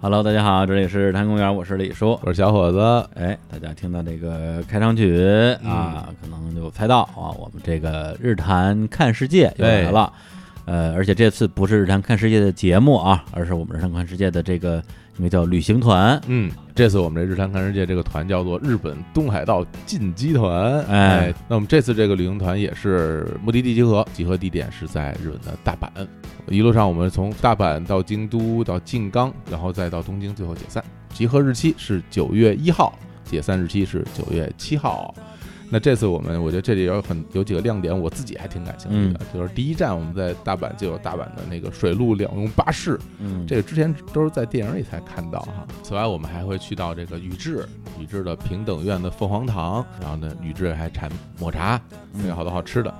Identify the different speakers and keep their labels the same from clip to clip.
Speaker 1: Hello，大家好，这里是谈公园，我是李叔。
Speaker 2: 我是小伙子，
Speaker 1: 哎，大家听到这个开场曲
Speaker 2: 嗯
Speaker 1: 啊，可能就猜到啊，我们这个日坛看世界又来了。
Speaker 2: 哎
Speaker 1: 呃，而且这次不是日坛看世界的节目啊，而是我们日坛看世界的这个应该叫旅行团。
Speaker 2: 嗯，这次我们这日坛看世界这个团叫做日本东海道进击团，
Speaker 1: 哎
Speaker 2: 哎，那我们这次这个旅行团也是目的地集合，集合地点是在日本的大阪，一路上我们从大阪到京都到静冈，然后再到东京，最后解散。集合日期是九月一号，解散日期是九月七号。那这次我们，我觉得这里有很有几个亮点，我自己还挺感兴趣的。就是第一站，我们在大阪就有大阪的那个水陆两用巴士，
Speaker 1: 嗯，
Speaker 2: 这个之前都是在电影里才看到哈。此外，我们还会去到这个宇治，宇治的平等院的凤凰堂，然后呢，宇治还产抹茶，有好多好吃的。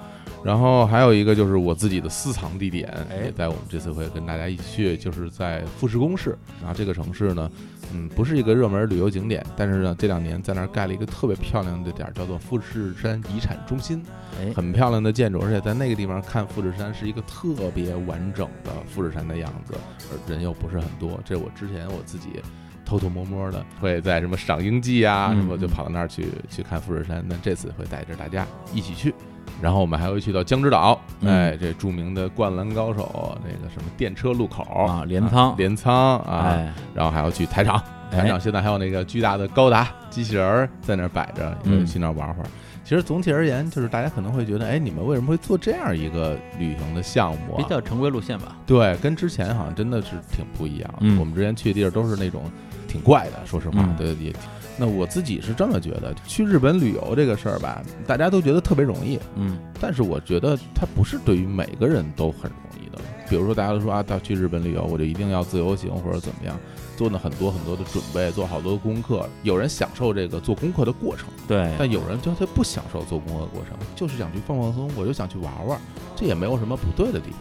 Speaker 2: 然后还有一个就是我自己的私藏地点，
Speaker 1: 哎
Speaker 2: 也在我们这次会跟大家一起去，就是在富士宫市。然后这个城市呢，嗯，不是一个热门旅游景点，但是呢，这两年在那儿盖了一个特别漂亮的点儿，叫做富士山遗产中心。
Speaker 1: 哎，
Speaker 2: 很漂亮的建筑，而且在那个地方看富士山是一个特别完整的富士山的样子，而人又不是很多。这我之前我自己偷偷摸摸的会在什么赏樱季啊
Speaker 1: 嗯
Speaker 2: 什么，就跑到那儿去去看富士山。那这次会带着大家一起去。然后我们还会去到江之岛，
Speaker 1: 嗯
Speaker 2: 哎，这著名的灌篮高手，那个什么电车路口
Speaker 1: 啊镰仓
Speaker 2: 啊镰仓啊，
Speaker 1: 哎，
Speaker 2: 然后还要去台场，台
Speaker 1: 哎
Speaker 2: 场，现在还有那个巨大的高达机器人儿在那儿摆着，也
Speaker 1: 嗯
Speaker 2: 去那儿玩会儿。其实总体而言，就是大家可能会觉得，哎，你们为什么会做这样一个旅行的项目、
Speaker 1: 比
Speaker 2: 啊？
Speaker 1: 较常规路线吧。
Speaker 2: 对，跟之前好像真的是挺不一样的。
Speaker 1: 嗯
Speaker 2: 我们之前去的地儿都是那种挺怪的，说实话，
Speaker 1: 嗯
Speaker 2: 对也挺。那我自己是这么觉得，去日本旅游这个事儿吧，大家都觉得特别容易，
Speaker 1: 嗯
Speaker 2: 但是我觉得它不是对于每个人都很容易的。比如说，大家都说啊，到去日本旅游，我就一定要自由行或者怎么样，做了很多很多的准备，做好多功课。有人享受这个做功课的过程，
Speaker 1: 对，
Speaker 2: 但有人就他不享受做功课的过程，就是想去放放松，我就想去玩玩，这也没有什么不对的地方。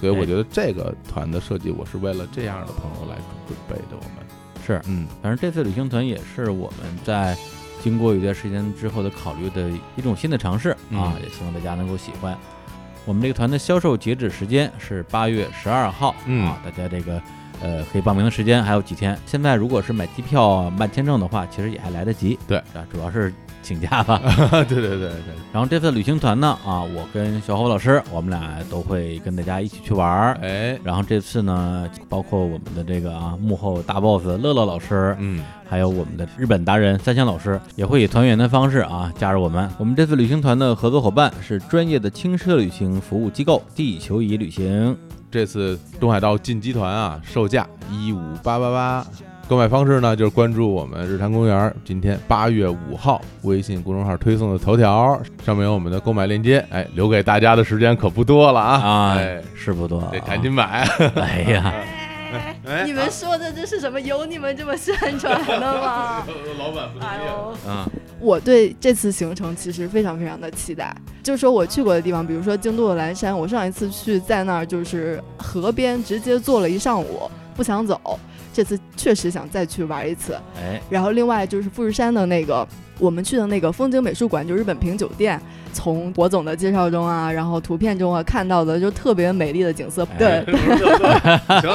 Speaker 2: 所以我觉得这个团的设计，我是为了这样的朋友来准备的。我们
Speaker 1: 是。
Speaker 2: 嗯，
Speaker 1: 反正这次旅行团也是我们在经过一段时间之后的考虑的一种新的尝试啊，
Speaker 2: 嗯
Speaker 1: 也希望大家能够喜欢。我们这个团的销售截止时间是八月十二号，
Speaker 2: 嗯
Speaker 1: 啊，大家这个呃可以报名的时间还有几天。现在如果是买机票啊、办签证的话，其实也还来得及。
Speaker 2: 对
Speaker 1: 啊，主要是请假 吧。
Speaker 2: 对对对对，
Speaker 1: 然后这次旅行团呢，啊，我跟小侯老师，我们俩都会跟大家一起去玩儿。
Speaker 2: 哎，
Speaker 1: 然后这次呢，包括我们的这个啊幕后大 boss 乐乐老师，
Speaker 2: 嗯，
Speaker 1: 还有我们的日本达人三香老师也会以团员的方式啊加入我们。我们这次旅行团的合作伙伴是专业的轻奢旅行服务机构地球仪旅行。
Speaker 2: 这次东海道进击团啊，售价一五八八八。购买方式呢，就是关注我们日坛公园今天八月五号微信公众号推送的头条，上面有我们的购买链接。哎，留给大家的时间可不多了啊！
Speaker 1: 啊
Speaker 2: 哎，
Speaker 1: 是不多了啊，
Speaker 2: 得赶紧买。
Speaker 1: 哎呀，
Speaker 2: 哎
Speaker 3: 你们说的这是什么？有你们这么宣传 的吗？
Speaker 2: 老板不
Speaker 3: 哎呦，
Speaker 2: 啊
Speaker 1: 嗯，
Speaker 3: 我对这次行程其实非常非常的期待。就是说我去过的地方，比如说京都的岚山，我上一次去在那儿就是河边直接坐了一上午，不想走。这次确实想再去玩一次。
Speaker 1: 哎，
Speaker 3: 然后另外就是富士山的那个，我们去的那个风景美术馆，就日本平酒店，从博总的介绍中啊，然后图片中啊看到的就特别美丽的景色。对，
Speaker 2: 行了行了行了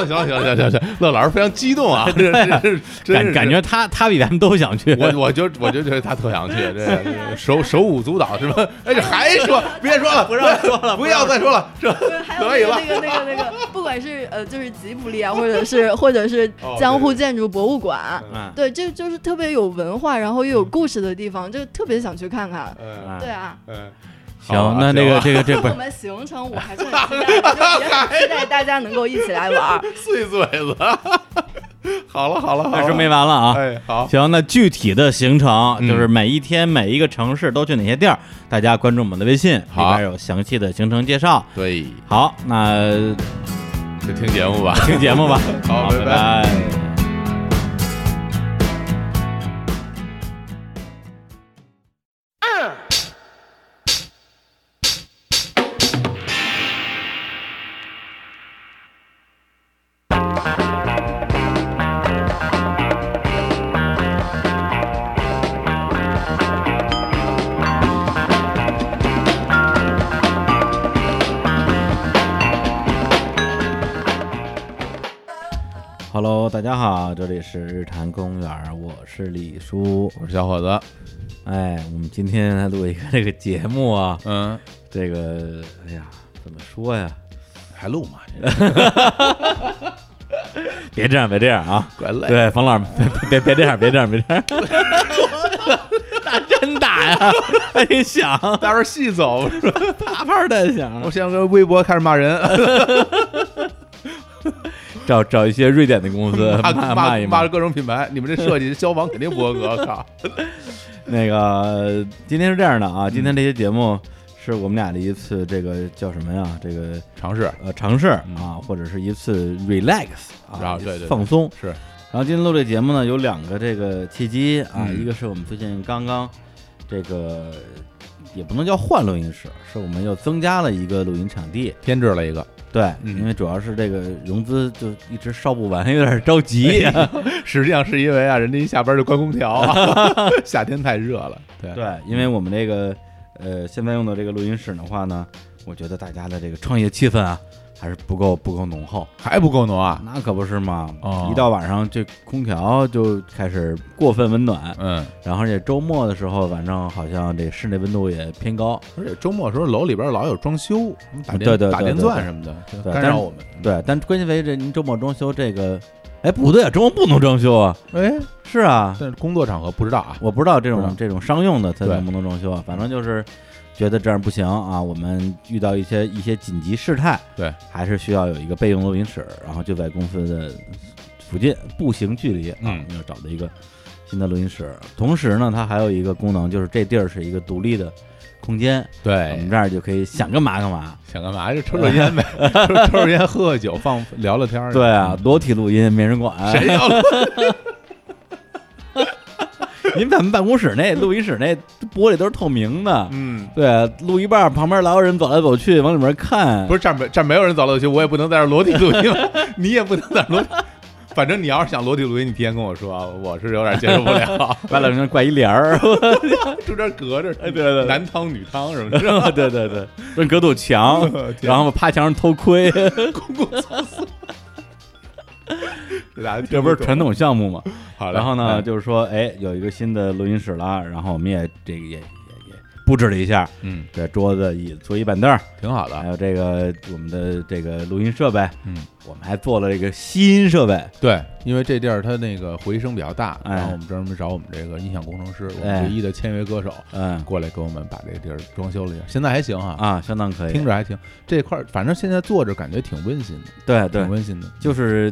Speaker 2: 行了行了，乐老师非常激动啊，这这这
Speaker 1: 感感觉他他比咱们都想去。
Speaker 2: 我我就我就觉得他特想去，这手手舞足蹈是吧？哎，这还说别说了，不让说了，不要再说了，这
Speaker 3: 还
Speaker 2: 可以
Speaker 3: 有
Speaker 2: 了
Speaker 3: 那个那个那个那个，不管是呃就是吉卜力啊，或者是或者是江户建筑博物馆，
Speaker 1: 嗯，
Speaker 3: 对，这就是特别有文化，然后又有故事的地方，就特别想去看看。
Speaker 2: 嗯
Speaker 3: 对啊，
Speaker 2: 嗯，
Speaker 1: 行，那那
Speaker 2: 啊
Speaker 1: 个这个这不
Speaker 3: 我
Speaker 1: 是
Speaker 3: 们行程我还是 很期待的，就也很期待大家能够一起来玩儿。
Speaker 2: 啊 碎嘴子，好了好了好
Speaker 1: 那
Speaker 2: 了，
Speaker 1: 是没完了啊。
Speaker 2: 哎好，
Speaker 1: 行，那具体的行程
Speaker 2: 嗯
Speaker 1: 就是每一天每一个城市都去哪些地儿，大家关注我们的微信，里
Speaker 2: 好啊
Speaker 1: 边有详细的行程介绍。
Speaker 2: 对，
Speaker 1: 好，那
Speaker 2: 就听节目吧。
Speaker 1: 听节目吧。
Speaker 2: 好拜
Speaker 1: 拜
Speaker 2: 拜
Speaker 1: Hello，大家好，这里是日坛公园，我是李叔。
Speaker 2: 我是小伙子，
Speaker 1: 哎，我们今天来录一个这个节目啊，
Speaker 2: 嗯，
Speaker 1: 这个，哎呀，怎么说呀？
Speaker 2: 还录吗？这个
Speaker 1: 别这样，别这样啊！
Speaker 2: 怪累
Speaker 1: 对，冯老师， 别别别这样，别这样，别这样，打真打呀！ 哎，你想，
Speaker 2: 待会儿细走。
Speaker 1: 啪啪的
Speaker 2: 我
Speaker 1: 响，
Speaker 2: 想跟微博开始骂人，
Speaker 1: 找找一些瑞典的公司
Speaker 2: 骂
Speaker 1: 骂
Speaker 2: 骂
Speaker 1: 一
Speaker 2: 骂各种品牌，你们这设计 消防肯定不合格，靠！
Speaker 1: 那个今天是这样的啊，今天这些节目是我们俩的一次这个叫什么呀？这个
Speaker 2: 尝试
Speaker 1: 呃尝试啊
Speaker 2: 嗯，
Speaker 1: 或者是一次 relax
Speaker 2: 啊
Speaker 1: 啊，
Speaker 2: 对对对
Speaker 1: 放松。
Speaker 2: 是
Speaker 1: 然后今天录这节目呢，有两个这个契机啊，
Speaker 2: 嗯
Speaker 1: 一个是我们最近刚刚这个也不能叫换录音室，是我们又增加了一个录音场地。
Speaker 2: 添置了一个，
Speaker 1: 对，
Speaker 2: 嗯
Speaker 1: 因为主要是这个融资就一直烧不完， 有点着急。
Speaker 2: 实际上是因为啊，人家一下班就关空调、 啊，夏天太热了。对
Speaker 1: 对，因为我们这个呃现在用的这个录音室的话呢，我觉得大家的这个创业气氛啊还是不够不够浓厚，
Speaker 2: 还不够浓啊？
Speaker 1: 那可不是嘛。
Speaker 2: 哦
Speaker 1: 一到晚上这空调就开始过分温暖，
Speaker 2: 嗯，
Speaker 1: 然后而且周末的时候，反正好像这室内温度也偏高。
Speaker 2: 而且周末的时候楼里边老有装修，打电
Speaker 1: 对对对
Speaker 2: 打电
Speaker 1: 对
Speaker 2: 钻
Speaker 1: 对
Speaker 2: 什么的，
Speaker 1: 对
Speaker 2: 干
Speaker 1: 但
Speaker 2: 扰
Speaker 1: 是
Speaker 2: 我们。
Speaker 1: 对，但关键为这您周末装修这个，哎，嗯不对啊，周末不能装修啊。
Speaker 2: 哎，
Speaker 1: 是啊，
Speaker 2: 但是工作场合不知道啊。
Speaker 1: 我不知道这
Speaker 2: 不
Speaker 1: 种
Speaker 2: 知道
Speaker 1: 这种商用的它
Speaker 2: 对
Speaker 1: 能不能装修啊，反正就是觉得这样不行啊。我们遇到一些一些紧急事态，
Speaker 2: 对，
Speaker 1: 还是需要有一个备用录音室，然后就在公司的附近步行距离啊，
Speaker 2: 嗯
Speaker 1: 又找到一个新的录音室。同时呢，它还有一个功能，就是这地儿是一个独立的空间，我
Speaker 2: 对
Speaker 1: 们，这儿就可以想干嘛干嘛。
Speaker 2: 想干嘛就抽 抽烟呗，抽抽抽烟、喝喝酒、放聊聊天儿。
Speaker 1: 对啊，
Speaker 2: 嗯，
Speaker 1: 裸体录音没人管。
Speaker 2: 谁要
Speaker 1: 您咱们办公室那录音室那玻璃都是透明的，
Speaker 2: 嗯，
Speaker 1: 对啊，录一半儿旁边老有人走来走去，往里面看。
Speaker 2: 不
Speaker 1: 是，
Speaker 2: 是这儿没这儿没有人走来走去，我也不能在这儿裸体录音， 你也不能在这儿裸体。反正你要是想裸体录音，你提前跟我说啊，我是有点接受不了，
Speaker 1: 外头人挂一帘儿，
Speaker 2: 中间隔着，
Speaker 1: 哎对对对
Speaker 2: 男汤女汤什么的，，
Speaker 1: 对对对，用隔堵墙
Speaker 2: 天
Speaker 1: 然后趴墙上偷窥，
Speaker 2: 公共厕所，这大家
Speaker 1: 这不是传
Speaker 2: 统。
Speaker 1: 统项目吗？
Speaker 2: 好嘞，
Speaker 1: 然后呢，
Speaker 2: 哎，
Speaker 1: 就是说，哎，有一个新的录音室了，然后我们也这个也也也布置了一下，
Speaker 2: 嗯，
Speaker 1: 这桌子、椅、桌椅板凳儿，
Speaker 2: 挺好的
Speaker 1: 还，有这个我们的这个录音设备，
Speaker 2: 嗯，
Speaker 1: 我们还做了这个吸音设备，
Speaker 2: 对，因为这地儿它那个回声比较大，
Speaker 1: 哎
Speaker 2: 然后我们专门找我们这个音响工程师，我
Speaker 1: 哎
Speaker 2: 们唯一的签约歌手
Speaker 1: 嗯
Speaker 2: 过来给我们把这个地儿装修了一下，现在还行啊，
Speaker 1: 啊，相当可以，
Speaker 2: 听着还挺这块儿，反正现在坐着感觉挺温馨的，
Speaker 1: 对对
Speaker 2: 挺，温馨的，
Speaker 1: 就是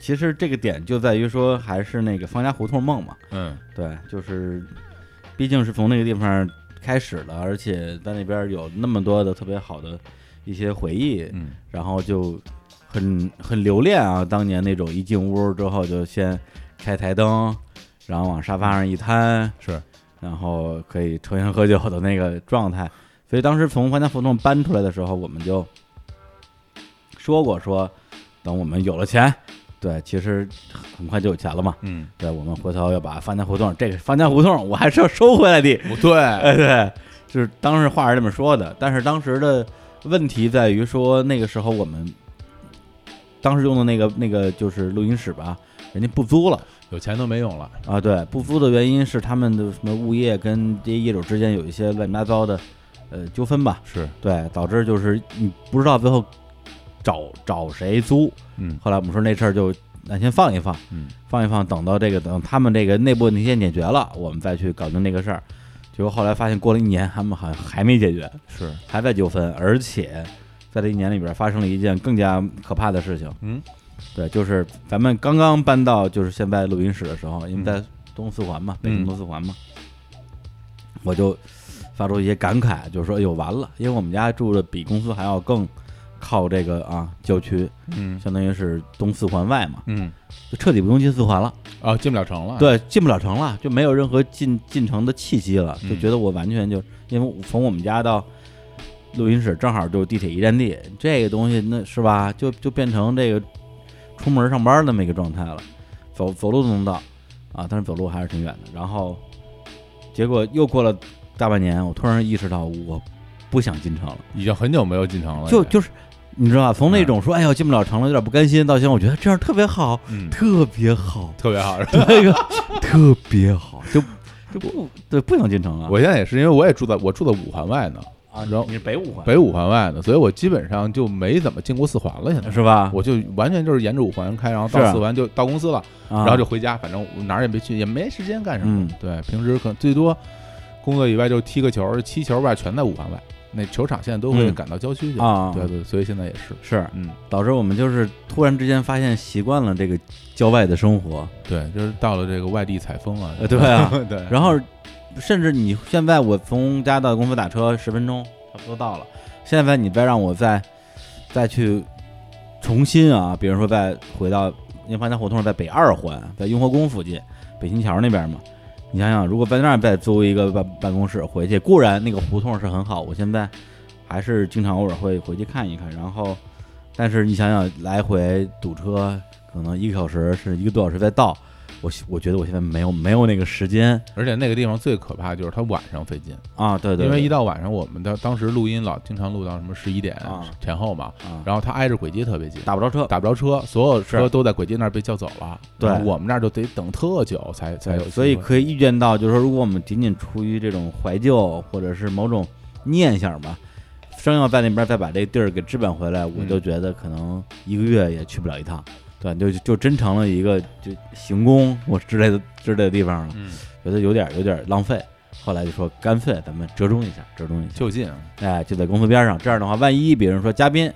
Speaker 1: 其实这个点就在于说，还是那个方家胡同梦嘛。
Speaker 2: 嗯，
Speaker 1: 对，就是毕竟是从那个地方开始的，而且在那边有那么多的特别好的一些回忆，
Speaker 2: 嗯，
Speaker 1: 然后就很很留恋啊，当年那种一进屋之后就先开台灯，然后往沙发上一摊，
Speaker 2: 是，
Speaker 1: 然后可以抽烟喝酒的那个状态。所以当时从方家胡同搬出来的时候，我们就说过说，等我们有了钱，对，其实很快就有钱了嘛。
Speaker 2: 嗯，
Speaker 1: 对，我们回头要把方家胡同这个方家胡同，我还是要收回来的。
Speaker 2: 对，
Speaker 1: 哎，对，就是当时话是这么说的，但是当时的问题在于说，那个时候我们当时用的那个那个就是录音室吧，人家不租了
Speaker 2: 有钱都没用了，
Speaker 1: 啊。对，不租的原因是他们的什么物业跟这些业主之间有一些乱七八糟的呃纠纷吧，
Speaker 2: 是，
Speaker 1: 对，导致就是你不知道最后找找谁租。
Speaker 2: 嗯
Speaker 1: 后来我们说那事儿就那先放一放。
Speaker 2: 嗯，
Speaker 1: 放一放，等到这个等他们这个内部问题先解决了，我们再去搞定这个事儿。结果后来发现，过了一年，他们好像还没解决，
Speaker 2: 是，
Speaker 1: 还在纠纷，而且在这一年里边发生了一件更加可怕的事情。
Speaker 2: 嗯，
Speaker 1: 对，就是咱们刚刚搬到就是现在录音室的时候，因为在东四环嘛，
Speaker 2: 嗯
Speaker 1: 北京东四环嘛，我就发出一些感慨，就是说，哎呦完了，因为我们家住的比公司还要更靠这个啊郊区，
Speaker 2: 嗯
Speaker 1: 相当于是东四环外嘛，
Speaker 2: 嗯，
Speaker 1: 就彻底不用进四环了。
Speaker 2: 啊，进不了城了，，
Speaker 1: 对，进不了城了，就没有任何进进城的契机了，就
Speaker 2: 嗯
Speaker 1: 觉得我完全就因为从我们家到录音室正好就是地铁一站地，这个东西那是吧，就就变成这个出门上班那么一个状态了，走走路都能到啊，但是走路还是挺远的。然后结果又过了大半年，我突然意识到我不想进城了，
Speaker 2: 已经很久没有进城了，
Speaker 1: 就
Speaker 2: 已经
Speaker 1: 就是你知道吧？从那种说哎呦进不了城了有点不甘心，到现在我觉得这样特别好，
Speaker 2: 嗯，
Speaker 1: 特别好，
Speaker 2: 特别好。
Speaker 1: 这个特别好，就就不对，不想进城了。
Speaker 2: 我现在也是，因为我也住在我住在五环外呢，
Speaker 1: 啊，
Speaker 2: 然后
Speaker 1: 你是北五环
Speaker 2: 北五环外呢，所以我基本上就没怎么进过四环了。现在
Speaker 1: 是吧？
Speaker 2: 我就完全就是沿着五环开，然后
Speaker 1: 啊是
Speaker 2: 到
Speaker 1: 啊
Speaker 2: 四环就到公司了，
Speaker 1: 然
Speaker 2: 然后就回家，反正我哪儿也没去，也没时间干什么。
Speaker 1: 嗯
Speaker 2: 对，平时可能最多工作以外就踢个球，踢球吧，全在五环外。那球场现在都会
Speaker 1: 嗯
Speaker 2: 赶到郊区去，
Speaker 1: 啊，
Speaker 2: 对对，所以现在也是，
Speaker 1: 是
Speaker 2: 嗯，
Speaker 1: 导致我们就是突然之间发现习惯了这个郊外的生活，
Speaker 2: 对，就是到了这个外地采风啊，
Speaker 1: 呃对啊
Speaker 2: 对，
Speaker 1: 然后甚至你现在我从家到公司打车十分钟差不多到了，现在你再让我再再去重新啊，比如说再回到因为发现胡同是在北二环，在雍和宫附近北新桥那边嘛。你想想，如果在那儿再租一个办办公室回去，固然那个胡同是很好，我现在还是经常偶尔会回去看一看。然后，但是你想想，来回堵车，可能一个小时甚至一个多小时再到，我我觉得我现在没有没有那个时间，
Speaker 2: 而且那个地方最可怕就是它晚上费劲，
Speaker 1: 啊，对对，
Speaker 2: 因为一
Speaker 1: 到
Speaker 2: 到晚上我们的当时录音老经常录到什么十一点
Speaker 1: 啊
Speaker 2: 前后嘛，
Speaker 1: 啊
Speaker 2: 然后它挨着轨街特别近，
Speaker 1: 打不着车，
Speaker 2: 打不着车，所有车
Speaker 1: 是
Speaker 2: 都在轨街那儿被叫走了。
Speaker 1: 对
Speaker 2: 然后我们那儿就得等特久才才有机会。
Speaker 1: 所以可以预见到，就是说，如果我们仅仅出于这种怀旧或者是某种念想吧，生要在那边再把这地儿给置办回来，我
Speaker 2: 嗯
Speaker 1: 就觉得可能一个月也去不了一趟，对，就就真成了一个就行宫或之类的之类的地方了，
Speaker 2: 嗯，
Speaker 1: 觉得有点有点浪费。后来就说干脆咱们折中一下，折中一下，
Speaker 2: 就近啊，
Speaker 1: 哎，就在公司边上。这样的话，万一比如说嘉宾，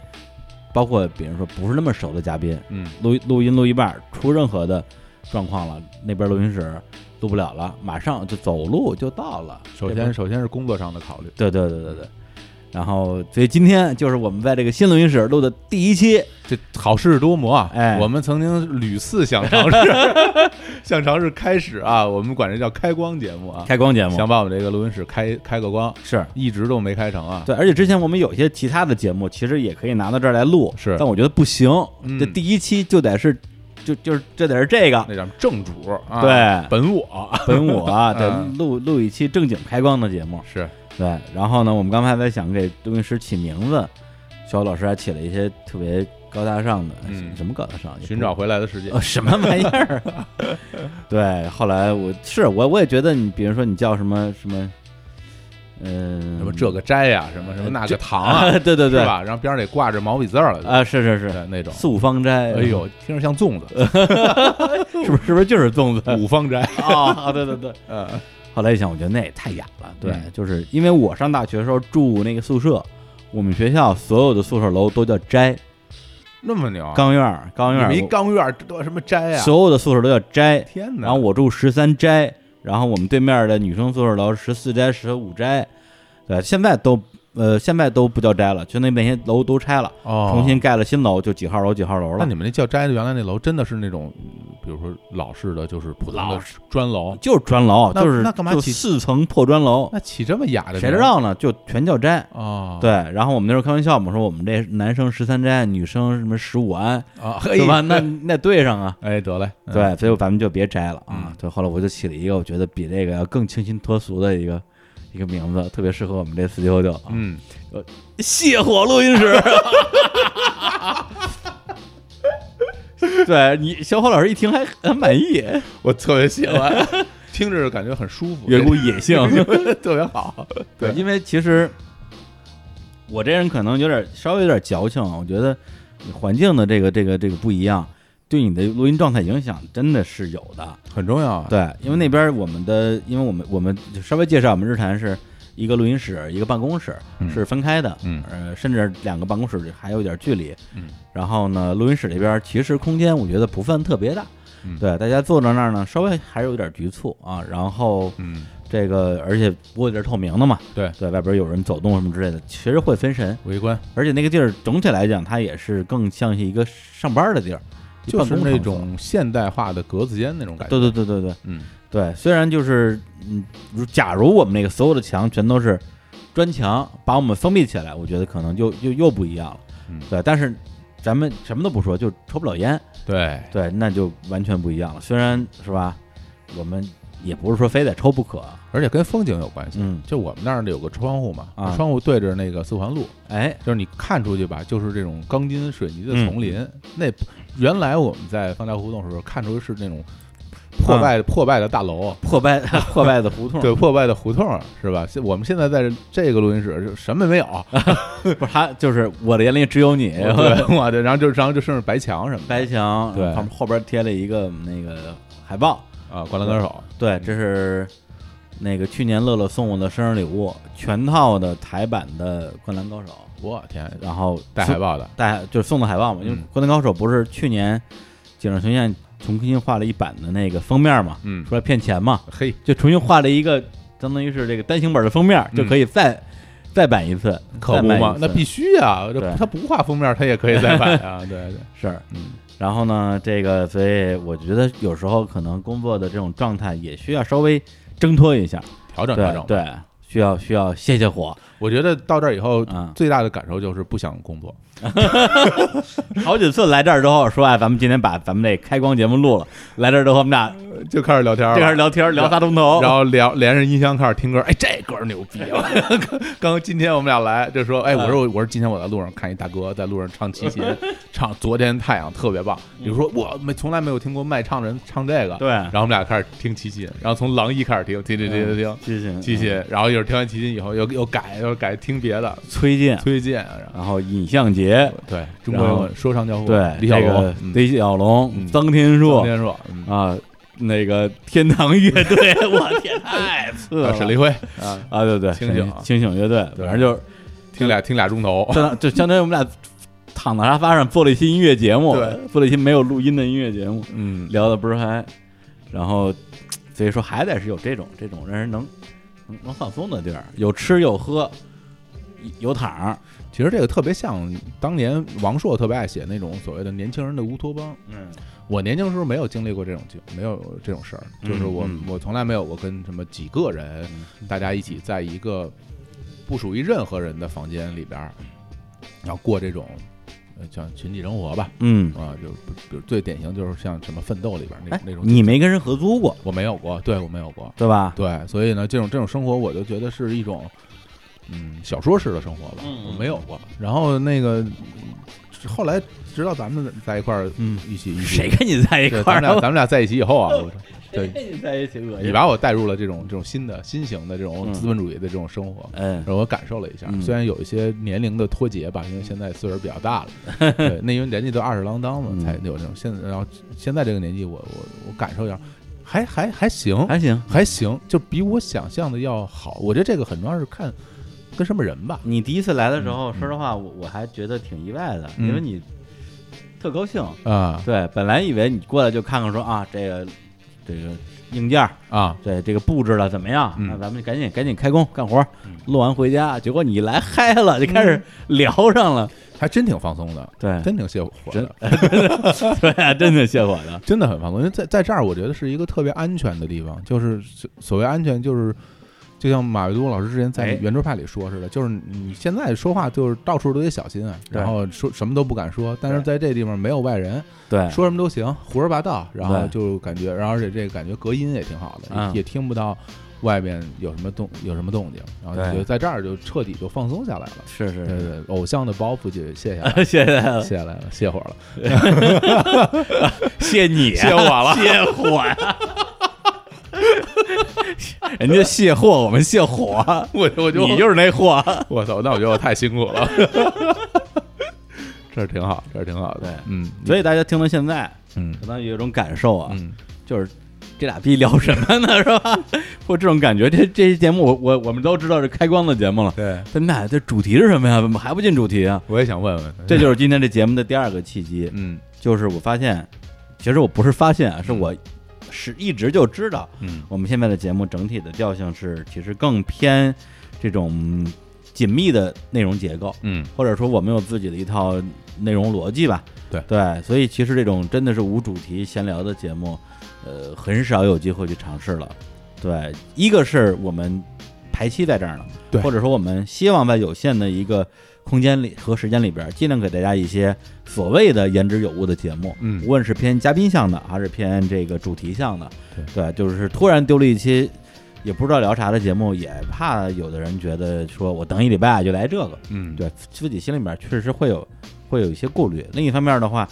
Speaker 1: 包括比如说不是那么熟的嘉宾，
Speaker 2: 嗯，
Speaker 1: 录录音录一半儿出任何的状况了，那边录音室录不了了，马上就走路就到了。
Speaker 2: 首
Speaker 1: 这不
Speaker 2: 先首先是工作上的考虑，
Speaker 1: 对对对对对。然后，所以今天就是我们在这个新录音室录的第一期，
Speaker 2: 这好事多磨啊！
Speaker 1: 哎
Speaker 2: 我们曾经屡次想尝试， 想尝试开始啊，我们管这叫开光节目啊，
Speaker 1: 开光节目
Speaker 2: 想把我们这个录音室开开个光，
Speaker 1: 是
Speaker 2: 一直都没开成啊。
Speaker 1: 对，而且之前我们有一些其他的节目，其实也可以拿到这儿来录，
Speaker 2: 是
Speaker 1: 但我觉得不行，
Speaker 2: 嗯
Speaker 1: 这第一期就得是，就就是这得是这个，
Speaker 2: 那叫什么正主啊，
Speaker 1: 对
Speaker 2: 本我
Speaker 1: 本我啊得
Speaker 2: 嗯
Speaker 1: 录录一期正经开光的节目，
Speaker 2: 是
Speaker 1: 对，然后呢，我们刚才在想给录音师起名字，小欧老师还起了一些特别高大上的，
Speaker 2: 嗯
Speaker 1: 什么高大上？也不
Speaker 2: 寻找回来的世界
Speaker 1: 呃，什么玩意儿啊？ 对，后来我是我我也觉得你，比如说你叫什么什么，嗯、
Speaker 2: 什么这个斋呀，什么什么那个堂 啊，
Speaker 1: 对对对，
Speaker 2: 是
Speaker 1: 啊、
Speaker 2: 吧？然后边上得挂着毛笔字儿了，
Speaker 1: 是是是，
Speaker 2: 对那种。
Speaker 1: 素方斋，
Speaker 2: 哎，呦，听着像粽 子，
Speaker 1: 是不是是不是就是 粽子
Speaker 2: 五方斋。
Speaker 1: 啊？对对对。
Speaker 2: 呃，
Speaker 1: 后来一想，我觉得那也太雅了。对，
Speaker 2: 嗯
Speaker 1: 就是因为我上大学的时候住那个宿舍，我们学校所有的宿舍楼都叫斋，
Speaker 2: 那么牛啊，
Speaker 1: 钢院儿，钢院儿，
Speaker 2: 你们
Speaker 1: 我
Speaker 2: 一钢院儿这都什么斋呀？
Speaker 1: 所有的宿舍都叫斋。
Speaker 2: 天哪！
Speaker 1: 然后我住十三斋，然后我们对面的女生宿舍楼十四斋、十五斋，对，现在都呃现在都不叫斋了，就那那些楼都拆了，
Speaker 2: 哦
Speaker 1: 重新盖了新楼，就几号楼几号楼
Speaker 2: 那
Speaker 1: 了。
Speaker 2: 你们那叫斋的原来那楼真的是那种，嗯比如说老式的，就是普通
Speaker 1: 老
Speaker 2: 的砖楼，
Speaker 1: 就是砖楼，
Speaker 2: 那
Speaker 1: 就是
Speaker 2: 那干嘛
Speaker 1: 就
Speaker 2: 起
Speaker 1: 四层破砖楼，
Speaker 2: 那起这么雅的名儿，
Speaker 1: 谁知道呢？就全叫斋。
Speaker 2: 哦，
Speaker 1: 对，然后我们那时候开玩笑嘛，说我们这男生十三斋，女生什么十五安，
Speaker 2: 啊，
Speaker 1: 对
Speaker 2: 对
Speaker 1: 吧？那那对上啊，
Speaker 2: 哎，得嘞，嗯，
Speaker 1: 对，所以咱们就别摘了啊
Speaker 2: 嗯。
Speaker 1: 对，后来我就起了一个我觉得比这个要更清新脱俗的一个一个名字，特别适合我们这四九九 啊。
Speaker 2: 嗯，
Speaker 1: 泻火录音室。对你，小火老师一听还很满意，
Speaker 2: 我特别喜欢， 听着感觉很舒服，
Speaker 1: 有一股野 性。
Speaker 2: 特别好，对
Speaker 1: 因为其实我这人可能有点稍微有点矫情，啊我觉得你环境的这个这个这个不一样，对你的录音状态影响真的是有的。
Speaker 2: 很重要啊，
Speaker 1: 对，因为那边我们的，因为我们我们就稍微介绍，我们日坛是一个录音室，一个办公室
Speaker 2: 嗯
Speaker 1: 是分开的，
Speaker 2: 嗯
Speaker 1: 呃，甚至两个办公室还有一点距离，
Speaker 2: 嗯，
Speaker 1: 然后呢，录音室这边其实空间我觉得不算特别大，
Speaker 2: 嗯
Speaker 1: 对，大家坐到那儿呢，稍微还是有点局促啊，然后
Speaker 2: 嗯，
Speaker 1: 这个而且屋子是透明的嘛，
Speaker 2: 对
Speaker 1: 对，外边有人走动什么之类的，其实会分神，
Speaker 2: 围观
Speaker 1: 而且那个地儿总体来讲，它也是更像是一个上班的地儿，一
Speaker 2: 就
Speaker 1: 办
Speaker 2: 是
Speaker 1: 公
Speaker 2: 那
Speaker 1: 场所
Speaker 2: 种现代化的格子间那种感觉，
Speaker 1: 对对对对对。
Speaker 2: 嗯，
Speaker 1: 对，虽然就是嗯，如假如我们那个所有的墙全都是砖墙，把我们封闭起来，我觉得可能就又又不一样了。
Speaker 2: 嗯
Speaker 1: 对，但是咱们什么都不说，就抽不了烟，
Speaker 2: 对，
Speaker 1: 对，那就完全不一样了。虽然是吧，我们也不是说非得抽不可。
Speaker 2: 而且跟风景有关系。
Speaker 1: 嗯，
Speaker 2: 就我们那儿有个窗户嘛，
Speaker 1: 啊
Speaker 2: 窗户对着那个四环路，
Speaker 1: 哎，
Speaker 2: 就是你看出去吧，就是这种钢筋水泥的丛林。那原来我们在方家胡同的时候，看出是那种破败、破败的大楼，
Speaker 1: 破 败破败的胡同，
Speaker 2: 对，破败的胡同是吧？现我们现在在这个录音室就什么也没有，
Speaker 1: 不是他就是我的眼里只有你。
Speaker 2: 对，哇对，然后就然后就剩是哎白墙什么的
Speaker 1: 白墙，
Speaker 2: 对
Speaker 1: 旁后边贴了一个那个海报，
Speaker 2: 啊，灌篮高手，
Speaker 1: 对，这是那个去年乐乐送我的生日礼物，全套的台版的《灌篮高手》，
Speaker 2: 我天，
Speaker 1: 然后
Speaker 2: 哎带海报的，
Speaker 1: 带就是送的海报嘛，因为《
Speaker 2: 嗯
Speaker 1: 灌篮高手》不是去年井上雄彦重新画了一版的那个封面嘛，
Speaker 2: 嗯，
Speaker 1: 出来骗钱嘛，
Speaker 2: 嘿，
Speaker 1: 就重新画了一个相当于是这个单行本的封面，
Speaker 2: 嗯
Speaker 1: 就可以再再版一次，
Speaker 2: 可不嘛，那必
Speaker 1: 须
Speaker 2: 须啊，这
Speaker 1: 对
Speaker 2: 他不画封面，他也可以再版 啊，对对，
Speaker 1: 是。
Speaker 2: 嗯，
Speaker 1: 然后呢，这个所以我觉得有时候可能工作的这种状态也需要稍微挣脱一下，
Speaker 2: 调整调
Speaker 1: 对
Speaker 2: 整。
Speaker 1: 对，需要需要泄泄火，
Speaker 2: 我觉得到这儿以后，
Speaker 1: 嗯
Speaker 2: 最大的感受就是不想工作，
Speaker 1: 好几次来这儿之后说，哎，咱们今天把咱们这开光节目录了。来这儿之后，我们俩
Speaker 2: 就开始聊天了，
Speaker 1: 就开始聊天，聊仨钟头。
Speaker 2: 然后聊连着音箱开始听歌，哎，这歌儿牛逼！啊刚 刚今天我们俩来就说，哎，我
Speaker 1: 嗯
Speaker 2: 说我我说今天我在路上看一大哥在路上唱齐秦，唱《昨天太阳》特别棒。比如说我没从来没有听过卖唱人唱这个，
Speaker 1: 嗯对
Speaker 2: 然后我们俩开始听齐秦，然后从《狼一》开始听，听听听听听
Speaker 1: 谢谢嗯
Speaker 2: 齐秦，然后一会儿听完齐秦以后又又改又改听别的
Speaker 1: 崔健，
Speaker 2: 崔健，啊然后
Speaker 1: 然后尹相杰，
Speaker 2: 对中国摇滚说唱教父
Speaker 1: 对
Speaker 2: 李小
Speaker 1: 这
Speaker 2: 龙
Speaker 1: 个、
Speaker 2: 嗯
Speaker 1: 李小龙、
Speaker 2: 嗯
Speaker 1: 臧天
Speaker 2: 张
Speaker 1: 朔
Speaker 2: 天硕、嗯
Speaker 1: 啊，那个天堂乐 队，我天，太次
Speaker 2: 啊
Speaker 1: 了。
Speaker 2: 沈立辉啊，
Speaker 1: 啊，对对，
Speaker 2: 清
Speaker 1: 沈
Speaker 2: 醒
Speaker 1: 立清醒乐队，
Speaker 2: 对
Speaker 1: 反正就是
Speaker 2: 听俩听俩钟头，
Speaker 1: 相当就相当于我们俩躺在沙发上做了一期音乐节目
Speaker 2: 对，
Speaker 1: 做了一期没有录音的音乐节目。
Speaker 2: 嗯，
Speaker 1: 聊的不是还，然后所以说还得是有这种这种让人能能能放松的地儿，有吃有喝，有有躺儿，
Speaker 2: 其实这个特别像当年王朔特别爱写那种所谓的年轻人的乌托邦。
Speaker 1: 嗯
Speaker 2: 我年轻时候没有经历过这种经，没有这种事儿，
Speaker 1: 嗯
Speaker 2: 就是我、
Speaker 1: 嗯
Speaker 2: 我从来没有过跟什么几个人，大家一起在一个不属于任何人的房间里边儿，然后过这种呃叫群体生活吧。
Speaker 1: 嗯，
Speaker 2: 啊，就比如最典型就是像什么奋斗里边儿那
Speaker 1: 哎
Speaker 2: 那，种，
Speaker 1: 你没跟人合租过
Speaker 2: 我没有过，对我没有过，
Speaker 1: 对吧？
Speaker 2: 对，所以呢，这种这种生活，我就觉得是一种，嗯，小说式的生活吧，
Speaker 1: 嗯
Speaker 2: 我没有过。然后那个嗯后来，直到咱们在一块儿
Speaker 1: 嗯，
Speaker 2: 一起一起，
Speaker 1: 谁跟你在一
Speaker 2: 对
Speaker 1: 块
Speaker 2: 咱
Speaker 1: 儿
Speaker 2: 们俩
Speaker 1: 了？
Speaker 2: 咱们俩在一起以 后啊，我
Speaker 1: 谁
Speaker 2: 对
Speaker 1: 跟你在一起恶
Speaker 2: 你
Speaker 1: 心？
Speaker 2: 把我带入了这种这种新的新型的这种
Speaker 1: 嗯
Speaker 2: 资本主义的这种生活。
Speaker 1: 嗯，
Speaker 2: 让我感受了一下，
Speaker 1: 嗯
Speaker 2: 虽然有一些年龄的脱节吧，因为现在岁数比较大了， 对，那因为年纪都二十郎当嘛，
Speaker 1: 嗯
Speaker 2: 才有这种。现在，然后现在这个年纪我，我我感受一下，还还还行，
Speaker 1: 还行。
Speaker 2: 还行，就比我想象的要好。我觉得这个很重要是看跟什么人吧。
Speaker 1: 你第一次来的时候，
Speaker 2: 嗯
Speaker 1: 说实话，我我还觉得挺意外的，
Speaker 2: 嗯
Speaker 1: 因为你特高兴。
Speaker 2: 啊
Speaker 1: 对，本来以为你过来就看看说啊，这个这个硬件儿
Speaker 2: 啊，
Speaker 1: 对这个布置了怎么样？
Speaker 2: 嗯
Speaker 1: 那咱们赶紧赶紧开工干活儿
Speaker 2: 嗯，
Speaker 1: 录完回家。结果你一来嗨了，就开始聊上了。
Speaker 2: 还真挺放松的，
Speaker 1: 嗯对，
Speaker 2: 真挺泄火
Speaker 1: 真
Speaker 2: 的，
Speaker 1: 对啊，真的谢我的。
Speaker 2: 真的很放松。因为在在这儿，我觉得是一个特别安全的地方，就是所所谓安全，就是就像马未都老师之前在
Speaker 1: 哎
Speaker 2: 圆桌派里说似的，就是你现在说话就是到处都得小心啊，
Speaker 1: 对
Speaker 2: 然后说什么都不敢说，但是在这地方没有外人，
Speaker 1: 对，
Speaker 2: 说什么都行，胡说八道，然后
Speaker 1: 对
Speaker 2: 就感觉，然后而且这个感觉隔音也挺好的，
Speaker 1: 嗯
Speaker 2: 也也听不到外面有什么动有什么动静，然后就
Speaker 1: 对
Speaker 2: 觉得在这儿就彻底就放松下来了，
Speaker 1: 是是
Speaker 2: 对对，
Speaker 1: 是，
Speaker 2: 对偶像的包袱就卸下来了。
Speaker 1: 谢谢大家
Speaker 2: 卸下来了，卸火了，
Speaker 1: 谢 你啊，
Speaker 2: 谢我了
Speaker 1: 谢我呀。 人家卸货，我们卸火，
Speaker 2: 我我就
Speaker 1: 你就是那 货。
Speaker 2: 我操，那我觉得我太辛苦了， 这儿挺好，这儿挺好的，
Speaker 1: 对
Speaker 2: 嗯，
Speaker 1: 所以大家听到现在，
Speaker 2: 嗯
Speaker 1: 可能有一种感受啊，
Speaker 2: 嗯，
Speaker 1: 就是这俩逼聊什么呢，是吧？ 或这种感觉，这这期节目我我我们都知道是开光的节目了，
Speaker 2: 对，
Speaker 1: 咱们俩这主题是什么呀？怎么还不进主题啊？
Speaker 2: 我也想问问，
Speaker 1: 这就是今天这节目的第二个契机，
Speaker 2: 嗯
Speaker 1: 就是我发现，其实我不是发现啊，是我是一直就知道，
Speaker 2: 嗯
Speaker 1: 我们现在的节目整体的调性是其实更偏这种紧密的内容结构，
Speaker 2: 嗯，
Speaker 1: 或者说我们有自己的一套内容逻辑吧。
Speaker 2: 对
Speaker 1: 对，所以其实这种真的是无主题闲聊的节目，呃，很少有机会去尝试了。对，一个是我们排期在这儿呢，
Speaker 2: 对
Speaker 1: 或者说我们希望在有限的一个空间里和时间里边，尽量给大家一些所谓的言之有物的节目，
Speaker 2: 嗯
Speaker 1: 无论是偏嘉宾向的，还是偏这个主题向的，
Speaker 2: 对
Speaker 1: 对，就是突然丢了一期。也不知道聊啥的节目，也怕有的人觉得说我等一礼拜就来这个，
Speaker 2: 嗯，
Speaker 1: 对自己心里面确实会有会有一些顾虑。另一方面的话，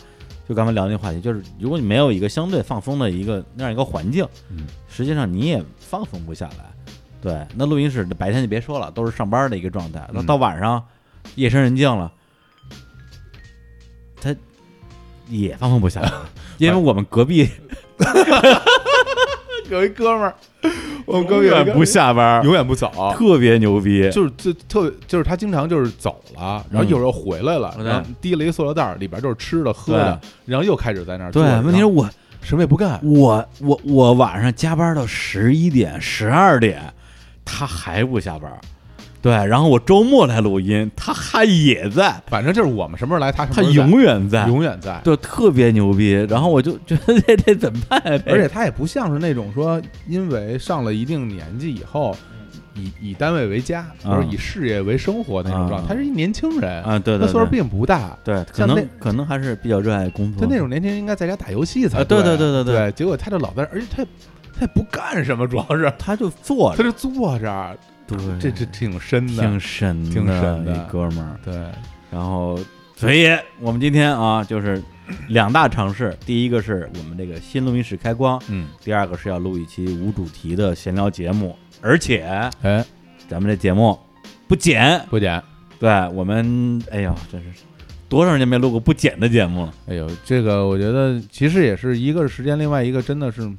Speaker 1: 就刚才聊那个话题，就是如果你没有一个相对放松的一个那样一个环境，
Speaker 2: 嗯
Speaker 1: 实际上你也放松不下来。对，那录音室白天就别说了，都是上班的一个状态。那
Speaker 2: 嗯
Speaker 1: 到晚上，夜深人静了，他也放松不下 来，因为我们隔壁
Speaker 2: 有一哥们儿，我们
Speaker 1: 永
Speaker 2: 哥
Speaker 1: 远
Speaker 2: 们
Speaker 1: 不下班，
Speaker 2: 永远不走，
Speaker 1: 特别牛逼。
Speaker 2: 哦就是这特别就是他经常就是走了，然
Speaker 1: 嗯
Speaker 2: 后一会儿又回来了，
Speaker 1: 对
Speaker 2: 然后提了一塑料袋儿，里边都是吃的喝的，然后又开始在那儿
Speaker 1: 对
Speaker 2: 坐，着
Speaker 1: 问题是我
Speaker 2: 什么也不干，
Speaker 1: 我我我晚上加班到十一点、十二点，他还不下班儿。对，然后我周末来录音，他还也在，
Speaker 2: 反正就是我们什么时候来，他什
Speaker 1: 他
Speaker 2: 么时候在
Speaker 1: 永远在，
Speaker 2: 永远在，
Speaker 1: 对，特别牛逼。然后我就觉得这这怎么办呀、这
Speaker 2: 而且他也不像是那种说因为上了一定年纪以后。
Speaker 1: 嗯
Speaker 2: 以以单位为家，
Speaker 1: 啊
Speaker 2: 或者以事业为生活那种状
Speaker 1: 啊
Speaker 2: 态，他是一年轻人，
Speaker 1: 啊，对
Speaker 2: 他
Speaker 1: 对
Speaker 2: 岁数
Speaker 1: 对，
Speaker 2: 并不大，
Speaker 1: 对，可
Speaker 2: 像
Speaker 1: 能
Speaker 2: 那
Speaker 1: 可能还是比较热爱工作，
Speaker 2: 他那种年轻人应该在家打游戏才
Speaker 1: 啊对对对
Speaker 2: 对
Speaker 1: 对对
Speaker 2: 结果他就老在那儿，而且他也他也不干什么，主要是
Speaker 1: 他就坐
Speaker 2: 他
Speaker 1: 着，
Speaker 2: 就坐着，
Speaker 1: 对，
Speaker 2: 这这挺深的，
Speaker 1: 挺神
Speaker 2: 挺神
Speaker 1: 的
Speaker 2: 的
Speaker 1: 一哥们儿。
Speaker 2: 对，
Speaker 1: 然后，所以我们今天啊，就是两大尝试，第一个是我们这个新录音室开光。
Speaker 2: 嗯，
Speaker 1: 第二个是要录一期无主题的闲聊节目，而且
Speaker 2: 哎，
Speaker 1: 咱们这节目不剪，
Speaker 2: 不剪，
Speaker 1: 对我们，哎呦，真是多长时间没录过不剪的节目了？
Speaker 2: 哎呦，这个我觉得其实也是一个是时间，另外一个真的是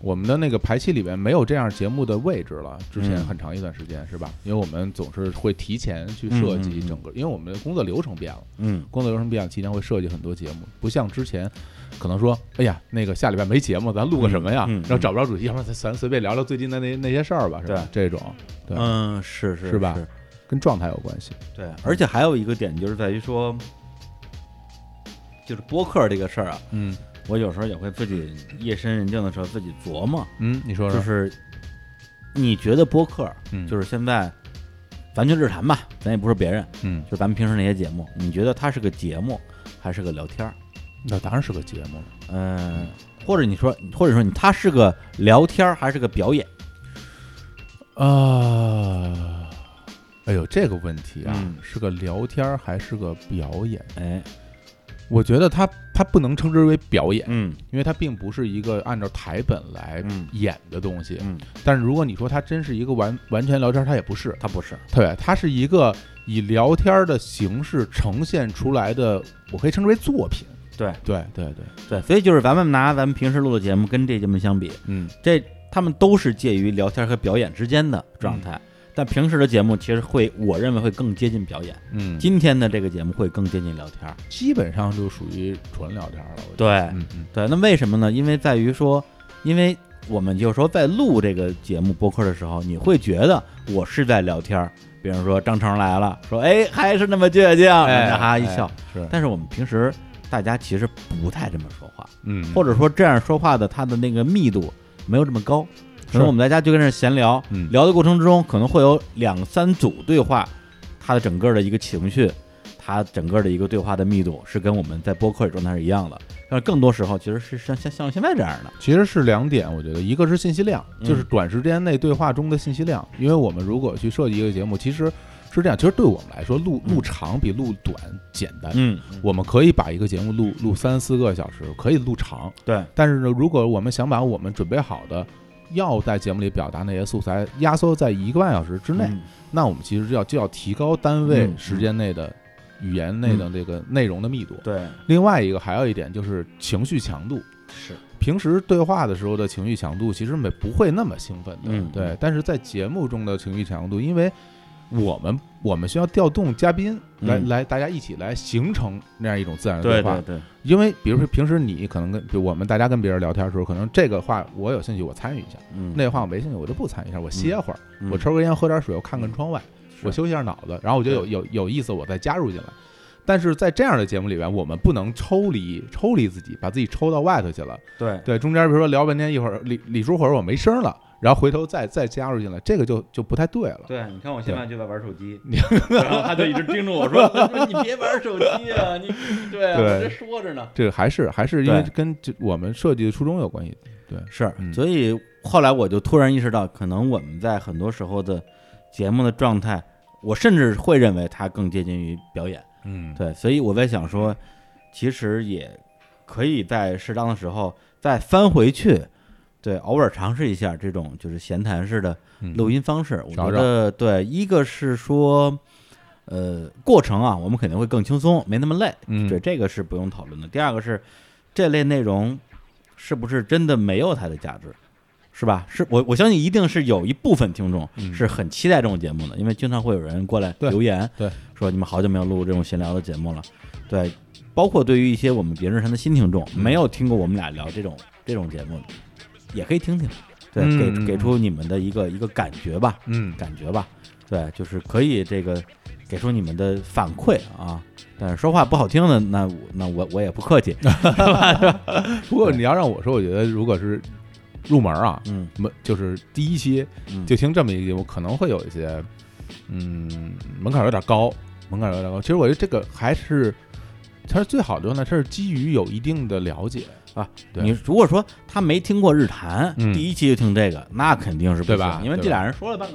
Speaker 2: 我们的那个排期里面没有这样节目的位置了。之前
Speaker 1: 嗯
Speaker 2: 很长一段时间是吧？因为我们总是会提前去设
Speaker 1: 嗯嗯
Speaker 2: 计
Speaker 1: 嗯
Speaker 2: 整个，因为我们的工作流程变了，
Speaker 1: 嗯，
Speaker 2: 工作流程变了，提前会设计很多节目，不像之前。可能说，哎呀，那个下礼拜没节目，咱录个什么呀？
Speaker 1: 嗯嗯嗯
Speaker 2: 然后找不着主题，要不然咱咱随便聊聊最近的那那些事儿吧，是吧？这种，对，
Speaker 1: 嗯，是是
Speaker 2: 是吧跟状态有关系。
Speaker 1: 对，而且还有一个点就是在于说，就是播客这个事儿啊，
Speaker 2: 嗯
Speaker 1: 我有时候也会自己夜深人静的时候自己琢磨，
Speaker 2: 嗯，你说
Speaker 1: 就
Speaker 2: 说，
Speaker 1: 是你觉得播客
Speaker 2: 嗯
Speaker 1: 就是现在，咱就日谈吧，咱也不是别人，
Speaker 2: 嗯，
Speaker 1: 就咱们平时那些节目，你觉得它是个节目还是个聊天儿？
Speaker 2: 那当然是个节目了。
Speaker 1: 嗯，或者你说，或者说你他是个聊天儿还是个表演
Speaker 2: 啊，哎呦，这个问题啊，
Speaker 1: 嗯
Speaker 2: 是个聊天儿还是个表演？
Speaker 1: 哎，
Speaker 2: 我觉得它它不能称之为表演，
Speaker 1: 嗯
Speaker 2: 因为它并不是一个按照台本来
Speaker 1: 嗯
Speaker 2: 演的东西。
Speaker 1: 嗯，
Speaker 2: 但是如果你说它真是一个完完全聊天儿，它也不是，
Speaker 1: 他不是，
Speaker 2: 对，它是一个以聊天儿的形式呈现出来的，我可以称之为作品。
Speaker 1: 对
Speaker 2: 对对对，
Speaker 1: 对，所以就是咱们拿咱们平时录的节目跟这节目相比，
Speaker 2: 嗯，
Speaker 1: 这他们都是介于聊天和表演之间的状态。但平时的节目其实会，我认为会更接近表演。
Speaker 2: 嗯，基
Speaker 1: 今天的这个节目会更接近聊天儿。
Speaker 2: 基本上就属于纯聊天儿了。我觉得，
Speaker 1: 对，
Speaker 2: 嗯嗯
Speaker 1: 对，那为什么呢？因为在于说，因为我们有时候在录这个节目播客的时候，你会觉得我是在聊天儿。比如说张成来了，说哎还是那么倔强，
Speaker 2: 哎
Speaker 1: 哈哈一
Speaker 2: 哎
Speaker 1: 笑。
Speaker 2: 是，
Speaker 1: 但是我们平时大家其实不太这么说话，
Speaker 2: 嗯，
Speaker 1: 或者说这样说话的它的那个密度没有这么高。可能我们在家就跟这闲聊，
Speaker 2: 嗯
Speaker 1: 聊的过程之中可能会有两三组对话，它的整个的一个情绪，它整个的一个对话的密度是跟我们在播客里状态是一样的。但是更多时候其实是像像像现在这样的，
Speaker 2: 其实是两点，我觉得一个是信息量，
Speaker 1: 嗯
Speaker 2: 就是短时间内对话中的信息量，因为我们如果去设计一个节目，其实是这样，其实对我们来说，录
Speaker 1: 嗯
Speaker 2: 录长比录短简单。
Speaker 1: 嗯，
Speaker 2: 我们可以把一个节目录录三四个小时，可以录长，
Speaker 1: 对，
Speaker 2: 但是呢，如果我们想把我们准备好的要在节目里表达那些素材压缩在一个半小时之内，
Speaker 1: 嗯
Speaker 2: 那我们其实就要就要提高单位
Speaker 1: 嗯
Speaker 2: 时间内的语言内的这个内容的密度。
Speaker 1: 对，
Speaker 2: 另外一个还有一点就是情绪强度，
Speaker 1: 是，
Speaker 2: 平时对话的时候的情绪强度其实没不会那么兴奋的，
Speaker 1: 嗯
Speaker 2: 对
Speaker 1: 嗯。
Speaker 2: 但是在节目中的情绪强度，因为我们我们需要调动嘉宾来、
Speaker 1: 嗯
Speaker 2: 来，大家一起来形成那样一种自然的
Speaker 1: 对
Speaker 2: 话。
Speaker 1: 对对，
Speaker 2: 因为比如说平时你可能跟比如我们大家跟别人聊天的时候，可能这个话我有兴趣我参与一下，
Speaker 1: 嗯，
Speaker 2: 那话我没兴趣我就不参与一下，我歇会儿，
Speaker 1: 嗯
Speaker 2: 我抽根烟喝点水，我看看窗外，
Speaker 1: 是
Speaker 2: 我休息一下脑子，然后我觉得有有有意思，我再加入进来。但是在这样的节目里边，我们不能抽离抽离自己，把自己抽到外头去了。
Speaker 1: 对
Speaker 2: 对，中间比如说聊半天，一会儿李李叔或者我没声儿了，然后回头再再加入进来，这个就就不太对了。
Speaker 1: 对，你看我现在就在玩手机，然后他就一直盯着我说：“ 你别玩手机啊，你对啊，
Speaker 2: 对
Speaker 1: 我这说着呢。
Speaker 2: 这个还是还是因为
Speaker 1: 对
Speaker 2: 跟这我们设计的初衷有关系。”
Speaker 1: 是
Speaker 2: 嗯，
Speaker 1: 所以后来我就突然意识到，可能我们在很多时候的节目的状态，我甚至会认为它更接近于表演。
Speaker 2: 嗯，
Speaker 1: 对，所以我在想说，其实也可以在适当的时候再翻回去，对，偶尔尝试一下这种就是闲谈式的录
Speaker 2: 音
Speaker 1: 音方式。我
Speaker 2: 嗯找
Speaker 1: 觉得对，一个是说，呃，过程啊，我们肯定会更轻松，没那么累，
Speaker 2: 嗯
Speaker 1: 对，这个是不用讨论的。第二个是，这类内容是不是真的没有它的价值？是吧？是我我相信一定是有一部分听众
Speaker 2: 嗯
Speaker 1: 是很期待这种节目的，因为经常会有人过来
Speaker 2: 对
Speaker 1: 留言，
Speaker 2: 对
Speaker 1: 说你们好久没有录这种闲聊的节目了，对，包括对于一些我们别人上的新听众，
Speaker 2: 嗯
Speaker 1: 没有听过我们俩聊这种这种节目的，也可以听听，对，
Speaker 2: 嗯嗯嗯
Speaker 1: 给给出你们的一个一个感觉吧，
Speaker 2: 嗯
Speaker 1: 感觉吧，对，就是可以这个给出你们的反馈啊。但是说话不好听的，那我那我我也不客 气。
Speaker 2: 不过你要让我说，我觉得如果是入门啊，
Speaker 1: 嗯，
Speaker 2: 门就是第一期
Speaker 1: 嗯
Speaker 2: 就听这么一个节目，可能会有一些，嗯，门槛有点高，门槛有点高。其实我觉得这个还是，它是最好的状态，它是基于有一定的了解，对
Speaker 1: 你如果说他没听过日坛，
Speaker 2: 嗯
Speaker 1: 第一期就听这个，那肯定是不
Speaker 2: 对
Speaker 1: 行，
Speaker 2: 吧
Speaker 1: 因为
Speaker 2: 对
Speaker 1: 这
Speaker 2: 吧
Speaker 1: 俩人说了半个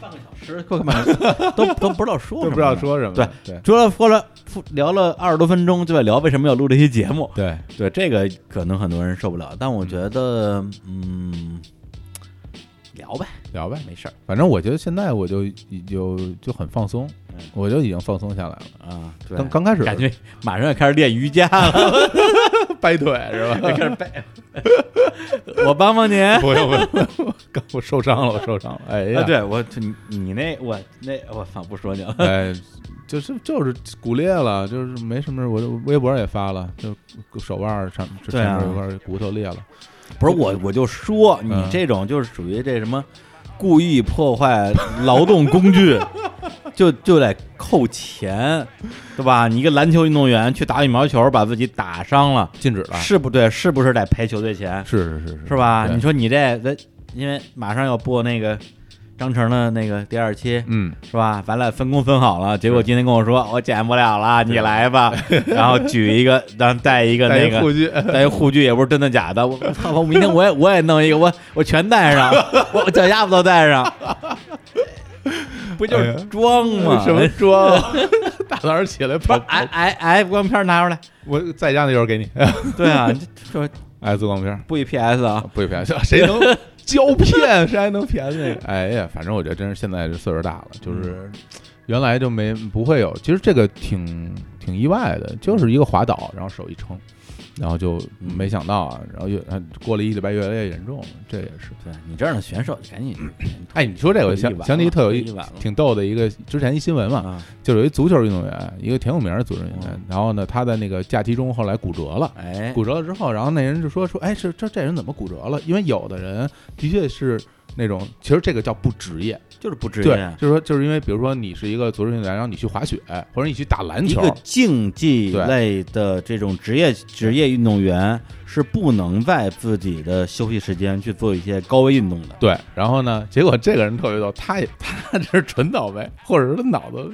Speaker 1: 半个小时，快半个小 时都都不知道说
Speaker 2: 都
Speaker 1: 什么，
Speaker 2: 不知道。说什么。
Speaker 1: 对
Speaker 2: 对
Speaker 1: 除了说了聊了二十多分钟，就在聊为什么要录这期节目，
Speaker 2: 对，
Speaker 1: 对这个可能很多人受不了，但我觉得，嗯，聊呗，
Speaker 2: 聊呗。
Speaker 1: 没事儿
Speaker 2: 反正我觉得现在我就就就很放松
Speaker 1: 嗯，
Speaker 2: 我就已经放松下来了。
Speaker 1: 啊。对
Speaker 2: 刚刚开始
Speaker 1: 感觉马上要开始练瑜伽 了，
Speaker 2: 掰腿是吧？
Speaker 1: 开始背。 我帮帮您。啊，
Speaker 2: 不用不用不用，刚我受伤了，我受伤了。哎呀，，
Speaker 1: 对我你你那我那我操，不说你了。
Speaker 2: 哎，就是就是骨裂了，就是没什么事。我这微博上也发了，就手腕儿上这
Speaker 1: 对
Speaker 2: 前
Speaker 1: 啊
Speaker 2: 面有块骨头裂了。
Speaker 1: 不是我，我就说你
Speaker 2: 嗯
Speaker 1: 这种就是属于这什么故意破坏劳动工 具，就就得扣钱，对吧？你一个篮球运动员去打羽毛球，把自己打伤了，
Speaker 2: 禁止了，
Speaker 1: 是不对，是不是得赔球队钱？
Speaker 2: 是是是
Speaker 1: 是吧？
Speaker 2: 对
Speaker 1: 你说你这，咱因为马上要播那个张成的那个第二期，
Speaker 2: 嗯，
Speaker 1: 是吧？咱俩分工分好了，结果今天跟我说我剪不了了，你来吧。 然后举一个，然后带一个
Speaker 2: 戴
Speaker 1: 那
Speaker 2: 一
Speaker 1: 个
Speaker 2: 护具，
Speaker 1: 带一护具也不是真的假的，我操！我明天我也我也弄一个，我我全带上， 我我脚丫子都带上， 不就是装吗？
Speaker 2: 什么装？啊大早上起来
Speaker 1: 不
Speaker 2: 跑
Speaker 1: 是，哎哎哎，光片拿出来。
Speaker 2: 我在家那时候给你
Speaker 1: 对啊， 你这这
Speaker 2: 哎，自光片儿
Speaker 1: 不一 PS 啊，
Speaker 2: 不许骗，谁 能胶片，谁还能嗯便宜？哎呀，反正我觉得真是现在这岁数大了，就是原来就没不会有，其实这个挺挺意外的，就是一个滑倒，然后手一撑。然后就没想到啊，然后越啊过了一礼拜越来越严重，这也是。
Speaker 1: 对你这样的选手赶紧
Speaker 2: 哎，你说这个，我想想起一特有
Speaker 1: 一
Speaker 2: 一
Speaker 1: 晚了
Speaker 2: 挺逗的一个之前一新闻嘛，
Speaker 1: 啊，
Speaker 2: 就是有一足球运动员，一个挺有名的足球运动员
Speaker 1: 嗯，
Speaker 2: 然后呢，他在那个假期中后来骨折了。
Speaker 1: 哎，
Speaker 2: 骨折了之后，然后那人就说说，哎，这这这人怎么骨折了？因为有的人的确是那种，其实这个叫不职业，
Speaker 1: 就是不啊职
Speaker 2: 对
Speaker 1: 业，，
Speaker 2: 就是说就是因为比如说你是一个足球运动员，然后你去滑雪或者你去打篮
Speaker 1: 一
Speaker 2: 球
Speaker 1: 个，竞技类的这种职业职业运动员是不能在自己的休息时间去做一些高危运动的。
Speaker 2: 对，然后呢，结果这个人特别逗，他也 他这是纯倒霉，或者是他脑子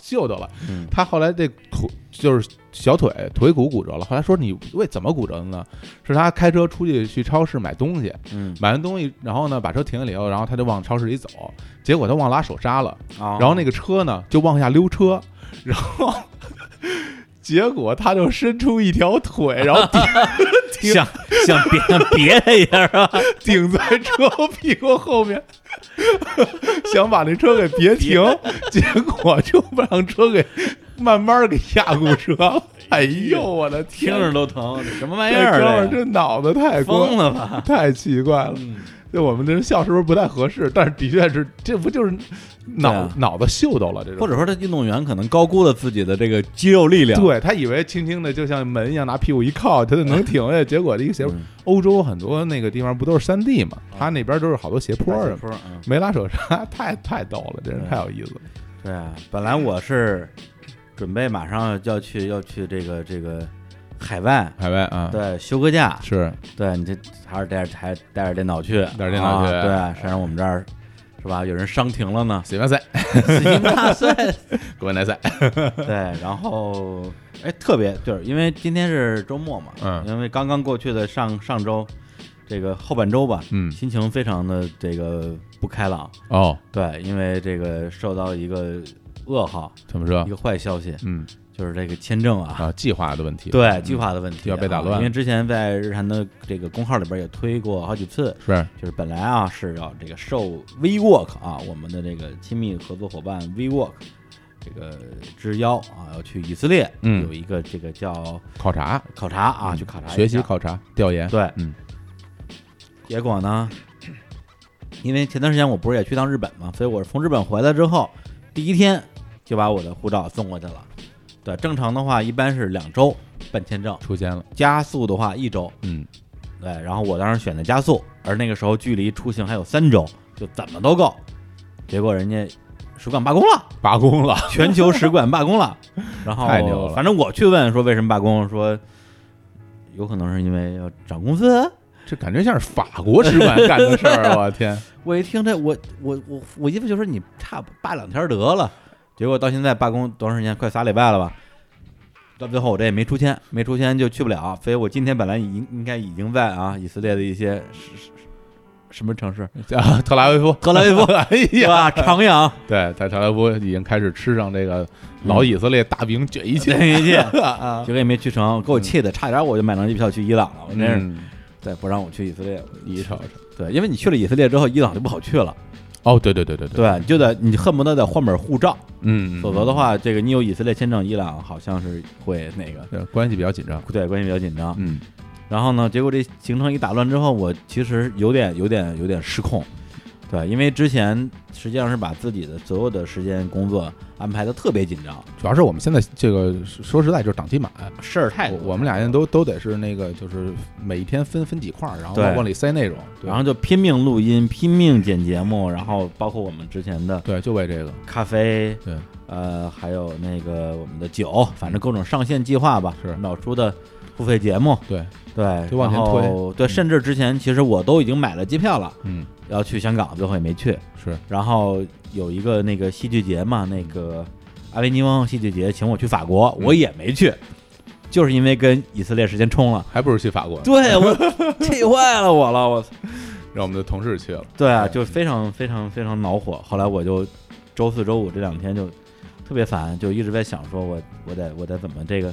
Speaker 2: 秀逗了，
Speaker 1: 嗯，
Speaker 2: 他后来这腿就是小腿腿骨骨折了，后来说你为怎么骨折的呢？是他开车出去去超市买东西，
Speaker 1: 嗯，
Speaker 2: 买完东西，然后呢把车停了以后，然后他就往超市里走，结果他忘拉手刹了。
Speaker 1: 然
Speaker 2: 然后那个车呢就往下溜车，然后 结果他就伸出一条腿，然后顶 挺
Speaker 1: 想想别别的一下是吧？
Speaker 2: 顶在车屁股后面， 想把那车给别停，结果就让车给慢慢给压骨折了。哎呦我的
Speaker 1: 听
Speaker 2: 天！
Speaker 1: 着都疼，什么玩意
Speaker 2: 这哥
Speaker 1: 儿
Speaker 2: 们儿
Speaker 1: 啊？
Speaker 2: 这脑子太过
Speaker 1: 疯了吧？
Speaker 2: 太奇怪了，
Speaker 1: 嗯
Speaker 2: 就我们这人笑是不是不太合适？但是的确是，这不就是脑、
Speaker 1: 对啊
Speaker 2: 脑子秀逗了这种，
Speaker 1: 或者说，这运动员可能高估了自己的这个肌肉力量。
Speaker 2: 对他啊以为轻轻的就像门一样拿屁股一靠，他就能停下。结果这一个斜坡，
Speaker 1: 嗯
Speaker 2: 欧洲很多那个地方不都是山地嘛，他那边都是好多斜坡
Speaker 1: 大
Speaker 2: 什
Speaker 1: 斜
Speaker 2: 么，
Speaker 1: 坡嗯，
Speaker 2: 没拉手刹，太太逗了，这人太有意思了。
Speaker 1: 对啊，本来我是准备马上就要去要去这个这个海外，
Speaker 2: 海外啊，
Speaker 1: 对，休个假，
Speaker 2: 是
Speaker 1: 对你这还是带着还带着电脑去，
Speaker 2: 带着电脑去，
Speaker 1: 啊对，谁让我们这儿是吧？有人伤停了呢
Speaker 2: 西班牙赛、
Speaker 1: 大岁，
Speaker 2: 国内赛，
Speaker 1: 对，然后哎，特别就是因为今天是周末嘛，
Speaker 2: 嗯
Speaker 1: 因为刚刚过去的上上周这个后半周吧，
Speaker 2: 嗯
Speaker 1: 心情非常的这个不开朗，
Speaker 2: 哦，
Speaker 1: 对，因为这个受到一个噩耗，
Speaker 2: 怎么说
Speaker 1: 一？个坏消息，
Speaker 2: 嗯
Speaker 1: 就是这个签证啊，
Speaker 2: 啊，计划的问题，嗯
Speaker 1: 对计划的问题
Speaker 2: 要被打
Speaker 1: 啊
Speaker 2: 乱
Speaker 1: 因为之前在日韩的这个公号里边也推过好几次，
Speaker 2: 是
Speaker 1: 就是本来啊是要这个受 WeWork 啊，我们的这个亲密合作伙伴 WeWork 这个之邀啊，要去以色列，
Speaker 2: 嗯
Speaker 1: 有一个这个叫
Speaker 2: 考察
Speaker 1: 考察啊，
Speaker 2: 嗯
Speaker 1: 去考察一下
Speaker 2: 学习考察、调研，
Speaker 1: 对，
Speaker 2: 嗯，
Speaker 1: 结果呢，因为前段时间我不是也去趟日本嘛，所以我是从日本回来之后，第一天就把我的护照送过去了。对，正常的话一般是两周办签证，
Speaker 2: 出现了，
Speaker 1: 加速的话一周。
Speaker 2: 嗯，
Speaker 1: 对，然后我当时选的加速，而那个时候距离出行还有三周，就怎么都够。结果人家使馆罢工了，
Speaker 2: 罢工了，
Speaker 1: 全球使馆罢工了。然后
Speaker 2: 太牛了
Speaker 1: 反正我去问说为什么罢工，说有可能是因为要涨工资。
Speaker 2: 这感觉像是法国使馆干的事儿，我 天，
Speaker 1: 我一听这，我我我我姨夫就说你差不罢两天得了，结果到现在罢工多长时间？快仨礼拜了吧？到最后我这也没出签，没出签就去不了，所以我今天本来已应应该已经在啊以色列的一些什什什么城市，
Speaker 2: 啊，特拉维夫，
Speaker 1: 特拉维夫
Speaker 2: 哎
Speaker 1: 对吧？
Speaker 2: 呀，
Speaker 1: 长阳
Speaker 2: 对，在特拉维夫已经开始吃上这个老以色列大饼卷一切，
Speaker 1: 那一届，
Speaker 2: 啊，
Speaker 1: 结果也没去成，给我气的，差点我就买张机票去伊朗了，我真是
Speaker 2: 嗯，
Speaker 1: 对不让我去以色列，
Speaker 2: 你瞅瞅，
Speaker 1: 对，因为你去了以色列之后，伊朗就不好去了，
Speaker 2: 哦，对对对对，
Speaker 1: 对，你就得你恨不得得换本护照，
Speaker 2: 嗯，嗯
Speaker 1: 否则的，话，这个你有以色列签证，伊朗好像是会那个。
Speaker 2: 嗯对关系比较紧张，啊
Speaker 1: 对，关系比较紧张。
Speaker 2: 嗯，
Speaker 1: 然后呢，结果这行程一打乱之后，我其实有点、有点、有点失控。对，因为之前实际上是把自己的所有的时间、工作安排的特别紧张，
Speaker 2: 主要是我们现在这个说实在就是档期满，
Speaker 1: 事儿太
Speaker 2: 我
Speaker 1: 多。
Speaker 2: 我们俩现在都都得是那个，就是每天分分几块儿，然后
Speaker 1: 对
Speaker 2: 往里塞内容，对
Speaker 1: 然后就拼命录音、拼命剪节目，然后包括我们之前的
Speaker 2: 对，就为这个，
Speaker 1: 咖啡，
Speaker 2: 对，
Speaker 1: 呃，还有那个我们的酒，反正各种上线计划吧，
Speaker 2: 是
Speaker 1: 秒出的付费节目，
Speaker 2: 对，
Speaker 1: 对，
Speaker 2: 就往前
Speaker 1: 然
Speaker 2: 推
Speaker 1: 后对，
Speaker 2: 嗯
Speaker 1: 甚至之前其实我都已经买了机票了，
Speaker 2: 嗯，
Speaker 1: 要去香港，最后也没去。
Speaker 2: 是，
Speaker 1: 然后有一个那个戏剧节嘛，那个阿维尼翁戏剧节请我去法国，
Speaker 2: 嗯
Speaker 1: 我也没去，就是因为跟以色列时间冲了。
Speaker 2: 还不如去法国，
Speaker 1: 对我 气坏了我了，我操
Speaker 2: 让我们的同事去了，
Speaker 1: 对啊，就非常非常非常恼火。后来我就周四周五这两天就特别烦，就一直在想说我我得我得怎么这个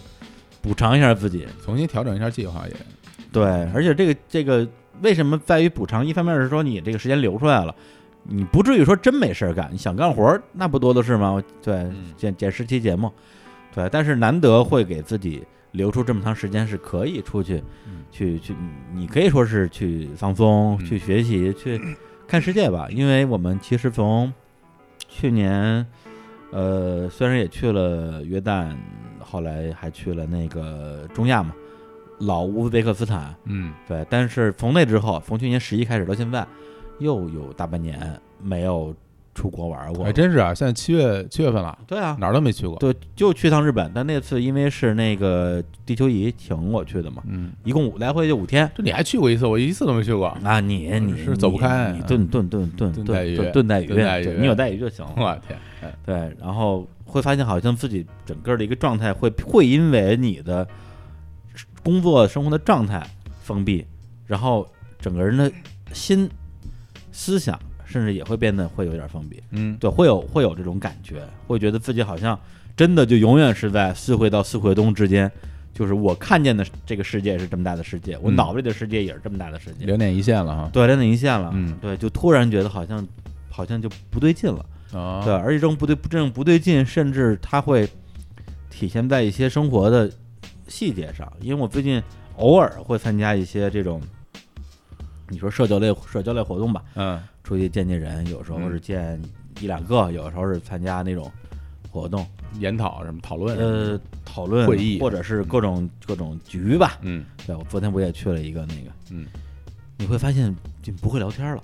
Speaker 1: 补偿一下自己。
Speaker 2: 重新调整一下计划也，
Speaker 1: 对，而且这个这个为什么在于补偿？一方面是说你这个时间留出来了，你不至于说真没事儿干，你想干活儿那不多的是吗？对
Speaker 2: 嗯，
Speaker 1: 剪剪十期节目，对，但是难得会给自己留出这么长时间，是可以出去，
Speaker 2: 嗯
Speaker 1: 去去，你可以说是去放松、
Speaker 2: 嗯
Speaker 1: 去学习、去看世界吧，因为我们其实从去年。呃，虽然也去了约旦，后来还去了那个中亚嘛，老乌兹别克斯坦，
Speaker 2: 嗯，
Speaker 1: 对，但是从那之后，从去年十一开始到现在，又有大半年没有出国玩过。
Speaker 2: 还真是啊，现在七月七月份了，
Speaker 1: 对啊，
Speaker 2: 哪儿都没去过，
Speaker 1: 对，就去趟日本，但那次因为是那个地球仪请我去的嘛，
Speaker 2: 嗯，
Speaker 1: 一共五来回就五天。
Speaker 2: 这你还去过一次，我一次都没去过，
Speaker 1: 啊，你你
Speaker 2: 是走不开嗯
Speaker 1: 你你炖炖炖炖
Speaker 2: 炖
Speaker 1: 炖
Speaker 2: 带鱼
Speaker 1: 炖炖带鱼，
Speaker 2: 炖带鱼
Speaker 1: 对你有带鱼就行 了。
Speaker 2: 我天，哎
Speaker 1: 对，然后会发现好像自己整个的一个状态会会因为你的工作生活的状态封闭，然后整个人的心思想甚至也会变得会有点封闭，
Speaker 2: 嗯，
Speaker 1: 对，会有会有这种感觉，会觉得自己好像真的就永远是在四回到四回东之间。就是我看见的这个世界是这么大的世界，我
Speaker 2: 嗯
Speaker 1: 脑子里的世界也是这么大的世界，
Speaker 2: 留恋一线了
Speaker 1: 对，连在一线了，
Speaker 2: 嗯
Speaker 1: 对，就突然觉得好像好像就不对劲了。
Speaker 2: 哈，啊，
Speaker 1: 对，而且这种不对，这种不对劲，甚至它会体现在一些生活的细节上。因为我最近偶尔会参加一些这种，你说社交类社交类活动吧，
Speaker 2: 嗯，
Speaker 1: 出去见见人，有时候是见一两个，有时候是参加那种活动，
Speaker 2: 研讨什么讨论什么的，嗯
Speaker 1: 呃，讨论
Speaker 2: 会议
Speaker 1: 或者是各种各种局吧。
Speaker 2: 嗯
Speaker 1: 对，我昨天不也去了一个那个，
Speaker 2: 嗯，
Speaker 1: 你会发现就不会聊天了，